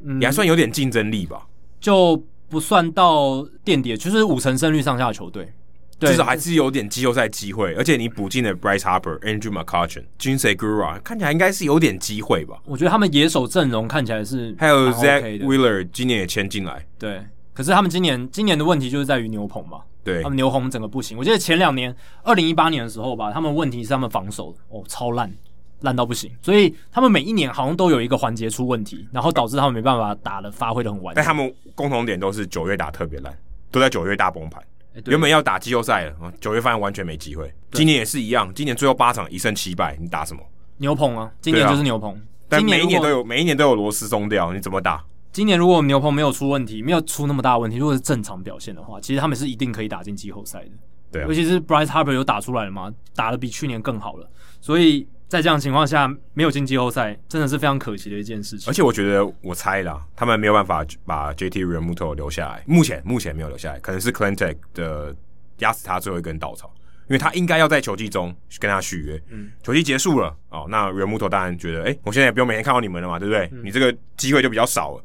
S1: 嗯
S2: 也还算有点竞争力吧，
S1: 就不算到垫底，就是五成胜率上下的球队。对，
S2: 至少还是有点季后赛机会。而且你补进了 Bryce Harper、Andrew McCutchen、Jinsei Gura，看起来应该是有点机会吧。
S1: 我觉得他们野手阵容看起来是
S2: 还有
S1: 蛮
S2: Zach
S1: OK 的
S2: Wheeler 今年也签进来，
S1: 对，可是他们今年今年的问题就是在于牛棚嘛。
S2: 对
S1: 他，们牛棚整个不行。我记得前两年，二零一八年的时候吧，他们问题是他们防守哦超烂，烂到不行，所以他们每一年好像都有一个环节出问题，然后导致他们没办法打的发挥的很完
S2: 但
S1: 整。
S2: 他们共同点都是九月打特别烂，都在九月大崩盘。
S1: 哎对
S2: 原本要打季后赛了，啊九月份完全没机会。今年也是一样，今年最后八场一胜七败，你打什么？
S1: 牛棚啊，今年
S2: 对啊
S1: 就是牛棚。
S2: 但
S1: 今
S2: 每
S1: 年
S2: 一
S1: 如
S2: 年都
S1: 果
S2: 有，每一年都有螺丝松掉，你怎么打？
S1: 今年如果我们牛棚没有出问题，没有出那么大的问题，如果是正常表现的话，其实他们是一定可以打进季后赛的。
S2: 对啊
S1: 尤，其是 Bryce Harper 有打出来了嘛，打的比去年更好了，所以在这样的情况下没有进季后赛，真的是非常可惜的一件事情
S2: 而。且我觉得我猜啦，他们没有办法把 JT Remuto 留下来，目前目前没有留下来，可能是 c l a n t e c 的压死他最后一根稻草，因为他应该要在球季中跟他续约，
S1: 嗯
S2: 球季结束了哦，那 Remuto 当然觉得，哎、我现在也不用每天看到你们了嘛，对不对？
S1: 嗯
S2: 你这个机会就比较少了，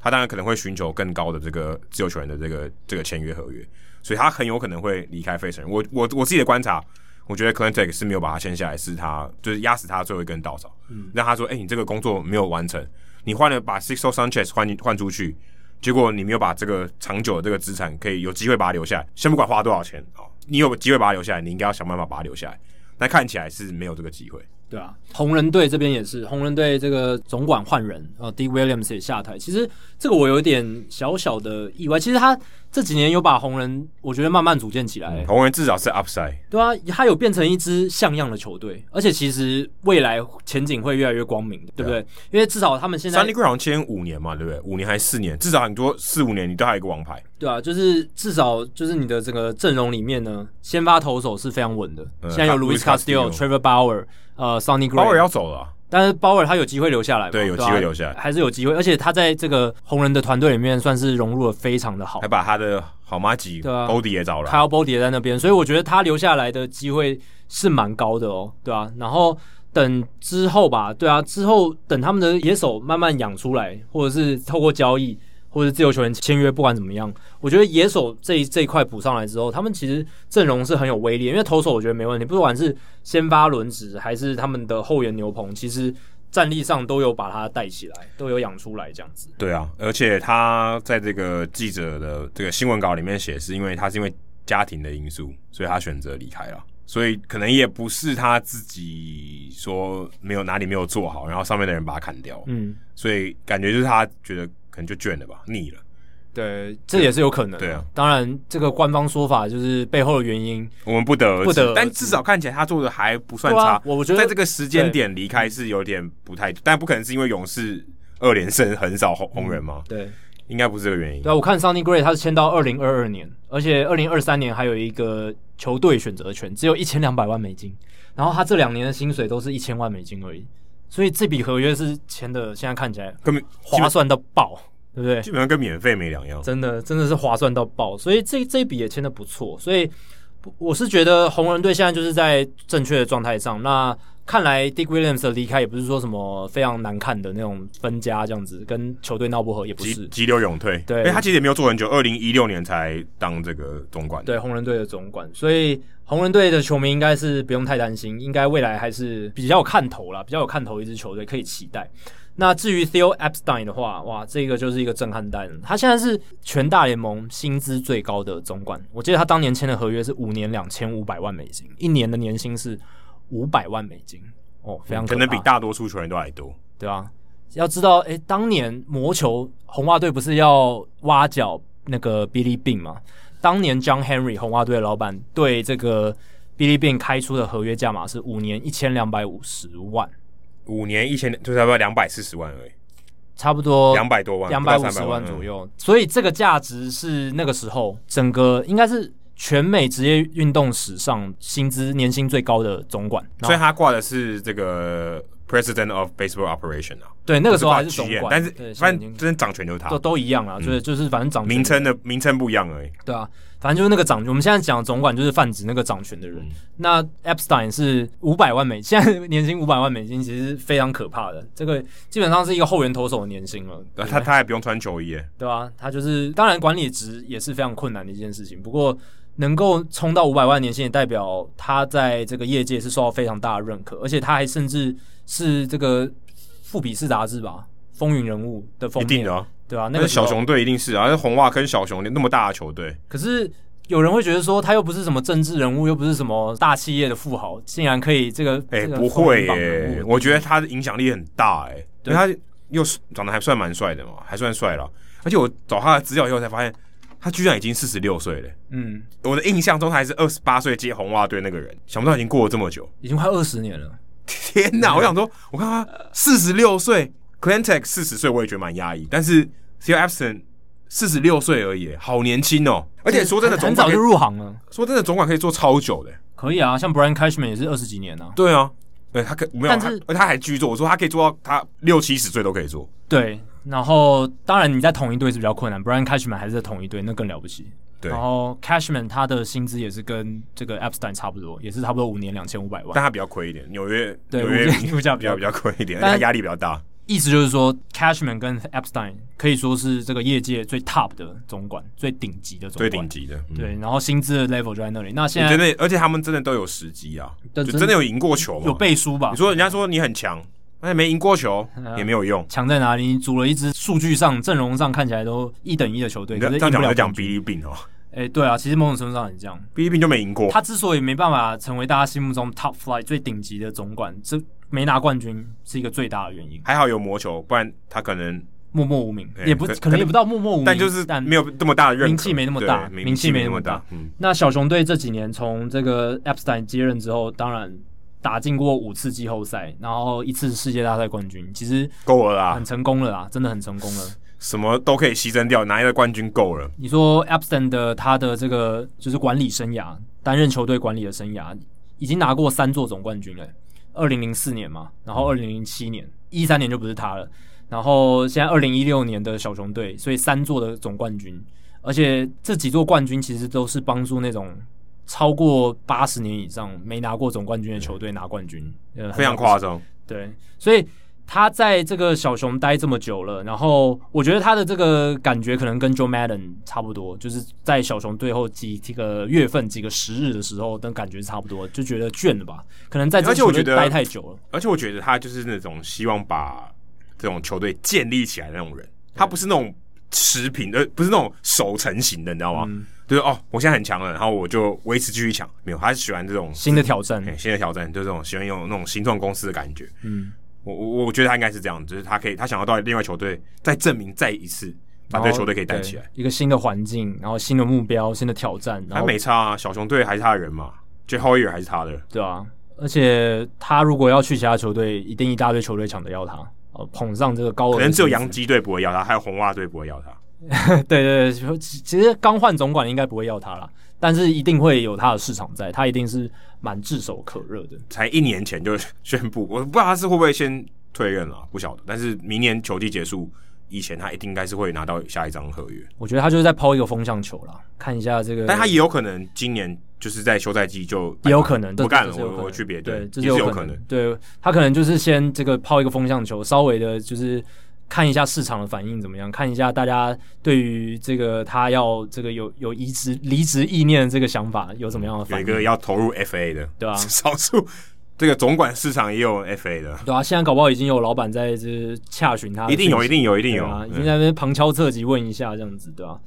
S2: 他当然可能会寻求更高的这个自由球员的这个这个签约合约，所以他很有可能会离开费城。我我我自己的观察。我觉得 c l a n t e c 是没有把他签下来，是他就是压死他最后一根稻草，嗯，让他说：“哎、你这个工作没有完成，你你换了把 Sixto Sanchez 换换出去，结果你没有把这个长久的这个资产可以有机会把它留下来，先不管花多少钱哦，你有机会把它留下来，你应该要想办法把它留下来。但看起来是没有这个机会。
S1: 对啊，红人队这边也是，红人队这个总管换人，呃，D Williams 也下台。其实这个我有点小小的意外，其实他这几年有把红人，我觉得慢慢组建起来、欸
S2: 红人至少是 upside，
S1: 对啊，他有变成一支像样的球队，而且其实未来前景会越来越光明的，对不对？啊因为至少他们现在
S2: 三利贵好像签五年嘛，对不对？五年还是四年？至少很多四五年你都还有一个王牌。
S1: 对啊，就是至少就是你的这个阵容里面呢，先发投手是非常稳的，
S2: 嗯
S1: 现在有 Luis
S2: Luis Castillo
S1: Castillo、Trevor Bauer、呃 Sonny
S2: 鲍
S1: Gray，
S2: 尔要走了啊、
S1: 但是鲍尔他有机会留下来嘛，
S2: 对有
S1: 啊
S2: 机会留下来
S1: 还是有机会，而且他在这个红人的团队里面算是融入的非常的好
S2: 还。把他的好妈吉
S1: 对啊
S2: 欧迪也找了啊、
S1: Kyle b o d y 也在那边，所以我觉得他留下来的机会是蛮高的哦，对啊，然后等之后吧，对啊，之后等他们的野手慢慢养出来，或者是透过交易或者自由球员签约，不管怎么样，我觉得野手这一这一块补上来之后，他们其实阵容是很有威力的，因为投手我觉得没问题，不管是先发轮值还是他们的后援牛棚，其实战力上都有把它带起来，都有养出来这样子。
S2: 对啊，而且他在这个记者的这个新闻稿里面写，是因为他是因为家庭的因素，所以他选择离开了。所以可能也不是他自己说没有哪里没有做好，然后上面的人把他砍掉，
S1: 嗯，
S2: 所以感觉就是他觉得可能就倦了吧，腻了。
S1: 对，这也是有可能的。
S2: 对啊
S1: 当然这个官方说法就是背后的原因。
S2: 我们不得而知，
S1: 不得而知
S2: 但至少看起来他做的还不算
S1: 对
S2: 差。
S1: 啊我我觉得
S2: 在这个时间点离开是有点不太，但不可能是因为勇士二连胜很少红红人吗？
S1: 对，
S2: 应该不是这个原因
S1: 嗯对。啊，我看 Sunny Gray 他是签到二零二二年，而且二零二三年还有一个球队选择权，只有一千两百万美金。然后他这两年的薪水都是一千万美金而已，所以这笔合约是签的，现在看起来
S2: 根本基
S1: 划
S2: 本
S1: 算到爆，对不对？
S2: 基本上跟免费没两样。
S1: 真的真的是划算到爆，所以这这一笔也签的不错，所以不我是觉得红人队现在就是在正确的状态上。那看来 Dick Williams 的离开也不是说什么非常难看的那种分家这样子，跟球队闹不和也不
S2: 急
S1: 是。
S2: 急流勇退，
S1: 对
S2: 哎，他其实也没有做很久，二零一六年才当这个总管。
S1: 对红人队的总管，所以红人队的球迷应该是不用太担心，应该未来还是比较有看头啦，比较有看头一支球队可以期待。那至于 Theo Epstein 的话，哇，这个就是一个震撼弹了。他现在是全大联盟薪资最高的总管，我记得他当年签的合约是五年两千五百万美金，一年的年薪是五百万美金，哦，非常
S2: 嗯可
S1: 可
S2: 能
S1: 怕
S2: 比大多数球员都还多。
S1: 对啊，要知道，诶，当年魔球红袜队不是要挖角那个 Billy Bean 吗？当年 John Henry 红袜队的老板对这个 Billy Bean 开出的合约价码是五年一千两百五十万，
S2: 五年一千，就差不多两百四十万而已，
S1: 差不多
S2: 两百多万，
S1: 两
S2: 不到
S1: 百五十
S2: 300
S1: 万左。
S2: 嗯
S1: 右，所以这个价值是那个时候整个应该是全美职业运动史上薪资年薪最高的总管。然后
S2: 所以他挂的是这个 President of Baseball Operation 啊，
S1: 对那个时候还
S2: 不
S1: 是
S2: 是挂
S1: 总
S2: GM
S1: 管，
S2: 但
S1: 对现
S2: 是
S1: 在
S2: 反
S1: 已
S2: 正
S1: 经
S2: 真正掌权就是他
S1: 都，都一样啦，就是就是反正掌权
S2: 名称的名称不一样而已。
S1: 对啊，反正就是那个掌，我们现在讲总管就是泛指那个掌权的
S2: 嗯
S1: 人。那 Epstein 是五百万美，现在 *laughs* 年薪五百万美金，其实是非常可怕的。这个基本上是一个后援投手的年薪了，
S2: 啊他他还不用穿球衣耶，
S1: 对吧、他就是当然管理职也是非常困难的一件事情，不过能够冲到五百万年薪，也代表他在这个业界是受到非常大的认可，而且他还甚至是这个《富比士》杂志吧风云人物的封
S2: 一
S1: 面，
S2: 定的啊。
S1: 对啊，那
S2: 那
S1: 个
S2: 个小
S1: 时候
S2: 熊队一定是啊，那红袜跟小熊那么大的球队，
S1: 可是有人会觉得说，他又不是什么政治人物，又不是什么大企业的富豪，竟然可以这个
S2: 哎、
S1: 这个
S2: 不会
S1: 风云榜
S2: 耶、
S1: 人物
S2: 我觉得他的影响力很大哎、因
S1: 对
S2: 为他又是长得还算蛮帅的嘛，还算帅了。而且我找他的资料以后才发现，他居然已经四十六岁了。
S1: 嗯，
S2: 我的印象中他还是二十八岁接红袜队那个人，想不到已经过了这么久。 *laughs*
S1: 已经快二十年了。
S2: 天
S1: 嗯
S2: 哪！我想说，我看他四十六岁 c l a n t e c 四十岁，我也觉得蛮压抑。但是 t h e o Epson 四十六岁而已，好年轻哦、而且说真的，
S1: 很很
S2: 总管
S1: 早
S2: 可以
S1: 就入行了，
S2: 说真的，总管可以做超久的、
S1: 可以啊，像 Brian Cashman 也是二十几年啊。
S2: 对啊，对他可没有，
S1: 但
S2: 他
S1: 是
S2: 而他还继续做。我说他可以做到他六七十岁都可以做。
S1: 对，然后当然你在同一队是比较困难，Brian Cashman 还是在同一队，那更了不起。
S2: 对
S1: 然后 Cashman 他的薪资也是跟这个 Epstein 差不多，也是差不多五年两千五百万。
S2: 但他比较亏一点，纽约
S1: 对
S2: 纽约
S1: *laughs* 物价物价
S2: 比
S1: 比
S2: 较
S1: 较
S2: 比较亏一点，
S1: 但
S2: 他压力比较大。
S1: 意思就是说，Cashman 跟 Epstein 可以说是这个业界最 top 的总管，最顶级的总
S2: 最
S1: 管，
S2: 顶级的，嗯，
S1: 对，然后薪资的 level 就在那里。那现
S2: 真
S1: 在
S2: 的，而且他们真的都有时机啊，就
S1: 但真
S2: 真的有赢过球嘛
S1: 有背书吧
S2: 你？说人家说你很强，那没赢过球
S1: 嗯
S2: 也没有用。
S1: 强在哪里？你组了一支数据上、阵容上看起来都一等一的球队，
S2: 你
S1: 可
S2: 这
S1: 是赢
S2: 样
S1: 不
S2: 讲
S1: 了
S2: 在讲
S1: 冠军
S2: 比利病哦，
S1: 哎、对啊，其实某种程度上很这样。
S2: 比利病就没赢过。
S1: 他之所以没办法成为大家心目中 top flight 最顶级的总管，这没拿冠军是一个最大的原因，
S2: 还好有魔球，不然他可能，
S1: 默默无名，
S2: 哎
S1: 也不
S2: 可
S1: 可能也不到默默无名，
S2: 但就是
S1: 但
S2: 没有这么大的认可
S1: 名气没那么大
S2: 对
S1: 名
S2: 名
S1: 气没
S2: 没
S1: 那么
S2: 么
S1: 大
S2: 大。嗯，
S1: 那小熊队这几年从这个 Epstein 接任之后，当然打进过五次季后赛，然后一次世界大赛冠军，其实
S2: 够了啦
S1: 很，成功了啦，真的很成功了。
S2: 什么都可以牺牲掉，拿一个冠军够了。
S1: 你说 Epstein 的他的这个就是管理生涯，担任球队管理的生涯，已经拿过三座总冠军了。二零零四年嘛，然后
S2: 嗯
S1: 二零零七年、一三年就不是他了，然后现在二零一六年的小熊队，所以三座的总冠军，而且这几座冠军其实都是帮助那种超过八十年以上没拿过总冠军的球队拿冠军，呃，
S2: 非常
S1: 夸张。
S2: 夸张，
S1: 对，所以他在这个小熊待这么久了，然后我觉得他的这个感觉可能跟 Joe Madden 差不多，就是在小熊最后几几个月份、几个时日的时候，那感觉差不多，就觉得倦了吧？可能在这
S2: 而且我
S1: 球队
S2: 觉得
S1: 待太久了，
S2: 而且我觉得他就是那种希望把这种球队建立起来的那种人，他不是那种持平的，不是那种守成型的，你知道吗？就是哦，我现在很强了，然后我就维持继续强，没有，他是喜欢这种
S1: 新的挑战。
S2: 哎新的挑战，就是这种喜欢有那种新创公司的感觉。
S1: 嗯，
S2: 我我我觉得他应该是这样，就是他可以，他想要到另外球队再证明再一次，把
S1: 然后
S2: 这个球队可以带起来。
S1: 对一个新的环境，然后新的目标、新的挑战，然
S2: 他
S1: 后
S2: 没差啊，小熊队还是他的人嘛 j a Hoyer 还是他的，
S1: 对啊，而且他如果要去其他球队，一定一大堆球队抢着要他，呃，捧上这个高额的
S2: 可能只有
S1: 薪资
S2: 洋基队不会要他，还有红袜队不会要他。
S1: 对对对，其其实刚换总管应该不会要他啦，但是一定会有他的市场在，他一定是蛮炙手可热的。
S2: 才一年前就 *laughs* 宣布，我不知道他是会不会先退任了，不晓得。但是明年球季结束以前，他一定应该是会拿到下一张合约。
S1: 我觉得他就是在抛一个风向球啦，看一下这个，
S2: 但他也有可能今年就是在休赛季就
S1: 也有可能
S2: 不干了，
S1: 这这是有可
S2: 我
S1: 能
S2: 我去别队
S1: 对，，这
S2: 也是
S1: 有
S2: 可能
S1: 能。。对他可能就是先这个抛一个风向球，稍微的就是看一下市场的反应怎么样，看一下大家对于这个他要这个有有移植离职意念的这个想法有怎么样的
S2: 有
S1: 反
S2: 一
S1: 应。
S2: 个要投入 FA 的，
S1: 对啊
S2: *laughs* 少数这个总管市场也有 FA 的，
S1: 对啊，现在搞不好已经有老板在这洽询他的
S2: *laughs* 一定有，
S1: 讯息
S2: 一定有，一定
S1: 啊对
S2: 有。
S1: 啊，已经
S2: 嗯
S1: 在那边旁敲侧击问一下这样子，对吧、啊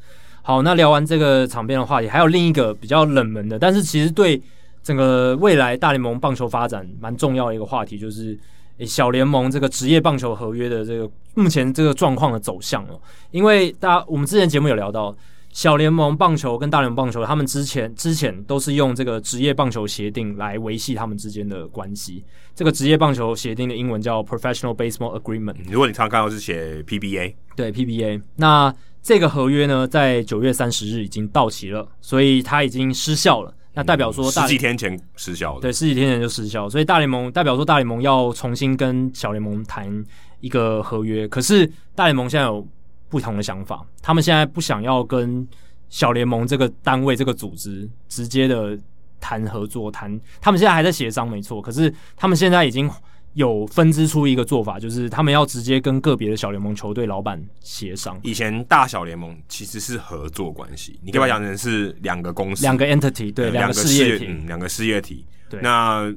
S1: 好，那聊完这个场边的话题，还有另一个比较冷门的，但是其实对整个未来大联盟棒球发展蛮重要的一个话题，就是、诶小联盟这个职业棒球合约的这个目前这个状况的走向哦。因为大家我们之前节目有聊到，小联盟棒球跟大联盟棒球，他们之前之前都是用这个职业棒球协定来维系他们之间的关系。这个职业棒球协定的英文叫 Professional Baseball Agreement。
S2: 如果你常常看到是写 PBA，
S1: 对 PBA。那这个合约呢，在九月三十日已经到期了，所以它已经失效了。那代表说
S2: 十
S1: 大
S2: 几天前失效的，
S1: 对十几天前就失效，所以大联盟代表说大联盟要重新跟小联盟谈一个合约。可是大联盟现在有不同的想法，他们现在不想要跟小联盟这个单位这个组织直接的谈合作，谈他们现在还在协商，没错。可是他们现在已经有分支出一个做法，就是他们要直接跟个别的小联盟球队老板协商。
S2: 以前大小联盟其实是合作关系，你可以把它讲成是两个公司，
S1: 两个 entity 对
S2: 嗯
S1: 哎两
S2: 两
S1: 个
S2: 个
S1: 事业体，
S2: 嗯两个事业体。
S1: 对
S2: 那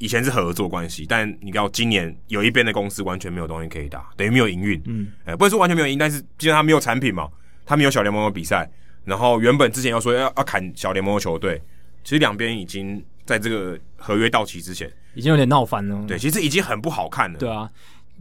S2: 以前是合作关系，但你知道今年有一边的公司完全没有东西可以打，等于没有营运。
S1: 嗯，
S2: 哎、不能说完全没有赢，但是既然他没有产品嘛，他没有小联盟的比赛，然后原本之前要说要要砍小联盟的球队，其实两边已经在这个合约到期之前，
S1: 已经有点闹翻了。
S2: 对，其实已经很不好看了。
S1: 对啊，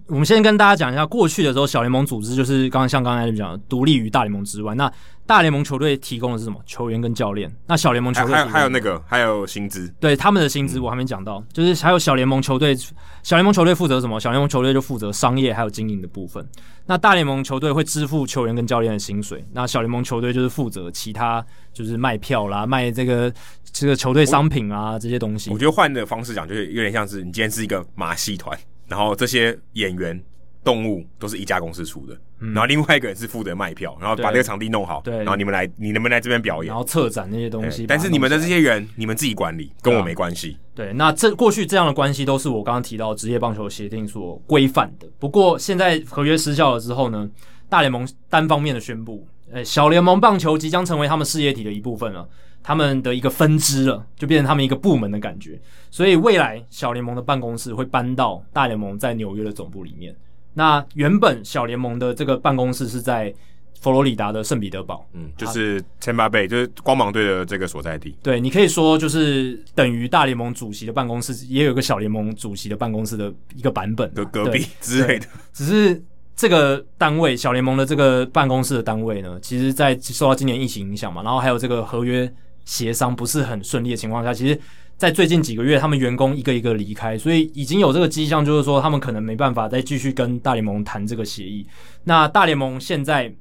S1: 我们先跟大家讲一下，过去的时候小联盟组织就是刚刚像刚才你讲的，独立于大联盟之外。那大联盟球队提供的是什么？球员跟教练。那小联啊盟球
S2: 还
S1: 队
S2: 还有
S1: 提供
S2: 还有那个嗯还有薪资，
S1: 对他们的薪资我还没讲到，就是还有小联盟球队，小联盟球队负责什么？小联盟球队就负责商业还有经营的部分。那大联盟球队会支付球员跟教练的薪水，那小联盟球队就是负责其他就是卖票啦、卖这个这个球队商品啊这些东西
S2: 我。觉得换的方式讲，就是有点像是你今天是一个马戏团，然后这些演员。动物都是一家公司出的，然后另外一个人是负责卖票，然后
S1: 嗯
S2: 把
S1: 对
S2: 这个场地弄好，
S1: 对
S2: 然后你们来，你能不能来这边表演
S1: 然？后策展那些东西把它
S2: 哎
S1: 弄起来。
S2: 但是你们的这些人，你们自己管理，跟
S1: 对啊
S2: 我没关系。
S1: 对，那这过去这样的关系都是我刚刚提到职业棒球协定所规范的。不过现在合约失效了之后呢，哎大联盟单方面的宣布，呃，小联盟棒球即将成为他们事业体的一部分了。他们的一个分支了，就变成他们一个部门的感觉。所以未来小联盟的办公室会搬到大联盟在纽约的总部里面。那原本小联盟的这个办公室是在佛罗里达的圣彼得堡，
S2: 嗯，就是 Tampa Bay，就是光芒队的这个所在地。
S1: 对你可以说就是等于大联盟主席的办公室，也有一个小联盟主席的办公室的一个版本啊，
S2: 隔隔
S1: 对
S2: 壁之类的，
S1: 只是这个单位小联盟的这个办公室的单位呢，其实在受到今年疫情影响嘛，然后还有这个合约协商不是很顺利的情况下，其实，在最近几个月，他们员工一个一个离开，所以已经有这个迹象，就是说他们可能没办法再继续跟大联盟谈这个协议。那大联盟现在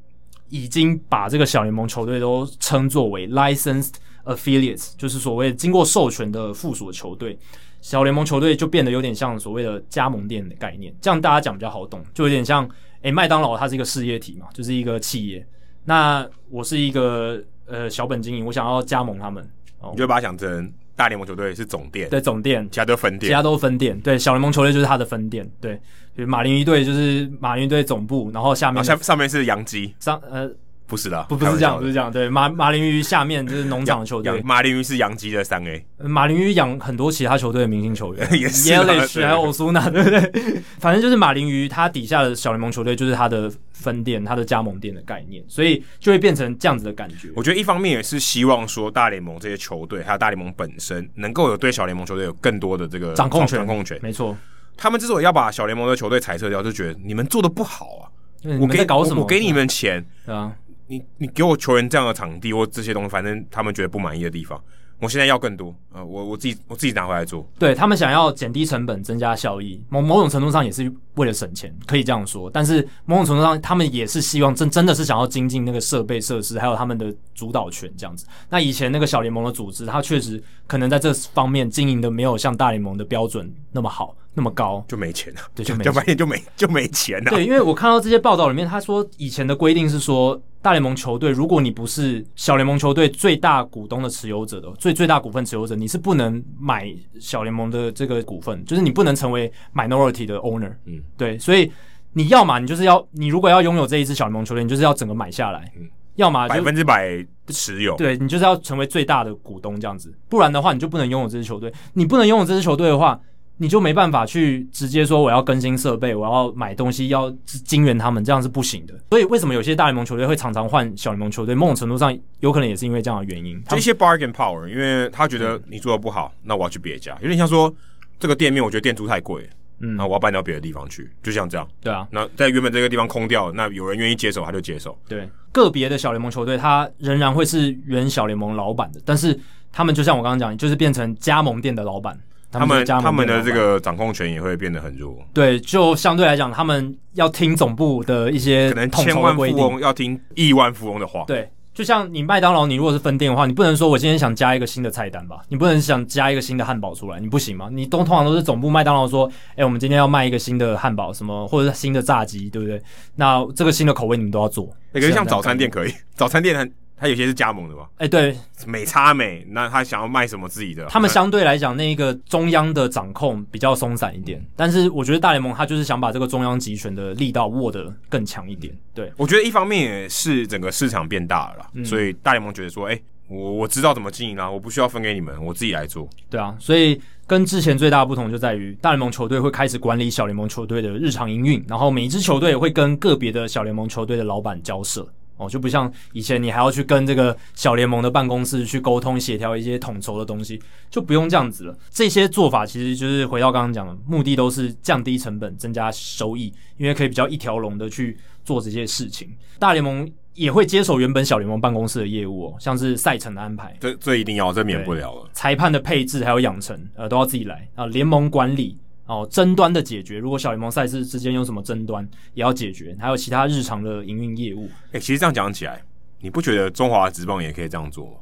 S1: 已经把这个小联盟球队都称作为 licensed affiliates，就是所谓经过授权的附属球队。小联盟球队就变得有点像所谓的加盟店的概念，这样大家讲比较好懂，就有点像，诶、麦当劳它是一个事业体嘛，就是一个企业。那我是一个呃小本经营，我想要加盟他们
S2: 你就把它想成大联盟球队是总店，
S1: 的总店，
S2: 其他都分
S1: 其
S2: 店
S1: 他。都是分店。对，小联盟球队就是它的分店。对，比如马林鱼队就是马林鱼队总部，然哦后下
S2: 然后
S1: 面
S2: 下上面是洋基，
S1: 上呃
S2: 不是啦，
S1: 不不是这样，不是
S2: 是
S1: 这样，对马马林鱼下面就是农场的球队，
S2: 马林鱼是洋基的三 A，
S1: 马林鱼养很多其他球队的明星球员
S2: *laughs* 也是
S1: 耶
S2: 啊
S1: 雷
S2: 对
S1: 还有欧苏纳，对不对？ *laughs* 反正就是马林鱼，它底下的小联盟球队就是它的分店、它的加盟店的概念，所以就会变成这样子的感觉。
S2: 我觉得一方面也是希望说大联盟这些球队还有大联盟本身能够有对小联盟球队有更多的这个
S1: 掌控权
S2: 掌控权。
S1: 没错，
S2: 他们之所以要把小联盟的球队裁撤掉，就觉得你们做的不好啊，
S1: 嗯
S2: 我
S1: 你们
S2: 给
S1: 在搞什么？
S2: 我我给你们钱，
S1: 对啊，
S2: 你你给我球员这样的场地或这些东西，反正他们觉得不满意的地方，我现在要更多，呃，我我自己我自己拿回来做。
S1: 对他们想要减低成本、增加效益，某某种程度上也是为了省钱，可以这样说。但是某种程度上，他们也是希望真真的是想要精进那个设备设施，还有他们的主导权这样子。那以前那个小联盟的组织，它确实可能在这方面经营的没有像大联盟的标准那么好、那么高。
S2: 就没钱了，
S1: 对就没
S2: 要不 *laughs* 然就没就没钱了、
S1: 对，因为我看到这些报道里面，他说以前的规定是说，大联盟球队如果你不是小联盟球队最大股东的持有者的最最大股份持有者，你是不能买小联盟的这个股份，就是你不能成为 minority 的 owner。
S2: 嗯
S1: 嗯，对，所以你要嘛，你就是要你如果要拥有这一支小联盟球队，你就是要整个买下来，
S2: 嗯
S1: 要么
S2: 百
S1: 啊就
S2: 分之百持有。
S1: 对你就是要成为最大的股东这样子，不然的话你就不能拥有这支球队。你不能拥有这支球队的话，你就没办法去直接说我要更新设备，我要买东西，要金援他们，这样是不行的。所以为什么有些大联盟球队会常常换小联盟球队？某种程度上有可能也是因为这样的原因。他
S2: 这
S1: 们嗯
S2: 些 bargain power，因为他觉得你做的不好，那我要去别家，有点像说这个店面我觉得店租太贵，
S1: 嗯
S2: 那我要搬到别的地方去，就像这样。
S1: 对啊，
S2: 那在原本这个地方空掉，那有人愿意接手他就接手，
S1: 对个别的小联盟球队，他仍然会是原小联盟老板的，但是他们就像我刚刚讲，就是变成加盟店的老板。
S2: 他
S1: 们就
S2: 们
S1: 是加
S2: 他
S1: 盟
S2: 们
S1: 店老
S2: 的
S1: 板
S2: 这个掌控权也会变得很弱，
S1: 对，就相对来讲，他们要听总部的一些
S2: 可能
S1: 统
S2: 千
S1: 筹的
S2: 万
S1: 规
S2: 富
S1: 定。
S2: 翁要听亿万富翁的话，
S1: 对，就像你麦当劳，你如果是分店的话，你不能说我今天想加一个新的菜单吧，你不能想加一个新的汉堡出来，你不行吗？你都通常都是总部麦当劳说，哎、我们今天要卖一个新的汉堡，什么或者是新的炸鸡，对不对？那这个新的口味你们都要做。
S2: 那个像早餐
S1: 是啊
S2: 店可以，早餐店很他有些是加盟的嘛，
S1: 这样的概念，哎、对
S2: 美差美，那他想要卖什么自己的，
S1: 他们相对来讲，那个中央的掌控比较松散一点，但是我觉得大联盟它就是想把这个中央集权的力道握得更强一点。对，
S2: 我觉得一方面也是整个市场变大了啦，
S1: 嗯
S2: 所以大联盟觉得说，哎、我我知道怎么经营啦、我不需要分给你们，我自己来做。
S1: 对啊，所以跟之前最大的不同就在于，大联盟球队会开始管理小联盟球队的日常营运，然后每一支球队也会跟个别的小联盟球队的老板交涉。哦，就不像以前你还要去跟这个小联盟的办公室去沟通协调一些统筹的东西，就不用这样子了。这些做法其实就是回到刚刚讲的，目的都是降低成本、增加收益，因为可以比较一条龙的去做这些事情。大联盟也会接手原本小联盟办公室的业务哦，像是赛程的安排，
S2: 这这一定要，这免不了了。
S1: 裁判的配置还有养成，呃，都要自己来啊、联盟管理哦，争端的解决，如果小联盟赛事之间有什么争端，也要解决，还有其他日常的营运业务。
S2: 哎、其实这样讲起来，你不觉得中华职棒也可以这样做吗？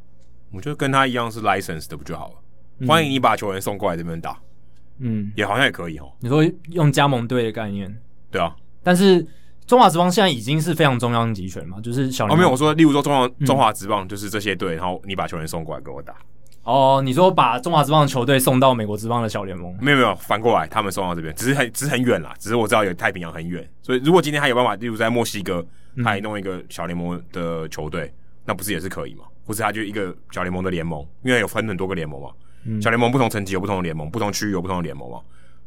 S2: 我觉得跟他一样是 license 的不就好了？欢迎你把球员送过来这边打，
S1: 嗯，
S2: 也好像也可以哦。
S1: 你说用加盟队的概念，
S2: 对啊，
S1: 但是中华职棒现在已经是非常中央集权嘛，就是小
S2: 哦
S1: 联
S2: 没
S1: 盟、
S2: 有，我说，例如说中华中华职棒就是这些队，然后你把球员送过来给我打，
S1: 哦，你说把中华职棒的球队送到美国职棒的小联盟，
S2: 没有没有，反过来他们送到这边，只是很只是很远啦，只是我知道有太平洋很远，所以如果今天他有办法，例如在墨西哥，他也弄一个小联盟的球队，那不是也是可以吗？或不是它就一个小联盟的联盟，因为有分很多个联盟嘛。
S1: 嗯
S2: 小联盟不同层级有不同的联盟，不同区域有不同的联盟嘛。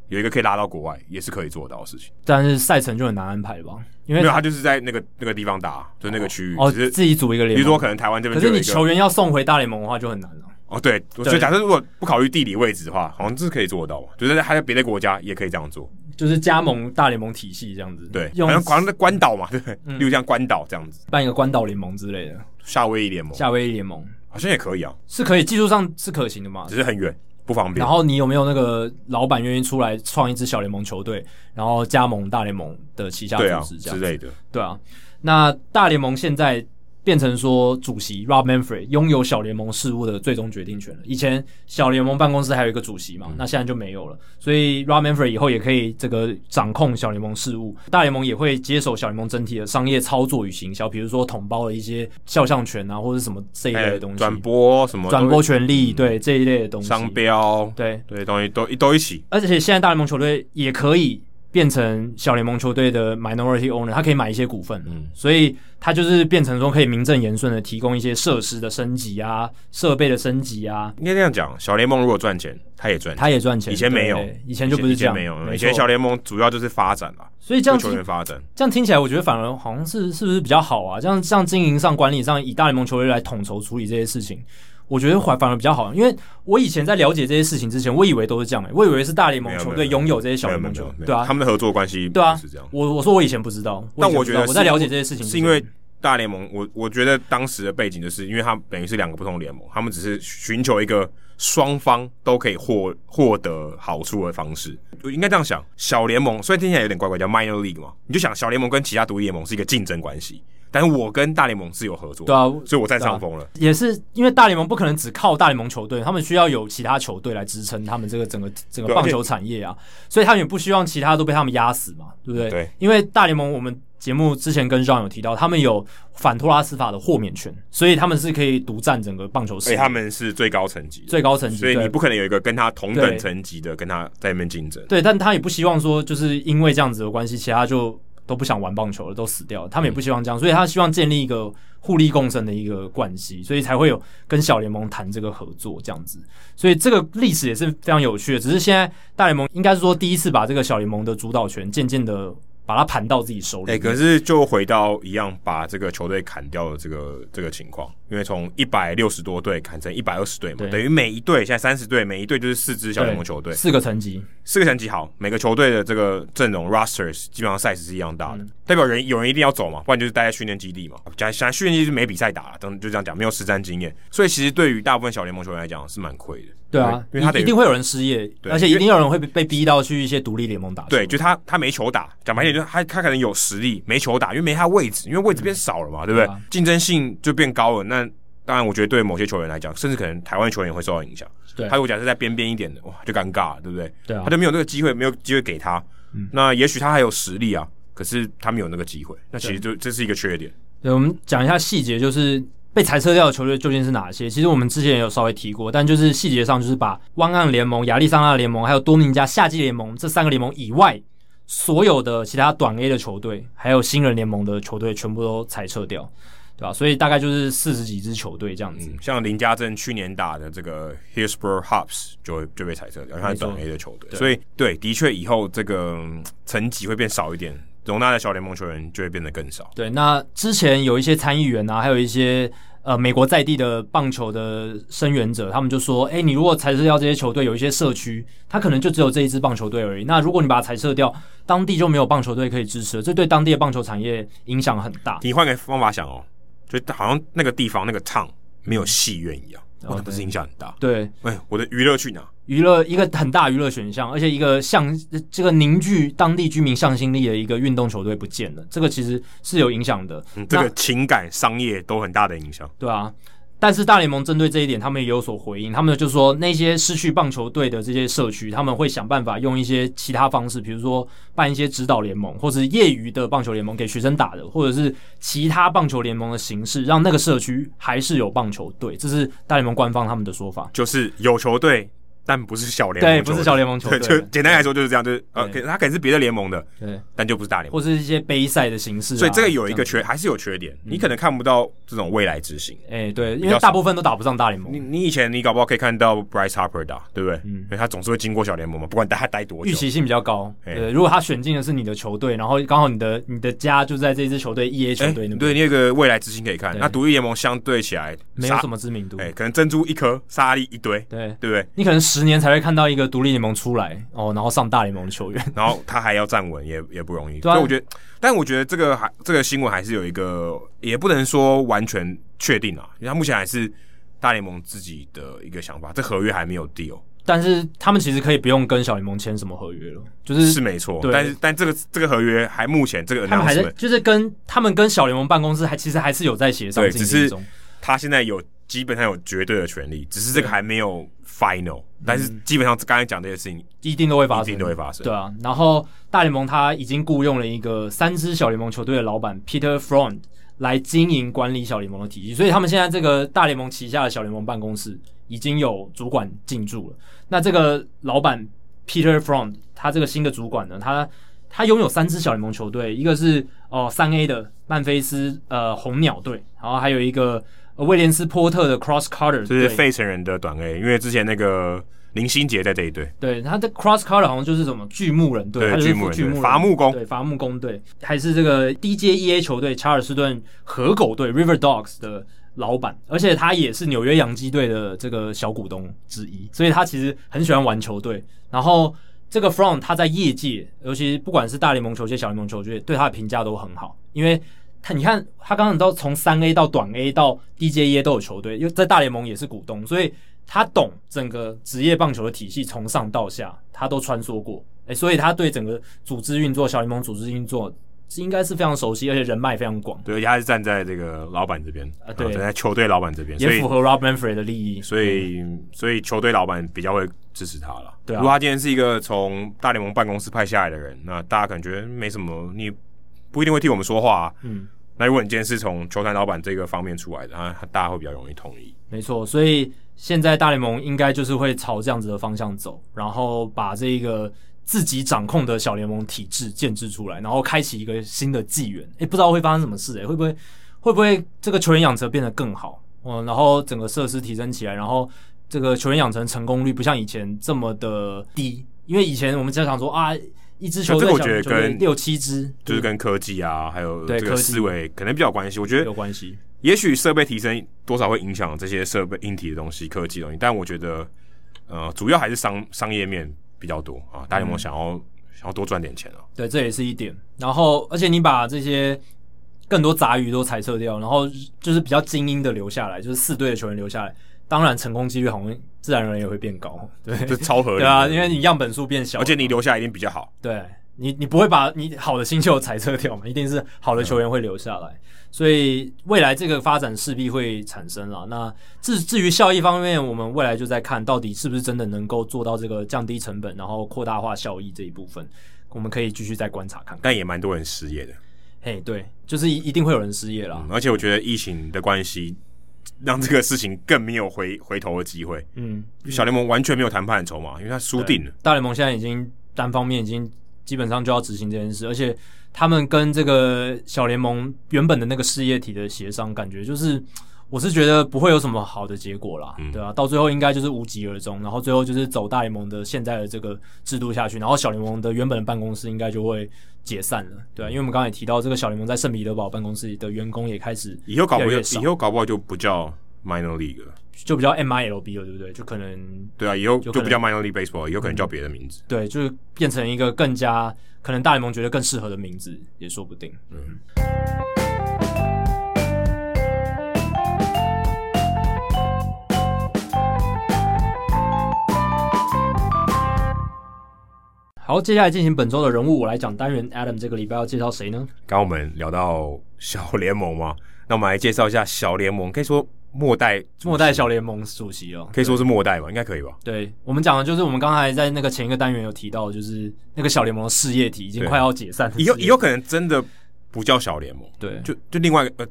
S2: 有一个可以拉到国外，也是可以做到的事情。
S1: 但是赛程就很难安排了吧？因为
S2: 没有，他啊就是在那个那个地方打，就那个区域，
S1: 哦，
S2: 只
S1: 自
S2: 是
S1: 己组一个
S2: 比
S1: 联
S2: 如说
S1: 盟，
S2: 可能台湾这
S1: 可
S2: 边就是有
S1: 你
S2: 一个
S1: 球员要送回大联盟的话就很难了、
S2: 哦，对，所以假设如果不考虑地理位置的话，好像这是可以做到嘛，就是还有别的国家也可以这样做。
S1: 就是加盟大联盟体系这样子，
S2: 对，
S1: 用嗯
S2: 好像好像在关岛嘛，对不对？例如像关岛这样子，
S1: 办一个关岛联盟之类的，
S2: 夏威夷联盟
S1: 夏威夷联盟
S2: 好像也可以啊，
S1: 是可以技术上是可行的嘛
S2: 只？是很远，不方便
S1: 然。后你有没有那个老板愿意出来创一支小联盟球队，然后加盟大联盟的旗下
S2: 对啊
S1: 组织这
S2: 之
S1: 样？
S2: 类的，
S1: 对啊，那大联盟现在变成说，主席 Rob Manfred 拥有小联盟事务的最终决定权了。以前小联盟办公室还有一个主席嘛，
S2: 嗯
S1: 那现在就没有了。所以 Rob Manfred 以后也可以这个掌控小联盟事务，大联盟也会接手小联盟整体的商业操作与行销，比如说统包的一些肖像权啊，或者什么这一类的东西，
S2: 哎转播什么
S1: 转播权利，对这一类的东西，
S2: 嗯商标，
S1: 对。
S2: 对东西都都一起，
S1: 而且现在大联盟球队也可以变成小联盟球队的 minority owner，他可以买一些股份，
S2: 嗯
S1: 所以他就是变成说可以名正言顺的提供一些设施的升级啊、设备的升级啊，
S2: 应该这样讲，小联盟如果赚钱，他也赚钱。
S1: 他也赚钱。
S2: 以前没有
S1: 对对以前就不是
S2: 以
S1: 这样，
S2: 没有，
S1: 没
S2: 以
S1: 错
S2: 前小联盟主要就是发展啊啦，
S1: 所以这
S2: 就
S1: 样
S2: 球
S1: 听
S2: 员发展。
S1: 这样听起来，我觉得反而好像是是不是比较好啊？这样这样经营上、管理上，以大联盟球队来统筹处理这些事情，我觉得反反而比较好。因为我以前在了解这些事情之前，我以为都是这样、欸，我以为是大联盟球队
S2: 没有没有
S1: 拥有这些小
S2: 没有
S1: 联
S2: 没
S1: 盟
S2: 有
S1: 球
S2: 没
S1: 队，
S2: 有
S1: 对啊
S2: 他，们的合作关系
S1: 对啊
S2: 不是这样。
S1: 我我说我以前不知道，
S2: 但
S1: 以前
S2: 我
S1: 不知
S2: 觉
S1: 道
S2: 得
S1: 我在
S2: 是
S1: 了解这些事情之
S2: 是
S1: 前
S2: 因为大联盟，我我觉得当时的背景就是，因为它等于是两个不同的联盟，他们只是寻求一个双方都可以获获得好处的方式。我应该这样想，小联盟虽然听起来有点怪怪，叫 minor league 嘛，你就想小联盟跟其他独立联盟是一个竞争关系，但是我跟大联盟是有合作，
S1: 对啊
S2: 所以我占上风了。
S1: 也是因为大联盟不可能只靠大联盟球队，他们需要有其他球队来支撑他们这个整个整个
S2: 对
S1: 棒球产业啊，所以他们也不希望其他都被他们压死嘛，对不对？
S2: 对，
S1: 因为大联盟我们节目之前跟 John 有提到，他们有反托拉斯法的豁免权，所以他们是可以独占整个棒球
S2: 所
S1: 市
S2: 以
S1: 场
S2: 他们是最高层级的，
S1: 最高层级，
S2: 所以
S1: 对
S2: 你不可能有一个跟他同
S1: 对
S2: 等层级的跟他在那边竞争。
S1: 对，但他也不希望说就是因为这样子的关系，其他就都不想玩棒球了，都死掉了。他们也不希望这样，所以他希望建立一个互利共生的一个关系，所以才会有跟小联盟谈这个合作这样子。所以这个历史也是非常有趣的，只是现在大联盟应该是说第一次把这个小联盟的主导权渐渐的把它盘到自己手里
S2: 哎、
S1: 面。
S2: 可是就回到一样把这个球队砍掉的这个这个情况，因为从一百六十多队砍成一百二十队嘛
S1: 对，
S2: 等于每一队现在三十队，每一队就是四支小联盟球队，
S1: 四个层级，
S2: 四个层级好，每个球队的这个阵容 rosters 基本上 size 是一样大的，代表人有人一定要走嘛，不然就是待在训练基地嘛。讲想训练基地是没比赛打了，等就这样讲，没有实战经验，所以其实对于大部分小联盟球员来讲是蛮亏的。
S1: 对啊，
S2: 因为他
S1: 一
S2: 得
S1: 一定会有人失业，
S2: 对
S1: 而且
S2: 因
S1: 一
S2: 为
S1: 定有人会被被逼到去一些独立联盟打球。嗯
S2: 对，就他他没球打，讲白一点，就是他他可能有实力，没球打，因为没他位置，因为位置变少了嘛，对不
S1: 对
S2: 对
S1: 啊？
S2: 竞争性就变高了。那当然，我觉得对某些球员来讲，甚至可能台湾球员也会受到影响。
S1: 对
S2: 他如果假设在边边一点的，哇，就尴尬了，对不对？
S1: 对啊嗯
S2: 他就没有那个机会，没有机会给他。那也许他还有实力啊，可是他没有那个机会，那其实就这是一个缺点。
S1: 对，我们讲一下细节，就是被裁撤掉的球队究竟是哪些？其实我们之前也有稍微提过，但就是细节上，就是把湾岸联盟、亚利桑那联盟还有多明加夏季联盟这三个联盟以外，所有的其他短 A 的球队，还有新人联盟的球队，全部都裁撤掉，对吧、所以大概就是四十几支球队这样子。
S2: 嗯，像林家正去年打的这个 Hillsborough Hubs 就会就被裁撤掉，因为他是
S1: 没错
S2: 短 A 的球队，所以对，的确以后这个嗯层级会变少一点，容纳的小联盟球员就会变得更少。
S1: 对，那之前有一些参议员啊，还有一些呃美国在地的棒球的声援者，他们就说，哎，你如果裁撤掉这些球队，有一些社区，它可能就只有这一支棒球队而已。那如果你把它裁撤掉，当地就没有棒球队可以支持了，这对当地的棒球产业影响很大。
S2: 你换个方法想哦，就好像那个地方那个 town 没有戏院一样，哇，
S1: OK
S2: 那不是影响很
S1: 嗯
S2: 大？
S1: 哦对，
S2: 哎，我的娱乐去哪？
S1: 娱乐一个很大娱乐选项，而且一个向这个凝聚当地居民向心力的一个运动球队不见了，这个其实是有影响的。
S2: 嗯，这个情感、商业都很大的影响。
S1: 对啊，但是大联盟针对这一点，他们也有所回应。他们就说，那些失去棒球队的这些社区，他们会想办法用一些其他方式，比如说办一些指导联盟，或是业余的棒球联盟给学生打的，或者是其他棒球联盟的形式，让那个社区还是有棒球队。这是大联盟官方他们的说法。
S2: 就是有球队但不是小联盟
S1: 对，
S2: 球
S1: 不
S2: 队，
S1: 是小联盟球
S2: 对，就
S1: 队，
S2: 简单来说就是这样，就是呃，可
S1: 对
S2: 他可能是别的联盟的，
S1: 对，
S2: 但就不是大联盟，
S1: 或是一些杯赛的形式啊。
S2: 所以这个有一
S1: 样，
S2: 个
S1: 嗯
S2: 缺，还是有缺点，你可能看不到这种未来之星。
S1: 哎，对，因
S2: 较
S1: 为
S2: 少
S1: 大部分都打不上大联
S2: 你
S1: 盟，
S2: 你以前你搞不好可以看到 Bryce Harper 打，对不对？因为他总是会经过小联盟嘛，不管他待多
S1: 嗯
S2: 久
S1: 预。期性比较高。
S2: 哎
S1: 对，如果他选进的是你的球队，然后刚好你的你的家就在这支球队 E A 球
S2: 哎，
S1: 队那边，
S2: 对，你有个未来之星可以看。
S1: 对
S2: 那独立联盟相对起来，
S1: 没有
S2: 沙
S1: 什么知名度。
S2: 哎，可能珍珠一颗，沙粒一堆，
S1: 对，
S2: 对不对？
S1: 你可能十年才会看到一个独立联盟出来哦，然后上大联盟的球员。 *laughs*
S2: 然后他还要站稳，也也不容易。
S1: 对啊
S2: 所以我觉得，但我觉得这个还这个新闻还是有一个，也不能说完全确定啊，因为他目前还是大联盟自己的一个想法，这合约还没有 deal，
S1: 但是他们其实可以不用跟小联盟签什么合约了，就是
S2: 是没错。
S1: 对
S2: 但是但这个这个合约还目前这个
S1: 他们还在
S2: announcement，
S1: 就是跟他们跟小联盟办公室还其实还是有在协商
S2: 对
S1: 进
S2: 只是
S1: 行中。
S2: 他现在有基本上有绝对的权利，只是这个
S1: 对
S2: 还没有 final，但是基本上刚才讲这些事情一
S1: 一定都会发生，
S2: 定都会发生。
S1: 对啊，然后大联盟他已经雇佣了一个三支小联盟球队的老板 Peter Frond 来经营管理小联盟的体系，所以他们现在这个大联盟旗下的小联盟办公室已经有主管进驻了。那这个老板 Peter Frond 他这个新的主管呢，他他拥有三支小联盟球队，一个是哦三 A 的曼菲斯呃红鸟队，然后还有一个呃威廉斯波特的 Cross Carter
S2: 就是
S1: 队。
S2: 费城人的短 A，因为之前那个林心杰在这一队，
S1: 对，他的 Cross Carter 好像就是什么巨木人队，
S2: 对
S1: 他就是
S2: 巨木人
S1: 巨
S2: 队
S1: 木人
S2: 伐木工
S1: 对伐木工队，还是这个 DJEA 球队查尔斯顿河狗队 River Dogs 的老板，而且他也是纽约洋基队的这个小股东之一，所以他其实很喜欢玩球队。然后这个 From 他在业界，尤其不管是大联盟球界、小联盟球界，对他的评价都很好，因为。他你看，他刚刚到从三 A 到短 A 到 DJE 都有球队，因为在大联盟也是股东，所以他懂整个职业棒球的体系，从上到下他都穿梭过，诶、所以他对整个组织运作、小联盟组织运作是应该是非常熟悉，而且人脉非常广，
S2: 对，而且他是站在这个老板这边，
S1: 啊对
S2: 然后站在球队老板这边，所
S1: 也
S2: 以
S1: 符合 Rob Manfred 的利益。
S2: 所以所以球队老板比较会支持他了。
S1: 对啊
S2: 如果他今天是一个从大联盟办公室派下来的人，那大家可能觉得没什么，你不一定会替我们说话、啊。
S1: 嗯，
S2: 那如果你今天是从球团老板这个方面出来的，啊，大家会比较容易同意。
S1: 没错，所以现在大联盟应该就是会朝这样子的方向走，然后把这个自己掌控的小联盟体制建制出来，然后开启一个新的纪元。诶、不知道会发生什么事、诶，会不会会不会这个球员养成变得更好？嗯，然后整个设施提升起来，然后这个球员养成成功率不像以前这么的低，因为以前我们经常说啊，一支球
S2: 这
S1: 队
S2: 个我
S1: 小
S2: 觉得
S1: 球队
S2: 跟
S1: 六七支
S2: 就是跟科技啊，还有
S1: 对
S2: 这个
S1: 科技
S2: 思维可能比较有关系。我觉得
S1: 有关系。
S2: 也许设备提升多少会影响这些设备硬体的东西、科技的东西，但我觉得，呃，主要还是商商业面比较多啊。大
S1: 嗯
S2: 联盟想要、想要多赚点钱啊，
S1: 对，这也是一点。然后，而且你把这些更多杂鱼都裁撤掉，然后就是比较精英的留下来，就是四队的球员留下来，当然成功几率好像自然而然也会变高。对，
S2: 这超合理的。
S1: 对啊，因为你样本数变小，
S2: 而且你留下一定比较好。
S1: 对你，你不会把你好的新秀裁撤掉嘛？一定是好的球员会留下来，所以未来这个发展势必会产生啦。那至至于效益方面，我们未来就在看到底是不是真的能够做到这个降低成本，然后扩大化效益这一部分，我们可以继续再观察看看。
S2: 但也蛮多人失业的，
S1: 嘿，对，就是一一定会有人失业啦
S2: 嗯。而且我觉得疫情的关系，让这个事情更没有回回头的机会。
S1: 嗯，
S2: 小联盟完全没有谈判的筹码，因为他输定了。
S1: 大联盟现在已经单方面已经基本上就要执行这件事，而且他们跟这个小联盟原本的那个事业体的协商，感觉就是我是觉得不会有什么好的结果啦，对啊，到最后应该就是无疾而终，然后最后就是走大联盟的现在的这个制度下去，然后小联盟的原本的办公室应该就会解散了，对啊，因为我们刚才也提到这个小联盟在圣彼得堡办公室的员工也开始
S2: 以后搞不
S1: 越来
S2: 好，
S1: 越少
S2: 以后搞不好就不叫 minor league 了。
S1: 就比较 MILB 了，对不对？就可能
S2: 对啊，以后
S1: 就
S2: 就
S1: 可能嗯
S2: 不叫 minor league baseball，以后可能叫别的名字。
S1: 对，就是变成一个更加可能大联盟觉得更适合的名字也说不定。
S2: 嗯
S1: 好，接下来进行本周的人物我来讲单元。Adam 这个礼拜要介绍谁呢？
S2: 刚刚我们聊到小联盟嘛，那我们来介绍一下小联盟，可以说末代
S1: 末代小联盟主席哦，
S2: 可以说是末代吧，应该可以吧？
S1: 对我们讲的就是我们刚才在那个前一个单元有提到，就是那个小联盟的事业体已经
S2: 对
S1: 快要解散了，
S2: 以后以
S1: 有
S2: 后可能真的不叫小联盟，
S1: 对，
S2: 就就另外一个呃，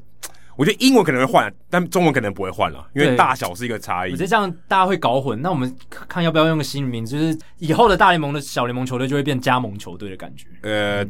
S2: 我觉得英文可能会换，但中文可能不会换了，因为
S1: 对
S2: 大小是一个差异
S1: 我觉。得这样大家会搞混。那我们看要不要用个新名，就是以后的大联盟的小联盟球队就会变加盟球队的感觉。
S2: 呃，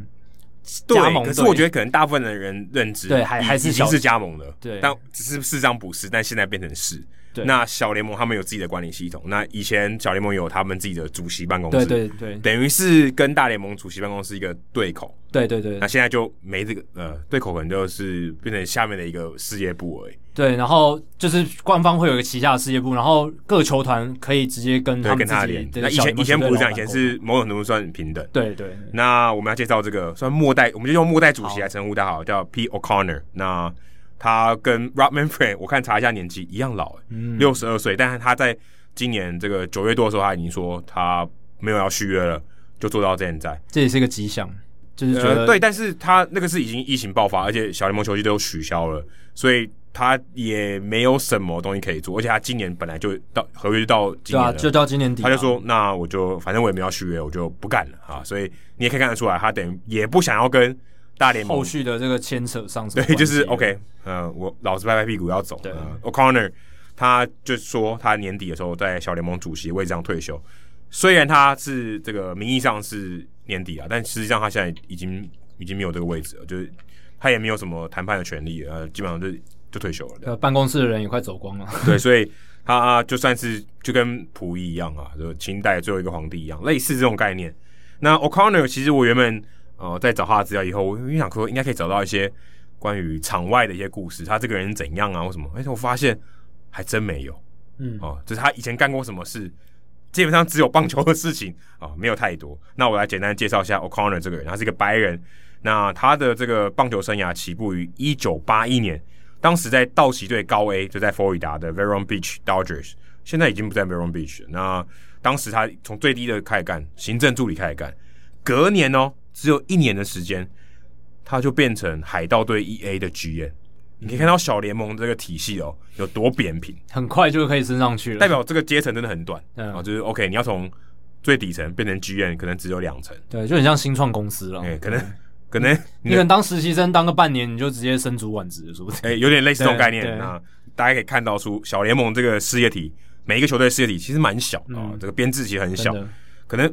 S2: 对
S1: 加，盟
S2: 可是
S1: 队
S2: 我觉得可能大部分的人认知
S1: 对还
S2: 已
S1: 还是
S2: 已经
S1: 小
S2: 是加盟的，
S1: 对
S2: 但只是事实上不是，但现在变成是。
S1: 对
S2: 那小联盟他们有自己的管理系统，那以前小联盟有他们自己的主席办公
S1: 对
S2: 室，
S1: 对对
S2: 等于是跟大联盟主席办公室一个对口。
S1: 对对对
S2: 那现在就没这个呃对口，可能就是变成下面的一个事业部而已。
S1: 对，然后就是官方会有一个旗下的事业部，然后各球团可以直接跟他
S2: 对，跟
S1: 们自
S2: 他
S1: 己
S2: 连。
S1: 的
S2: 那以
S1: 小联
S2: 前
S1: 盟
S2: 以前
S1: 球队
S2: 不是
S1: 老板
S2: 这样，以前
S1: 沟
S2: 是某种程度算平等。
S1: 对对
S2: 那我们要介绍这个算末代，我们就用末代主席来称呼他好，叫 P. O'Connor。那他跟 Rob *laughs* Manfred，我看查一下年纪一样老、欸
S1: 嗯
S2: 六十二岁，但是他在今年这个九月多的时候，他已经说他没有要续约了，就做到现在。
S1: 这也是个吉祥，就是觉得、
S2: 呃，对，但是他那个是已经疫情爆发，而且小联盟球季都取消了，所以他也没有什么东西可以做，而且他今年本来就到合约就到今
S1: 对
S2: 年
S1: 啊，
S2: 了，
S1: 就到今年底啊、
S2: 他就说：“那我就反正我也没有续约，我就不干了啊。”所以你也可以看得出来，他等于也不想要跟大联盟
S1: 后续的这个牵扯上什么
S2: *laughs* 对，就是
S1: 关系啊
S2: OK，呃，我老子拍拍屁股要走。
S1: 对
S2: 呃 O'Connor 他就说他年底的时候在小联盟主席位置上退休，虽然他是这个名义上是年底啊，但实际上他现在已经已经没有这个位置了，就是他也没有什么谈判的权利了，呃，基本上就就退休了。
S1: 呃，办公室的人也快走光了。
S2: 对，所以他就算是就跟溥仪一样啊，就清代最后一个皇帝一样，类似这种概念。那 O'Connor 其实我原本呃在找他的资料以后，我我想说应该可以找到一些关于场外的一些故事，他这个人怎样啊或什么，而且我发现还真没有
S1: 嗯，
S2: 哦、就是他以前干过什么事。基本上只有棒球的事情啊、没有太多。那我来简单介绍一下 O'Connor 这个人，他是一个白人。那他的这个棒球生涯起步于一九八一年，当时在道奇队高 A，就在佛罗里达的 Veron Beach Dodgers，现在已经不在 Veron Beach 了。那当时他从最低的开始干，行政助理开始干，隔年哦，只有一年的时间，他就变成海盗队 E A 的 G M。你可以看到小联盟这个体系哦有多扁平，
S1: 很快就可以升上去了。
S2: 代表这个阶层真的很短
S1: 嗯
S2: 啊，就是 OK，你要从最底层变成 G M，可能只有两层，
S1: 对，就很像新创公司了。
S2: 哎、可能 *laughs*
S1: *laughs*
S2: 可能
S1: 你
S2: 你
S1: 可
S2: 的
S1: 能当实习生当个半年，你就直接升主管职了，说不定。
S2: 哎、有点类似这种概
S1: 对
S2: 念。
S1: 对
S2: 那大家可以看到出小联盟这个事业体，每一个球队的事业体其实蛮小的啊、
S1: 嗯
S2: 这个编制其实很
S1: 真
S2: 小，
S1: 的，
S2: 可能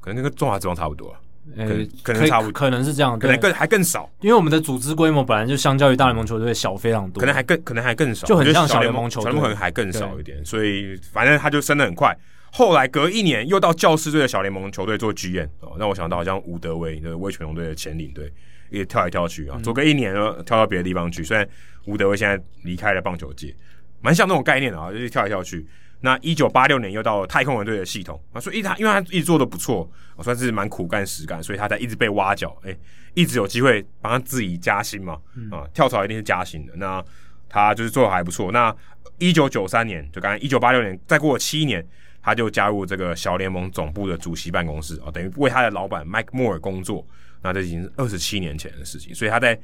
S2: 可能跟个中华职棒差不多，
S1: 呃
S2: 可能可能
S1: 可以
S2: 差不多
S1: 可能是这样，
S2: 可能
S1: 对
S2: 更还更少，
S1: 因为我们的组织规模本来就相较于大联盟球队小非常多，
S2: 可能还更可能还更少，
S1: 就很
S2: 我觉得
S1: 像
S2: 小
S1: 小
S2: 联
S1: 联盟球
S2: 小联
S1: 队
S2: 盟可能还更少一点。所以反正他就升的很快。后来隔一年又到教师队的小联盟球队做 GM 哦，让我想到好像吴德威，就是威权龙队的前领队，也跳来跳去
S1: 嗯
S2: 啊，做个一年呢跳到别的地方去。虽然吴德威现在离开了棒球界，蛮像那种概念的啊，就是跳来跳去。那一九八六年又到了太空人队的系统啊，所以他因为他一直做的不错，啊算是蛮苦干实干，所以他才一直被挖角，哎、一直有机会帮他自己加薪嘛，
S1: 嗯
S2: 啊，跳槽一定是加薪的。那他就是做的还不错。那一九九三年，就刚才一九八六年，再过了七年，他就加入这个小联盟总部的主席办公室啊、哦等于为他的老板 Mike Moore 工作。那这已经是二十七年前的事情，所以他在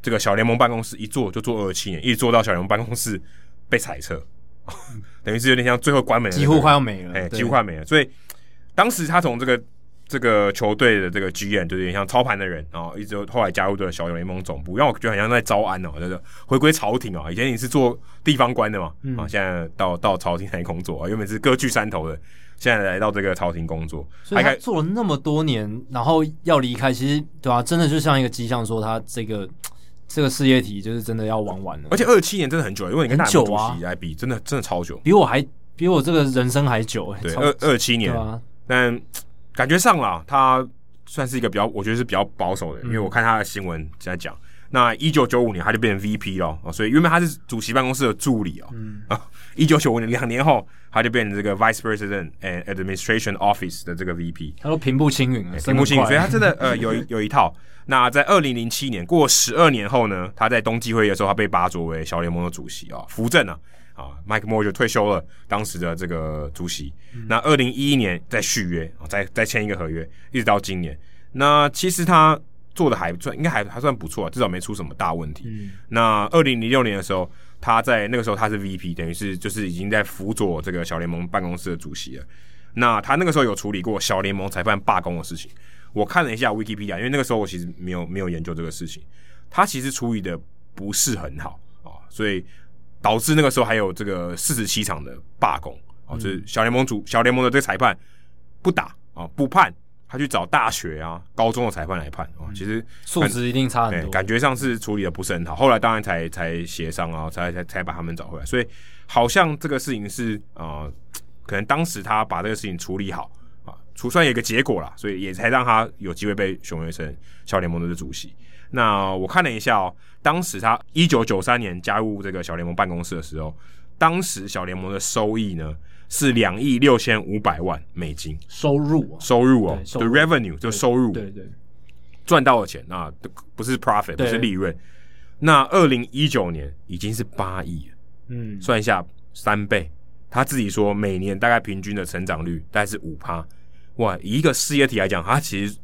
S2: 这个小联盟办公室一做就做二十七年，一直做到小联盟办公室被裁撤， *laughs* 等于是有点像最后关门的那
S1: 几
S2: 个
S1: 乎快要没了，
S2: 哎、
S1: 对
S2: 几乎快没了。所以当时他从这个这个球队的这个 GM 就是有点像操盘的人，然后一直后来加入的小联盟总部，让我觉得好像在招安哦，就是回归朝廷哦。以前你是做地方官的嘛，
S1: 嗯
S2: 啊，现在到到朝廷来工作啊，原本是各据山头的，现在来到这个朝廷工作，
S1: 所以他
S2: 开
S1: 做了那么多年，然后要离开，其实对啊，真的就像一个迹象，说他这个这个事业体就是真的要玩完了，
S2: 而且二七年真的很久了，如果你跟大
S1: 很久
S2: 主
S1: 啊
S2: 席来比，真的真的超久。
S1: 比我还比我这个人生还久、欸，
S2: 对，
S1: 超
S2: 二二七
S1: 对
S2: 年，
S1: 啊，
S2: 但感觉上啦，他算是一个比较，我觉得是比较保守的，因为我看他的新闻在讲。那一九九五年他就变成 VP 了、哦，所以原本他是主席办公室的助理 *laughs* 哦。啊，一九九五年两年后，他就变成这个 Vice President and Administration Office 的这个 VP。
S1: 他都平步青云了，
S2: 哎屏幕性，
S1: 升得
S2: 所
S1: 快
S2: 以他真的呃
S1: *laughs*
S2: 有一有一套。那在二零零七年过十二年后呢，他在冬季会议的时候，他被拔擢为小联盟的主席啊、扶正啊啊，Mike Moore 就退休了，当时的这个主席。
S1: 嗯
S2: 那二零一一年再续约啊，再再签一个合约，一直到今年。那其实他做的还算，应该还还算不错、啊，至少没出什么大问题。
S1: 嗯
S2: 那二零零六年的时候，他在那个时候他是 VP，等于是就是已经在辅佐这个小联盟办公室的主席了。那他那个时候有处理过小联盟裁判罢工的事情。我看了一下 Wikipedia，因为那个时候我其实没有没有研究这个事情。他其实处理的不是很好啊、哦所以导致那个时候还有这个四十七场的罢工啊、哦就是小联盟主小联盟的这个裁判不打啊、哦不判，他去找大学啊、高中的裁判来判啊、哦其实
S1: 素质一定差
S2: 对
S1: 很，多。
S2: 哎感觉上是处理的不是很好，后来当然才才协商啊，才才才把他们找回来，所以好像这个事情是呃，可能当时他把这个事情处理好啊，出算有一个结果啦，所以也才让他有机会被选为成小联盟的主席。那我看了一下哦，当时他一九九三年加入这个小联盟办公室的时候，当时小联盟的收益呢是两亿六千五百万美金
S1: 收入啊，
S2: 收入哦
S1: 对，收
S2: 就
S1: 入
S2: revenue 就收入，哦
S1: 对对，
S2: 赚到的钱，那不是 profit，不
S1: 对
S2: 是利润。那二零一九年已经是八亿了，
S1: 嗯，
S2: 算一下三倍。他自己说，每年大概平均的成长率大概是五趴。哇，以一个事业体来讲，他其实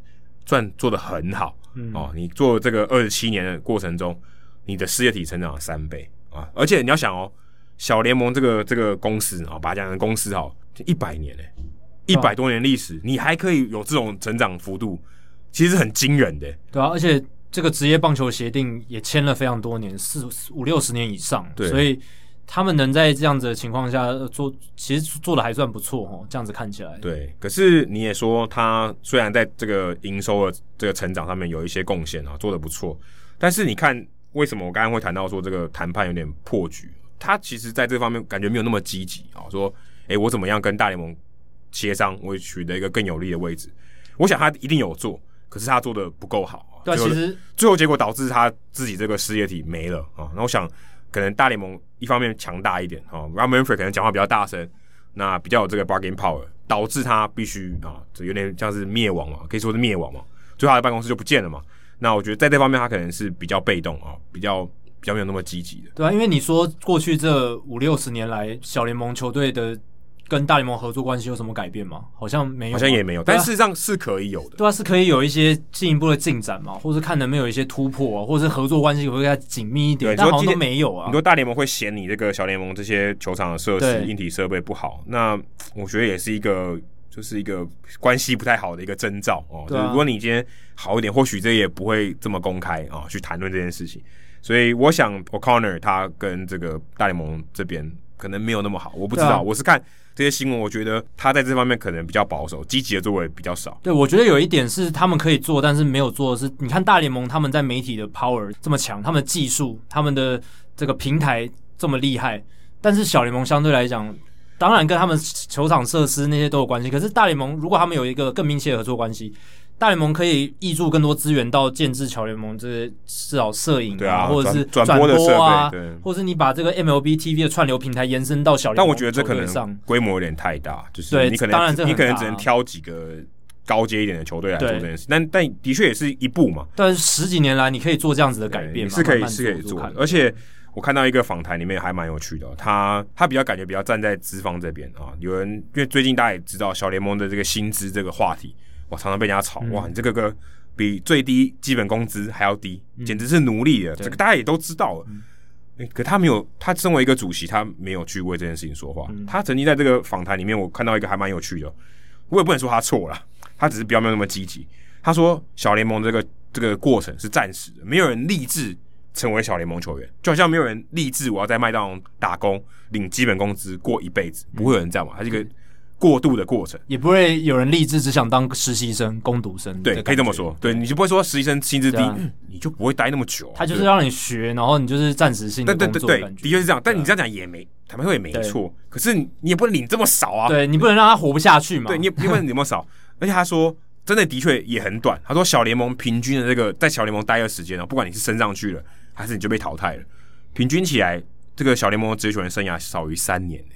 S2: 赚做的很好、
S1: 嗯
S2: 哦。你做这个二十七年的过程中，你的事业体成长了三倍啊！而且你要想哦，小联盟这个这个公司啊、把它讲成公司好，一百年呢、一百多年历史，你还可以有这种成长幅度，其实是很惊人的、
S1: 对啊，而且这个职业棒球协定也签了非常多年，四四五六十年以上，
S2: 对
S1: 所以他们能在这样子的情况下呃做，其实做的还算不错哦。这样子看起来，
S2: 对，可是你也说他虽然在这个营收的这个成长上面有一些贡献啊，做的不错，但是你看为什么我刚刚会谈到说这个谈判有点破局？他其实在这方面感觉没有那么积极啊，说诶，我怎么样跟大联盟协商，我取得一个更有利的位置？我想他一定有做，可是他做的不够好、啊。
S1: 对啊，
S2: 最后
S1: 其实
S2: 最后结果导致他自己这个事业体没了啊。那我想，可能大联盟一方面强大一点啊 r a m a n f r e 可能讲话比较大声，那比较有这个 bargain power，导致他必须啊，这有点像是灭亡嘛，可以说是灭亡嘛，最后他的办公室就不见了嘛。那我觉得在这方面他可能是比较被动啊，比较比较没有那么积极的。
S1: 对啊，因为你说过去这五六十年来，小联盟球队的跟大联盟合作关系有什么改变吗？好像没有啊，
S2: 好像也没有，但
S1: 对啊
S2: 事实上是可以有的。
S1: 对啊，是可以有一些进一步的进展嘛，或是看能不能有一些突破、啊，或是合作关系会更加紧密一点
S2: 对，
S1: 但
S2: 你说
S1: 好像
S2: 今
S1: 都
S2: 天
S1: 没有啊
S2: 很。多大联盟会嫌你这个小联盟这些球场的设施、
S1: 对
S2: 硬体设备不好，那 *sniffs* 我觉得也是一个就是一个关系不太好的一个征兆哦。
S1: 对啊
S2: 就是如果你今天好一点，或许这也不会这么公开啊、去谈论这件事情。所以我想 O'Connor 他跟这个大联盟这边可能没有那么好，我不知道，
S1: 对啊
S2: 我是看这些新闻，我觉得他在这方面可能比较保守，积极的作为比较少。
S1: 对，我觉得有一点是他们可以做，但是没有做的是，你看大联盟他们在媒体的 power 这么强，他们的技术、他们的这个平台这么厉害，但是小联盟相对来讲，当然跟他们球场设施那些都有关系。可是大联盟如果他们有一个更密切的合作关系，大联盟可以挹注更多资源到建制小联盟这些至少摄影
S2: 对啊
S1: 或者是
S2: 转转
S1: 转
S2: 播的设备
S1: 啊
S2: 对，
S1: 或者是你把这个 MLB TV 的串流平台延伸到小联盟，
S2: 但我觉得这可
S1: 上
S2: 能。规模有点太大，就是
S1: 对
S2: 你可能
S1: 当然这很
S2: 你可能只
S1: 大
S2: 能
S1: 啊
S2: 挑几个高阶一点的球队来做
S1: 对
S2: 这件事，但但的确也是一步嘛，
S1: 但是十几年来，你可以做这样子的改
S2: 对
S1: 变
S2: 也
S1: 嘛
S2: 是可
S1: 慢
S2: 以
S1: 慢
S2: 是可以做
S1: 做
S2: 的
S1: 看。
S2: 而且我看到一个访谈里面还蛮有趣的哦、他他比较感觉比较站在资方这边啊，有人因为最近大家也知道小联盟的这个薪资这个话题，哇，常常被人家吵，
S1: 嗯
S2: 哇，你这个个比最低基本工资还要低，
S1: 嗯
S2: 简直是奴隶的，这个大家也都知道了。诶可他没有，他身为一个主席，他没有去为这件事情说话。
S1: 嗯
S2: 他曾经在这个访谈里面，我看到一个还蛮有趣的，哦我也不能说他错了，他只是比较没有那么积极。他说，小联盟这个这个过程是暂时的，没有人立志成为小联盟球员，就好像没有人立志我要在麦当劳打工领基本工资过一辈
S1: 嗯
S2: 子，不会有人这样嘛？它是一个过渡的过程。
S1: 也不会有人立志只想当实习生、攻读生。
S2: 对，可以这么说。对，，你就不会说实习生薪资低
S1: 对啊，
S2: 你就不会待那么久啊。
S1: 他就
S2: 对
S1: 是让你学，然后你就是暂时性
S2: 对
S1: 的
S2: 对
S1: 工
S2: 对
S1: 作的
S2: 对，
S1: 感觉。
S2: 的
S1: 啊
S2: 确是这样。但你这样讲也没，坦白说也没
S1: 对
S2: 错。可是你你也不能领这么少啊。
S1: 对你不能让他活不下去嘛。
S2: 对，你也你问有没
S1: *laughs*
S2: 有少？而且他说，真的的确也很短。他说，小联盟平均的这个在小联盟待的时间哦呢，不管你是升上去了，还是你就被淘汰了，平均起来，这个小联盟的职业球员生涯少于三年、欸。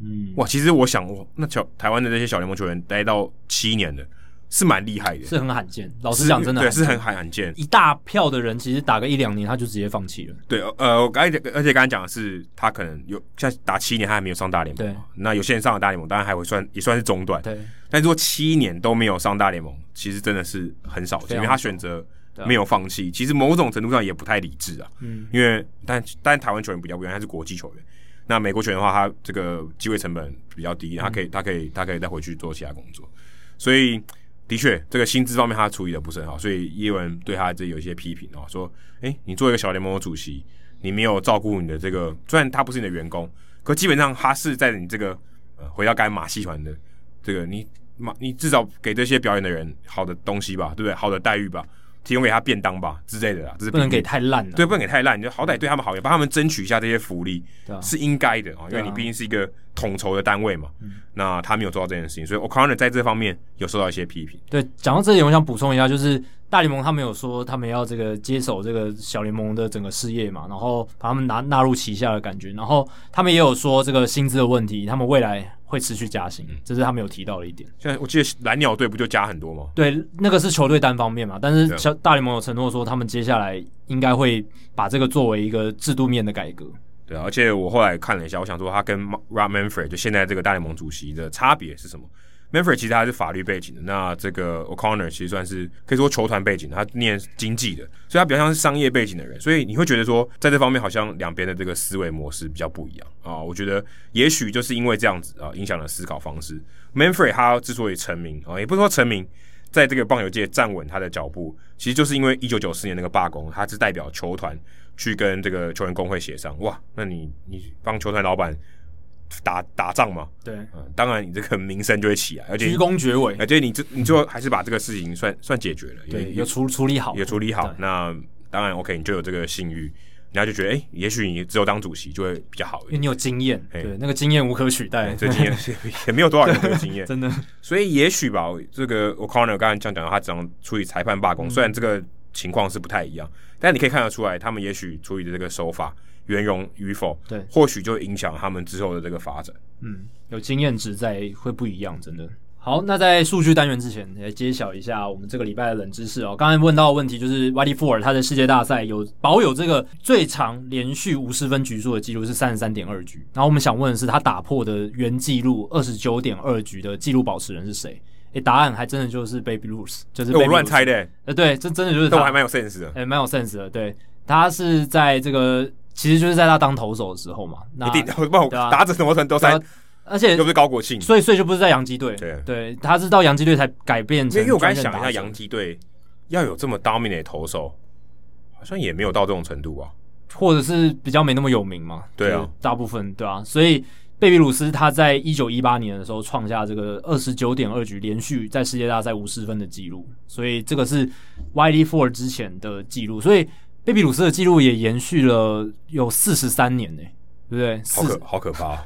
S1: 嗯，
S2: 哇，其实我想，哇，那小台湾的这些小联盟球员待到七年的，是蛮厉害的。
S1: 是很罕见。老实讲，真的
S2: 对，
S1: 罕见
S2: 是很罕见。
S1: 一大票的人，其实打个一两年他就直接放弃了。
S2: 对，呃，我刚才而且刚才讲的是，他可能有像打七年，他还没有上大联盟
S1: 对
S2: 嘛。那有些人上了大联盟，当然还会算也算是中断。
S1: 对，
S2: 但如果七年都没有上大联盟，其实真的是很少见，
S1: 非常
S2: 因为他选择
S1: 对啊
S2: 没有放弃，其实某种程度上也不太理智啊。
S1: 嗯，
S2: 因为但但台湾球员比较不一样，他是国际球员。那美国球员的话，他这个机会成本比较低，他可以他可以他可以再回去做其他工作，所以。的确，这个薪资方面他处理的不是很好，所以叶文对他这有一些批评哦，说，诶，你作为一个小联盟的主席，你没有照顾你的这个，虽然他不是你的员工，可基本上他是在你这个呃回到该马戏团的这个你马，你至少给这些表演的人好的东西吧，对不对？好的待遇吧，提供给他便当吧之类的啦，这是
S1: 不能
S2: 比喻
S1: 给太烂了。
S2: 对，不能给太烂，你就好歹对他们好，也帮他们争取一下这些福利，
S1: 对啊
S2: 是应该的啊，因
S1: 对啊嗯
S2: 为你毕竟是一个统筹的单位嘛。那他没有做到这件事情，所以 O'Connor 在这方面有受到一些批评。
S1: 对，讲到这里，我想补充一下，就是大联盟他们有说他们要这个接手这个小联盟的整个事业嘛，然后把他们拿纳入旗下的感觉，然后他们也有说这个薪资的问题，他们未来会持续加
S2: 嗯
S1: 薪，这是他们有提到的一点。
S2: 现在我记得蓝鸟队不就加很多吗？
S1: 对，那个是球队单方面嘛，但是
S2: 对
S1: 小大联盟有承诺说，他们接下来应该会把这个作为一个制度面的改革。
S2: 对啊，而且我后来看了一下，我想说他跟 Rob Manfred 就现在这个大联盟主席的差别是什么？Manfred 其实他是法律背景的，那这个 O'Connor 其实算是可以说球团背景，他念经济的，所以他比较像是商业背景的人，所以你会觉得说在这方面好像两边的这个思维模式比较不一样啊、我觉得也许就是因为这样子啊、影响了思考方式。Manfred 他之所以成名啊、也不是说成名。在这个棒球界站稳他的脚步，其实就是因为一九九四年那个罢工，他是代表球团去跟这个球员工会协商。哇，那你你帮球团老板打打仗嘛？
S1: 对，
S2: 嗯，当然你这个名声就会起来，啊而且
S1: 鞠躬绝尾，
S2: 而且你这你最后还是把这个事情算算解决了，哎也
S1: 对，有处处理好，
S2: 也处理好
S1: 对。
S2: 那当然 OK，你就有这个信誉，人家就觉得哎、诶也许你只有当主席就会比较好一
S1: 因为
S2: 点。
S1: 你有经验，
S2: 哎
S1: 对，那个经验无可取代
S2: 对，，这
S1: *laughs*
S2: 经验也没有多少人有这个经验，
S1: 真的。
S2: 所以也许吧，这个 O'Connor 刚才这样讲到，他怎样处理裁判罢
S1: 嗯
S2: 工，虽然这个情况是不太一样，但你可以看得出来，他们也许处理的这个手法圆融与否，
S1: 对
S2: 或许就影响他们之后的这个发展。
S1: 嗯，有经验值在会不一样，真的。好，那在数据单元之前，来揭晓一下我们这个礼拜的冷知识哦。刚才问到的问题就是 y d Four 他在世界大赛有保有这个最长连续无失分局数的记录是三十三点二局，然后我们想问的是他打破的原纪录二十九点二局的记录保持人是谁？诶，答案还真的就是 Baby Ruth，就是
S2: 欸
S1: Babe
S2: 我乱
S1: Ruth
S2: 猜。的，
S1: 呃，对，这真的就是他。
S2: 但我还蛮有 sense 的，
S1: 诶，蛮有 sense 的。对，他是在这个，其实就是在他当投手的时候嘛。那
S2: 一定的， *laughs* 不然我
S1: 对啊
S2: 打者怎么可能都猜
S1: 对啊？而且
S2: 又不是高国庆，
S1: 所以所以就不是在洋基队，
S2: 对
S1: 他是到洋基队才改变
S2: 因为
S1: 成。
S2: 因为我刚才想了一下，洋，基队要有这么 dominate 投手，好像也没有到这种程度啊。
S1: 或者是比较没那么有名嘛，
S2: 对啊，
S1: 大部分对啊，所以。贝比鲁斯他在一九一八年的时候创下这个二十九点二局连续在世界大赛无失分的记录，所以这个是 YD Four 之前的记录，所以贝比鲁斯的记录也延续了有四十三年呢、对不对？
S2: 好
S1: 四
S2: 可好可怕、哦！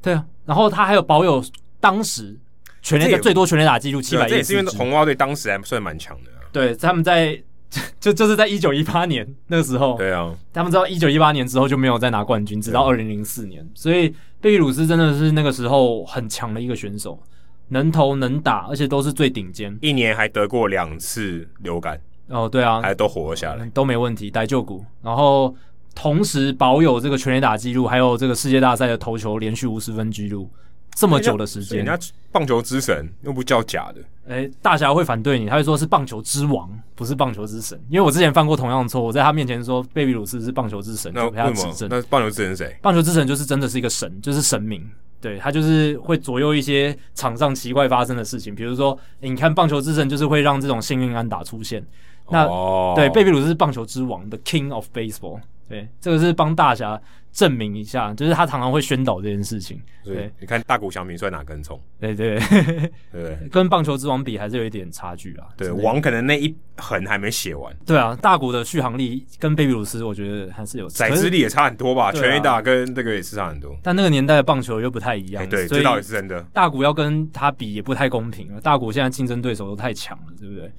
S1: 对啊，然后他还有保有当时全
S2: 这
S1: 垒
S2: 也
S1: 打最多全垒打记 *laughs* 录七
S2: 对啊
S1: 百
S2: 这
S1: 一
S2: 也是因
S1: 十
S2: 为红袜队当时还算蛮强的、啊。
S1: 对，他们在 *laughs* 就就是在一九一八年那个时候，
S2: 对啊，
S1: 他们知道一九一八年之后就没有再拿冠军，直到二零零四年。所以贝比鲁斯真的是那个时候很强的一个选手，能投能打，而且都是最顶尖。
S2: 一年还得过两次流感，
S1: 哦，对啊，
S2: 还都活了下来。
S1: 都没问题，逮旧股，然后同时保有这个全垒打记录，还有这个世界大赛的投球连续无失分记录。这么久的时
S2: 所以
S1: 间，
S2: 人家棒球之神又不叫假的，
S1: 哎、大侠会反对你，他会说是棒球之王，不是棒球之神。因为我之前犯过同样的错，我在他面前说贝比鲁斯是棒球之神，
S2: 那
S1: 就被他
S2: 为什
S1: 指
S2: 么
S1: 正？。
S2: 那棒球之神是谁？
S1: 棒球之神就是真的是一个神，就是神明。对他就是会左右一些场上奇怪发生的事情，比如说，诶你看棒球之神就是会让这种幸运安打出现。那、
S2: 哦
S1: 对贝比鲁斯是棒球之王，the king of baseball。对，这个是帮大侠证明一下，就是他常常会宣导这件事情。
S2: 所以
S1: 对
S2: 你看大谷翔平算哪根葱，
S1: 对对，对 *laughs*
S2: 对不对？
S1: 跟棒球之王比还是有一点差距啊。
S2: 对，
S1: 真的
S2: 王可能那一横还没写完，
S1: 对啊，大谷的续航力跟贝比鲁斯，我觉得还是有
S2: 宰
S1: 可
S2: 之
S1: 是
S2: 力也差很多吧？
S1: 对啊
S2: 全垒打跟这个也是差很多。
S1: 但那个年代的棒球又不太一样，
S2: 哎，对，
S1: 所
S2: 这
S1: 以
S2: 倒也是真的。
S1: 大谷要跟他比也不太公平了。大谷现在竞争对手都太强了，对不对？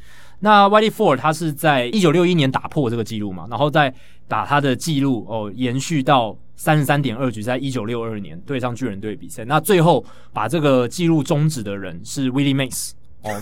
S1: 那 Wiley Ford 他是在一九六一年打破这个记录嘛，然后再把他的记录哦延续到三十三点二局，在一九六二年对上巨人队比赛。那最后把这个记录终止的人是 Willie Mays
S2: *laughs*
S1: 哦，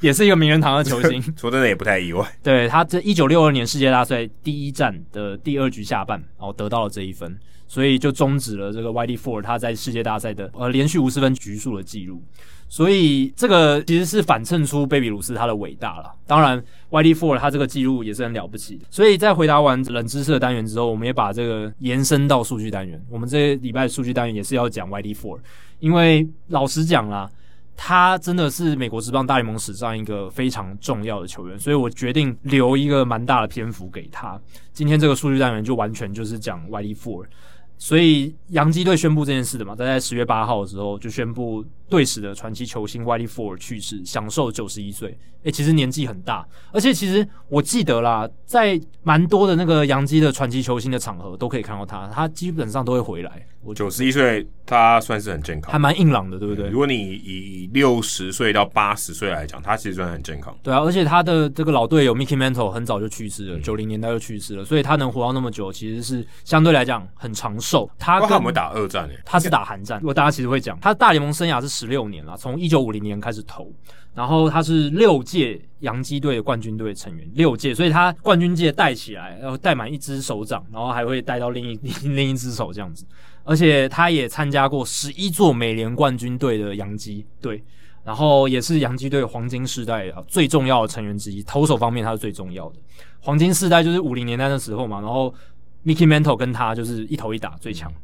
S1: 也是一个名人堂的球星。
S2: 说真的也不太意外，
S1: *laughs* 对他这一九六二年世界大赛第一站的第二局下半，哦，得到了这一分，所以就终止了这个 YD Four 他在世界大赛的呃连续无失分局数的记录。所以这个其实是反衬出贝比鲁斯他的伟大了。当然，YD Four 他这个记录也是很了不起的。所以在回答完冷知识的单元之后，我们也把这个延伸到数据单元。我们这礼拜的数据单元也是要讲 YD Four，因为老实讲啦，他真的是美国职棒大联盟史上一个非常重要的球员，所以我决定留一个蛮大的篇幅给他。今天这个数据单元就完全就是讲 YD Four，所以洋基队宣布这件事的嘛，他在十月八号的时候就宣布队史的传奇球星 YD Four 去世，享受九十一岁。诶、其实年纪很大，而且其实我记得啦，在蛮多的那个洋基的传奇球星的场合都可以看到他，他基本上都会回来。我觉得
S2: 九十一岁，他算是很健
S1: 还
S2: 康。
S1: 蛮硬朗的，对不对
S2: 如？果你以六十岁到八十岁来讲，他其实算很健康。
S1: 对啊，而且他的这个老队友 Mickey Mantle 很早就去世
S2: 嗯
S1: 了，九零、年代就去世了，所以他能活到那么久，其实是相对来讲很长寿。他
S2: 不过
S1: 跟
S2: 他有没有打二战呢、
S1: 他是打韩战，如果大家其实会讲，他大联盟生涯是十六年啦，从一九五零年开始投，然后他是六届洋基队的冠军队成员，六届，所以他冠军届带起来，然后带满一只手掌，然后还会带到另一 *laughs* 另一只手这样子，而且他也参加过十一座美联冠军队的洋基队。然后也是洋基队黄金世代啊最重要的成员之一，投手方面他是最重要的。黄金世代就是五零年代的时候嘛，然后 Mickey Mantle 跟他就是一投一打最强。
S2: 嗯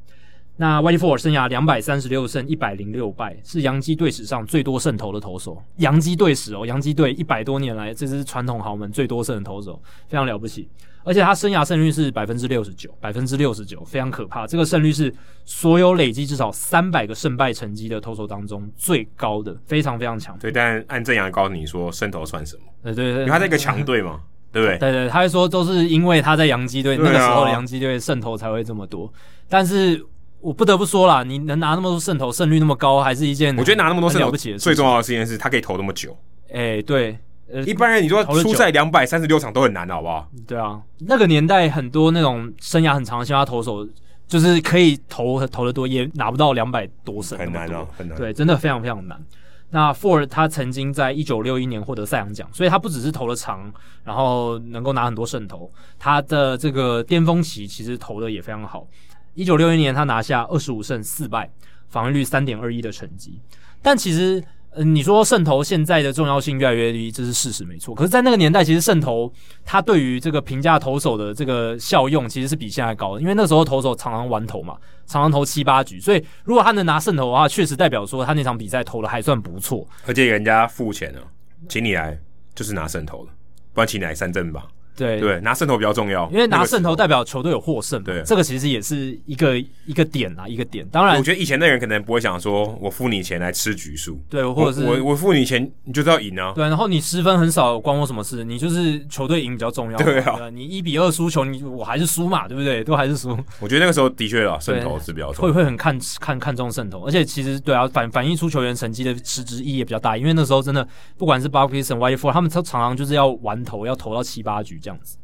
S1: 那 Whitey Ford 生涯两百三十六胜一百零六败，是洋基队史上最多胜投的投手。洋基队史哦，洋基队一百多年来这支传统豪门最多胜的投手，非常了不起。而且他生涯胜率是百分之六十九，百分之六十九，非常可怕。这个胜率是所有累积至少三百个胜败成绩的投手当中最高的，非常非常强。
S2: 对，但按正阳告诉你说，伸头算什么？
S1: 对对对，
S2: 因为他在一个强
S1: *laughs*
S2: 队嘛，对不对？
S1: 对对，他会说都是因为他在洋基队、
S2: 对啊
S1: 那个时候的洋基队渗透才会这么多。但是我不得不说啦，你能拿那么多渗透，胜率那么高，还是一件
S2: 我觉得拿那么多
S1: 嗯
S2: 胜
S1: 很了
S2: 投
S1: 不起的事情
S2: 最重要的事情是他可以投那么久。
S1: 哎、对，呃，
S2: 一般人你说
S1: 投了久
S2: 出赛两百三十六场都很难，好不好？
S1: 对啊，那个年代很多那种生涯很长的先发投手，就是可以投投的多，也拿不到两百多胜，
S2: 很难
S1: 那么多
S2: 啊，很难。
S1: 对，真的非常非常难。那 Ford 他曾经在一九六一年获得赛扬奖，所以他不只是投了长，然后能够拿很多胜投，他的这个巅峰期其实投的也非常好。一九六一年他拿下二十五胜四败，防御率三点二一的成绩。但其实，嗯、你说胜投现在的重要性越来越低，这是事实没错。可是，在那个年代，其实胜投它对于这个评价投手的这个效用，其实是比现在高的，因为那时候投手常常玩投嘛，常常投七八局，所以如果他能拿胜投的话，确实代表说他那场比赛投的还算不错。
S2: 而且人家付钱了，请你来就是拿胜投的，不然请你来三振吧。
S1: 对。
S2: 对，拿胜投比较重要，
S1: 因为拿胜
S2: 那
S1: 投
S2: 个时
S1: 代表球队有获胜嘛，
S2: 对
S1: 这个其实也是一个一个点啊，一个点。当
S2: 候。
S1: 然
S2: 我，觉得以前的人可能不会想说，我付你钱来吃局数，
S1: 对，或者是
S2: 我我我付你钱，你就知道赢啊。
S1: 对，然后你失分很少，关我什么事？你就是球队赢比较重要嘛。
S2: 对啊
S1: 吧你一比二输球，你我还是输嘛，对不对？都还是输，
S2: 我觉得那个时候的确啊，胜投是比较重
S1: 会
S2: 要。
S1: 会很看看看重胜投，而且其实对啊，反反映出球员成绩的实质意义也比较大，因为那时候真的不管是 b a r k l e y 和 Y Four，他们都常常就是要玩投，要投到七八局这样子，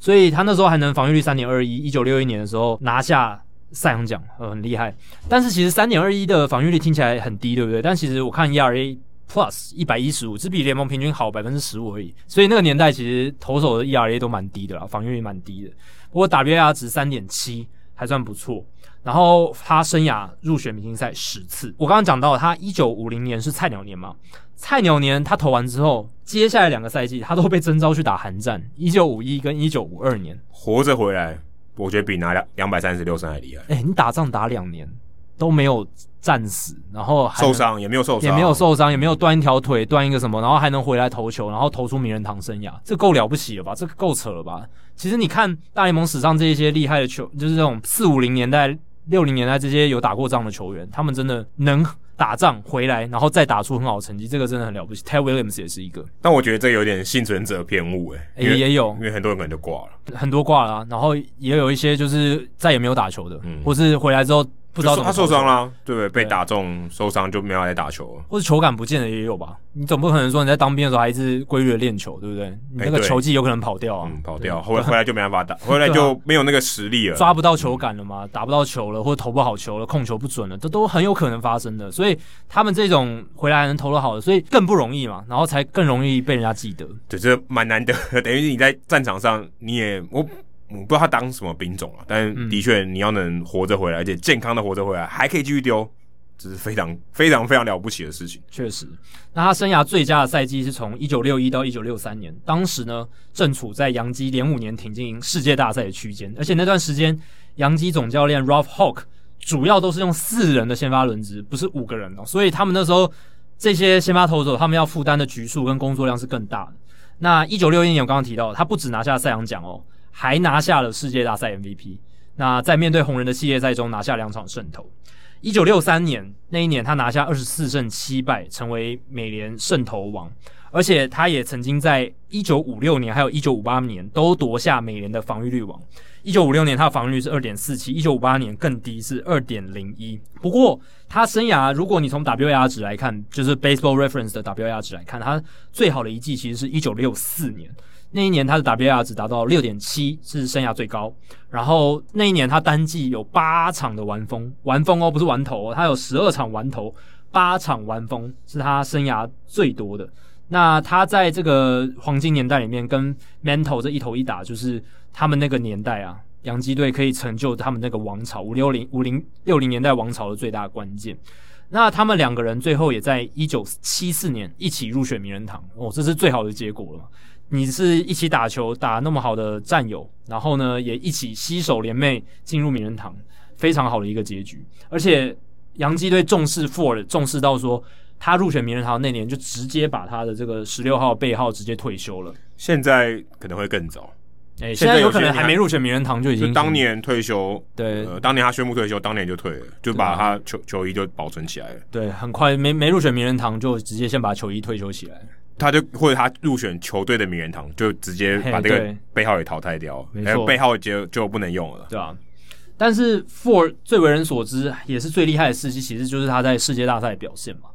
S1: 所以他那时候还能防御率三点二一，一九六一年的时候拿下。赛扬奖呃很厉害，但是其实三点二一的防御率听起来很低，对不对？但其实我看 ERA Plus 一百一十五，只比联盟平均好百分之十五而已。所以那个年代其实投手的 ERA 都蛮低的啦，防御率蛮低的。不过 WAR 值三点七，还算不错。然后他生涯入选明星赛十次。我刚刚讲到，他一九五零年是菜鸟年嘛，菜鸟年他投完之后，接下来两个赛季他都被征召去打韩战，一九五一跟一九五二年。
S2: 活着回来，我觉得比拿两两百三十六胜还厉害。
S1: 哎，你打仗打两年都没有战死，然后还能
S2: 受伤也没有受伤，
S1: 也没有受伤，也没有断一条腿，断一个什么，然后还能回来投球，然后投出名人堂生涯，这够了不起了吧？这个够扯了吧？其实你看大联盟史上这一些厉害的球，就是这种四五零年代、六零年代这些有打过仗的球员，他们真的能打仗回来，然后再打出很好的成绩，这个真的很了不起。Ted Williams 也是一个，
S2: 但我觉得这有点幸存者偏误哎、
S1: 诶
S2: 因为
S1: 也有
S2: 因为很多人可能就挂了，
S1: 很多挂了啊、然后也有一些就是再也没有打球的，
S2: 嗯
S1: 或是回来之后不知道怎
S2: 就是
S1: 么
S2: 他受
S1: 投球
S2: 伤啦，对不对？被
S1: 对
S2: 打中受伤就没有来打球了。
S1: 或是球感不见的也有吧？你总不可能说你在当兵的时候还一直规律的练球，对不对？你那
S2: 哎
S1: 个
S2: 对
S1: 球技有可能跑掉啊。
S2: 嗯，跑掉，回来回来就没办法
S1: *laughs*
S2: 打，回来就没有那个实力了。
S1: 啊抓不到球感了嘛，打不到球了，或者投不好球了，控球不准了，这都很有可能发生的。所以他们这种回来还能投得好的，所以更不容易嘛，然后才更容易被人家记得。
S2: 对，这蛮难得 *laughs* 的。等于是你在战场上，你也我我不知道他当什么兵种啊，但
S1: 嗯
S2: 的确你要能活着回来，而且健康的活着回来，还可以继续丢，这是非常非常非常了不起的事情。
S1: 确实，那他生涯最佳的赛季是从一九六一到一九六三年，当时呢正处在洋基连五年挺进世界大赛的区间，而且那段时间洋基总教练 Ralph Hawk 主要都是用四人的先发轮值，不是五个人哦，所以他们那时候。这些先发投手他们要负担的局数跟工作量是更大的。那一九六一年我刚刚提到，他不只拿下赛扬奖哦，还拿下了世界大赛 MVP。那在面对红人的系列赛中拿下两场胜投。一九六三年那一年，他拿下二十四胜七败，成为美联胜投王。而且他也曾经在一九五六年还有一九五八年都夺下美联的防御率王。一九五六年他的防御率是二点四七，一九五八年更低是二点零一。不过他生涯，如果你从 WAR 值来看，就是 Baseball Reference 的 WAR 值来看，他最好的一季其实是一九六四年。那一年他的 WAR 值达到六点七，是生涯最高。然后那一年他单季有八场的完封，完封哦，不是完投哦，他有十二场完投，八场完封是他生涯最多的。那他在这个黄金年代里面，跟 Mantle 这一头一打，就是他们那个年代啊，洋基队可以成就他们那个王朝五六零五零六零年代王朝的最大关键。那他们两个人最后也在一九七四年一起入选名人堂，哦，这是最好的结果了嘛。你是一起打球打那么好的战友，然后呢也一起携手联袂进入名人堂，非常好的一个结局。而且洋基队重视 Ford，重视到说他入选名人堂那年就直接把他的这个十六号背号直接退休了。
S2: 现在可能会更早，
S1: 哎、
S2: 现
S1: 现
S2: 在
S1: 在
S2: 有
S1: 有
S2: 些
S1: 可能
S2: 你看
S1: 还没入选名人堂就已
S2: 就
S1: 经
S2: 当年退休，
S1: 对啊
S2: 呃，当年他宣布退休，当年就退了，就把他球球衣就保存起来了。
S1: 对，很快没没入选名人堂就直接先把球衣退休起来。
S2: 他就或者他入选球队的名人堂，就直接把
S1: 嘿
S2: 这个
S1: 对
S2: 背号也淘汰掉，
S1: 没错
S2: 然后背号就就不能用了。
S1: 对啊。但是 Ford 最为人所知，也是最厉害的事迹，其实就是他在世界大赛的表现嘛。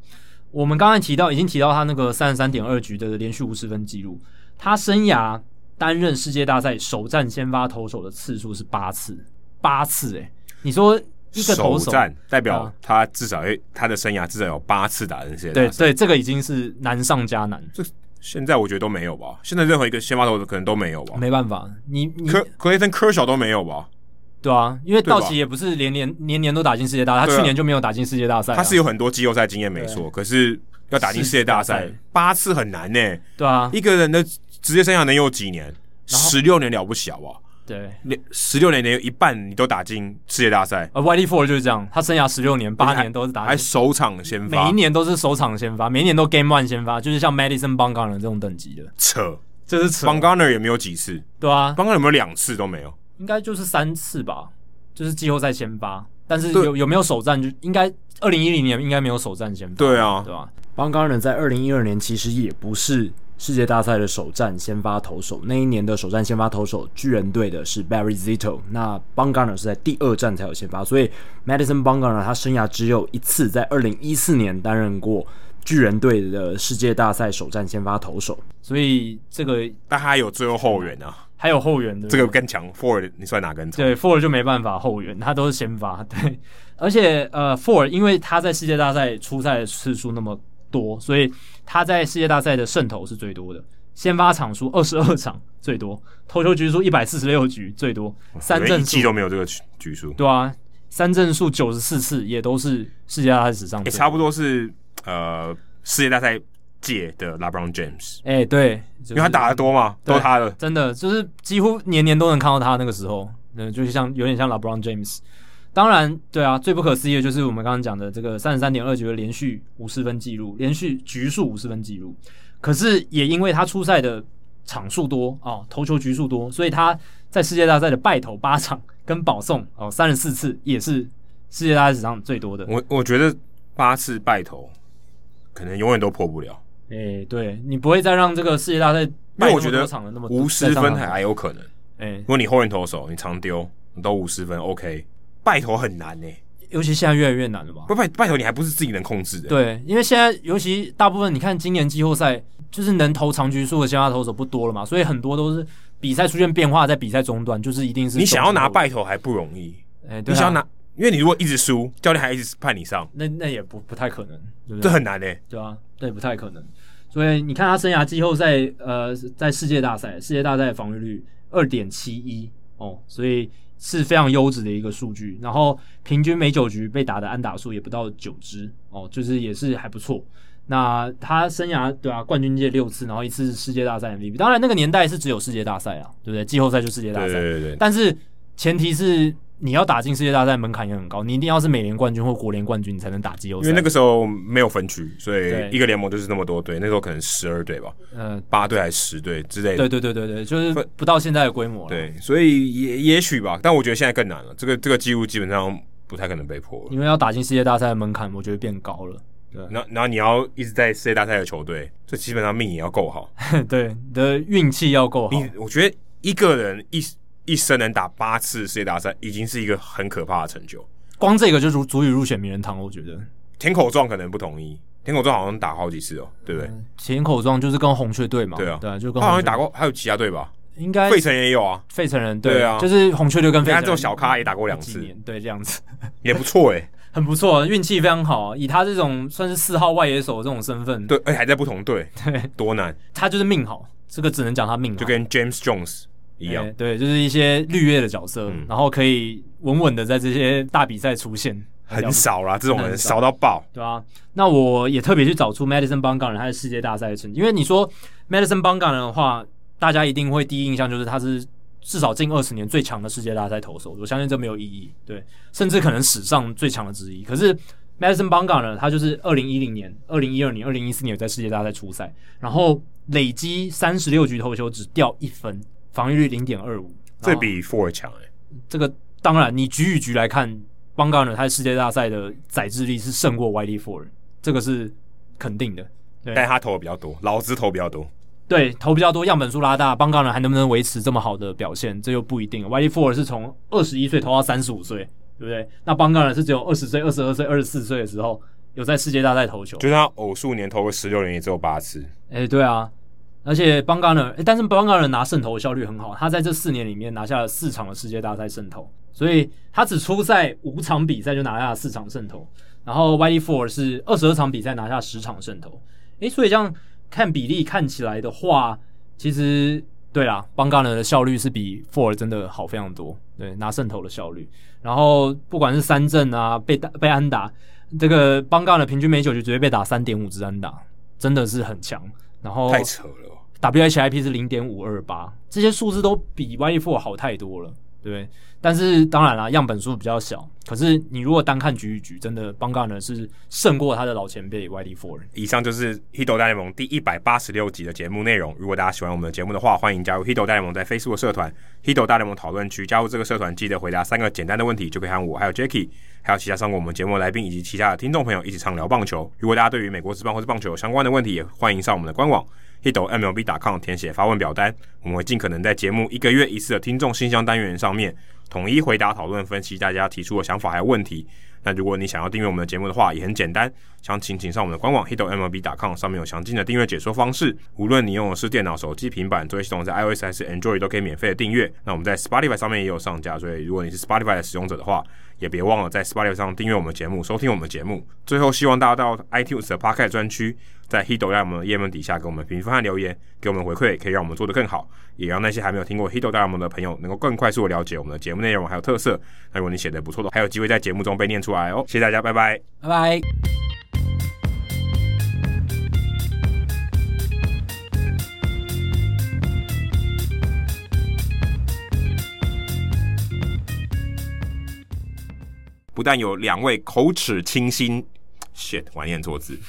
S1: 我们刚才提到，已经提到他那个三十三点二局的连续无失分记录，他生涯担任世界大赛首战先发投手的次数是八次，八次诶、你说一个投
S2: 首
S1: 手，
S2: 战代表
S1: 啊
S2: 他至少会他的生涯至少有八次打 NCAA
S1: 对
S2: 大赛。
S1: 对，这个已经是难上加难，
S2: 现在我觉得都没有吧，现在任何一个先发投手可能都没有吧。
S1: 没办法，你你
S2: 科克雷顿科小都没有吧？
S1: 对啊，因为
S2: 对吧
S1: 道奇也不是连连年年都打进世界大赛，
S2: 对啊
S1: 他去年就没有打进世界大赛啊、
S2: 他是有很多季后赛经验没错，可是要打进世界大
S1: 世
S2: 赛
S1: 界大赛
S2: 八次很难呢、
S1: 对啊，
S2: 一个人的职业生涯能有几年？十六年了不小啊！
S1: 对。
S2: 连十六年连一半你都打进世界大赛，
S1: 呃 YD Four 就是这样，他生涯十六年，八年都是打
S2: 还首场先发，
S1: 每一年都是首场先发，每一年都 Game One 先发，就是像 Madison b u n g a r n 这种等级的，
S2: 扯。
S1: 这是扯
S2: b a n g a n e r 也没有几次
S1: 对啊
S2: b，a n g a n e r 有没有两次都没有？
S1: 应该就是三次吧，就是季后赛先发，但是
S2: 对
S1: 有有没有首战就应该二零一零年应该没有首战先发，
S2: 对啊
S1: 对吧？
S3: 邦冈人在二零一二年其实也不是世界大赛的首战先发投手，那一年的首战先发投手巨人队的是 Barry Zito，那邦冈人是在第二战才有先发，所以 Madison 邦冈人他生涯只有一次在二零一四年担任过巨人队的世界大赛首战先发投手。
S1: 所以这个
S2: 但他有最后后援啊，
S1: 还有后援的，
S2: 这个更强。Ford 你算哪根葱？
S1: 嗯对 Ford 就没办法后援，他都是先发。对，而且呃，Ford 因为他在世界大赛出赛的次数那么多，所以他在世界大赛的胜投是最多的，先发场数二十二场最多，投球局数一百四十六局最多，三
S2: 连一
S1: 振
S2: 季
S1: 数
S2: 都没有这个局局数，
S1: 对啊，三振数九十四次也都是世界大赛史上
S2: 也
S1: 最多。
S2: 差不多是呃世界大赛界的 LeBron James，
S1: 哎、对，因
S2: 因为他打的多嘛，
S1: 对
S2: 都他的。
S1: 真的就是几乎年年都能看到他那个时候，嗯，就是像有点像 LeBron James。当然，对啊，最不可思议的就是我们刚刚讲的这个三十三点二局的连续五十分记录，连续局数五十分记录。可是也因为他出赛的场数多哦，投球局数多，所以他在世界大赛的败投八场跟保送哦三十四次，也是世界大赛史上最多的。
S2: 我我觉得八次败投，可能永远都破不了。
S1: 诶、对你不会再让这个世界大赛
S2: 因
S1: 败那
S2: 为我
S1: 么
S2: 觉
S1: 多
S2: 得
S1: 场了那么多
S2: 无失
S1: 再上
S2: 分
S1: 来
S2: 还还有可能，
S1: 诶
S2: 如、果你后援投手你常丢，你都无失分，OK。败投很难呢、欸
S1: 尤其现在越来越难了吧？
S2: 不败败投你还不是自己能控制的、
S1: 对，因为现在尤其大部分你看今年季后赛，就是能投长局数的先发投手不多了嘛，所以很多都是比赛出现变化，在比赛中段就是一定是
S2: 你想要拿
S1: 中途，
S2: 败投还不容易，
S1: 哎，
S2: 你
S1: 对啊
S2: 想要拿，因为你如果一直输，教练还一直判你上，
S1: 那那也不不太可能，对不
S2: 这
S1: 对？
S2: 很难呢、欸
S1: 对啊，对，不太可能。所以你看他生涯季后赛，呃，在世界大赛，世界大赛的防御率二点七一哦，所以是非常优质的一个数据。然后平均每九局被打的安打数也不到九支哦，就是也是还不错。那他生涯对啊，冠军界六次，然后一次世界大赛 MVP。当然那个年代是只有世界大赛啊，对不对？季后赛就世界大
S2: 对
S1: 赛，
S2: 对对对，
S1: 但是前提是你要打进世界大赛门槛也很高，你一定要是美联冠军或国联冠军，你才能打季后
S2: 因
S1: 赛。
S2: 为那个时候没有分区，所
S1: 对
S2: 以一个联盟就是那么多队，那时候可能十二队吧，
S1: 呃，
S2: 八队还是十队之类的。
S1: 对对对对对，就是不到现在的规模了。，
S2: 对，所以也也许吧，但我觉得现在更难了。这个这个记录基本上不太可能被破了。
S1: 因为要打进世界大赛的门槛，我觉得变高了。 *laughs*
S2: 然后然后你要一直在世界大赛的球队，这基本上命也要够好。
S1: 对，你的运气要够好。
S2: 你我觉得一个人一一生能打八次世界大赛，已经是一个很可怕的成就。
S1: 光这个就足足以入选名人堂，我觉得。
S2: 田口壮可能不同意，田口壮好像打好几次哦，对不对？
S1: 田口壮就是跟红雀队嘛，
S2: 对啊
S1: 对，就
S2: 他
S1: 跟
S2: 好
S1: 红雀
S2: 像打，过，还有其他队吧？
S1: 应该
S2: 费城也有啊，
S1: 费城人
S2: 对啊
S1: 就是红雀队跟
S2: 你
S1: 费
S2: 看
S1: 城
S2: 这
S1: 人
S2: 种小咖也打过两
S1: 几
S2: 次，
S1: 年，对，这样子 *laughs*
S2: 也不错诶、
S1: 很不错，运气非常好。以他这种算是四号外野手这种身份，
S2: 对，而且还在不同 *laughs* 队，
S1: 对
S2: 多难，
S1: 他就是命好，这个只能讲他命好，
S2: 就跟 James Jones 一样
S1: 哎。对，就是一些绿叶的角色，
S2: 嗯
S1: 然后可以稳稳的在这些大比赛出现，
S2: 哎很少啦，这种人
S1: 很少
S2: 少到爆。
S1: 对啊，那我也特别去找出 Madison b u n g a r n 他的世界大赛的成绩，因为你说 Madison b u n g a r n 的话，大家一定会第一印象就是他是至少近二十年最强的世界大赛投手，我相信这没有意义，对，甚至可能史上最强的之一。可是 Madison b u n g a r n 呢，他就是二零一零年、二零一二年、二零一四年有在世界大赛出赛，然后累积三十六局投球只掉一分，防御率零点二五，
S2: 这比 Four 强哎、
S1: 这个当然，你局与局来看，邦加尔他在世界大赛的载制力是胜过 YD Four，这个是肯定的。
S2: 但他投的比较多，老子投比较多。
S1: 对，投比较多，样本数拉大，邦加尔还能不能维持这么好的表现，这又不一定了。YD Four 是从二十一岁投到三十五岁，对不对？那邦加尔是只有二十岁、二十二岁、二十四岁的时候有在世界大赛投球。
S2: 就是他偶数年投个十六年，也只有八次。
S1: 哎、对啊，而且邦加尔，但是邦加尔拿胜投的效率很好，他在这四年里面拿下了四场的世界大赛胜投，所以他只出赛五场比赛就拿下了四场胜投，然后 YD Four 是二十二场比赛拿下十场胜投，哎、所以这样看比例看起来的话，其实对啦，邦加尔的效率是比 Four 真的好非常多，对，拿胜投的效率，然后不管是三振啊，被打被安打。这个邦加尔平均每九局直接被打三点五支安打，真的是很强。然后
S2: 太扯了哦。
S1: WHIP 是零点五二八，这些数字都比 YD4 好太多了，对不对。但是当然啦，样本数比较小，可是你如果单看局与局，真的邦 a 呢是胜过他的老前辈 YD4 人。
S2: 以上就是《h i d o 大联盟》第一百八十六集的节目内容。如果大家喜欢我们的节目的话，欢迎加入《h i d o 大联盟》在 Facebook 社团 h i d o 大联盟”讨论区。加入这个社团，记得回答三个简单的问题，就可以和我、还有 Jacky、还有其他上过我们节目的来宾以及其他的听众朋友一起畅聊棒球。如果大家对于美国职棒或是棒球有相关的问题，也欢迎上我们的官网 h i d o MLB.com 填写发问表单，我们会尽可能在节目一个月一次的听众信箱单元上面统一回答、讨论、分析大家提出的想法还有问题。那如果你想要订阅我们的节目的话，也很简单，详情请上我们的官网 hitomlb.com，上面有详尽的订阅解说方式。无论你用的是电脑、手机、平板作业系统，在 iOS 还是 Android 都可以免费的订阅。那我们在 Spotify 上面也有上架，所以如果你是 Spotify 的使用者的话，也别忘了在 Spotify 上订阅我们的节目，收听我们的节目。最后，希望大家到 iTunes 的 Podcast 专区，在 Hito 让我们的页面底下给我们评分和留言，给我们回馈，可以让我们做得更好，也让那些还没有听过 Hito 大联盟的朋友能够更快速的了解我们的节目内容还有特色。那如果你写的不错的话，还有机会在节目中被念出来哦。谢谢大家，拜拜。
S1: 拜拜。
S2: 不但有两位口齿清新，shit，我还念错字，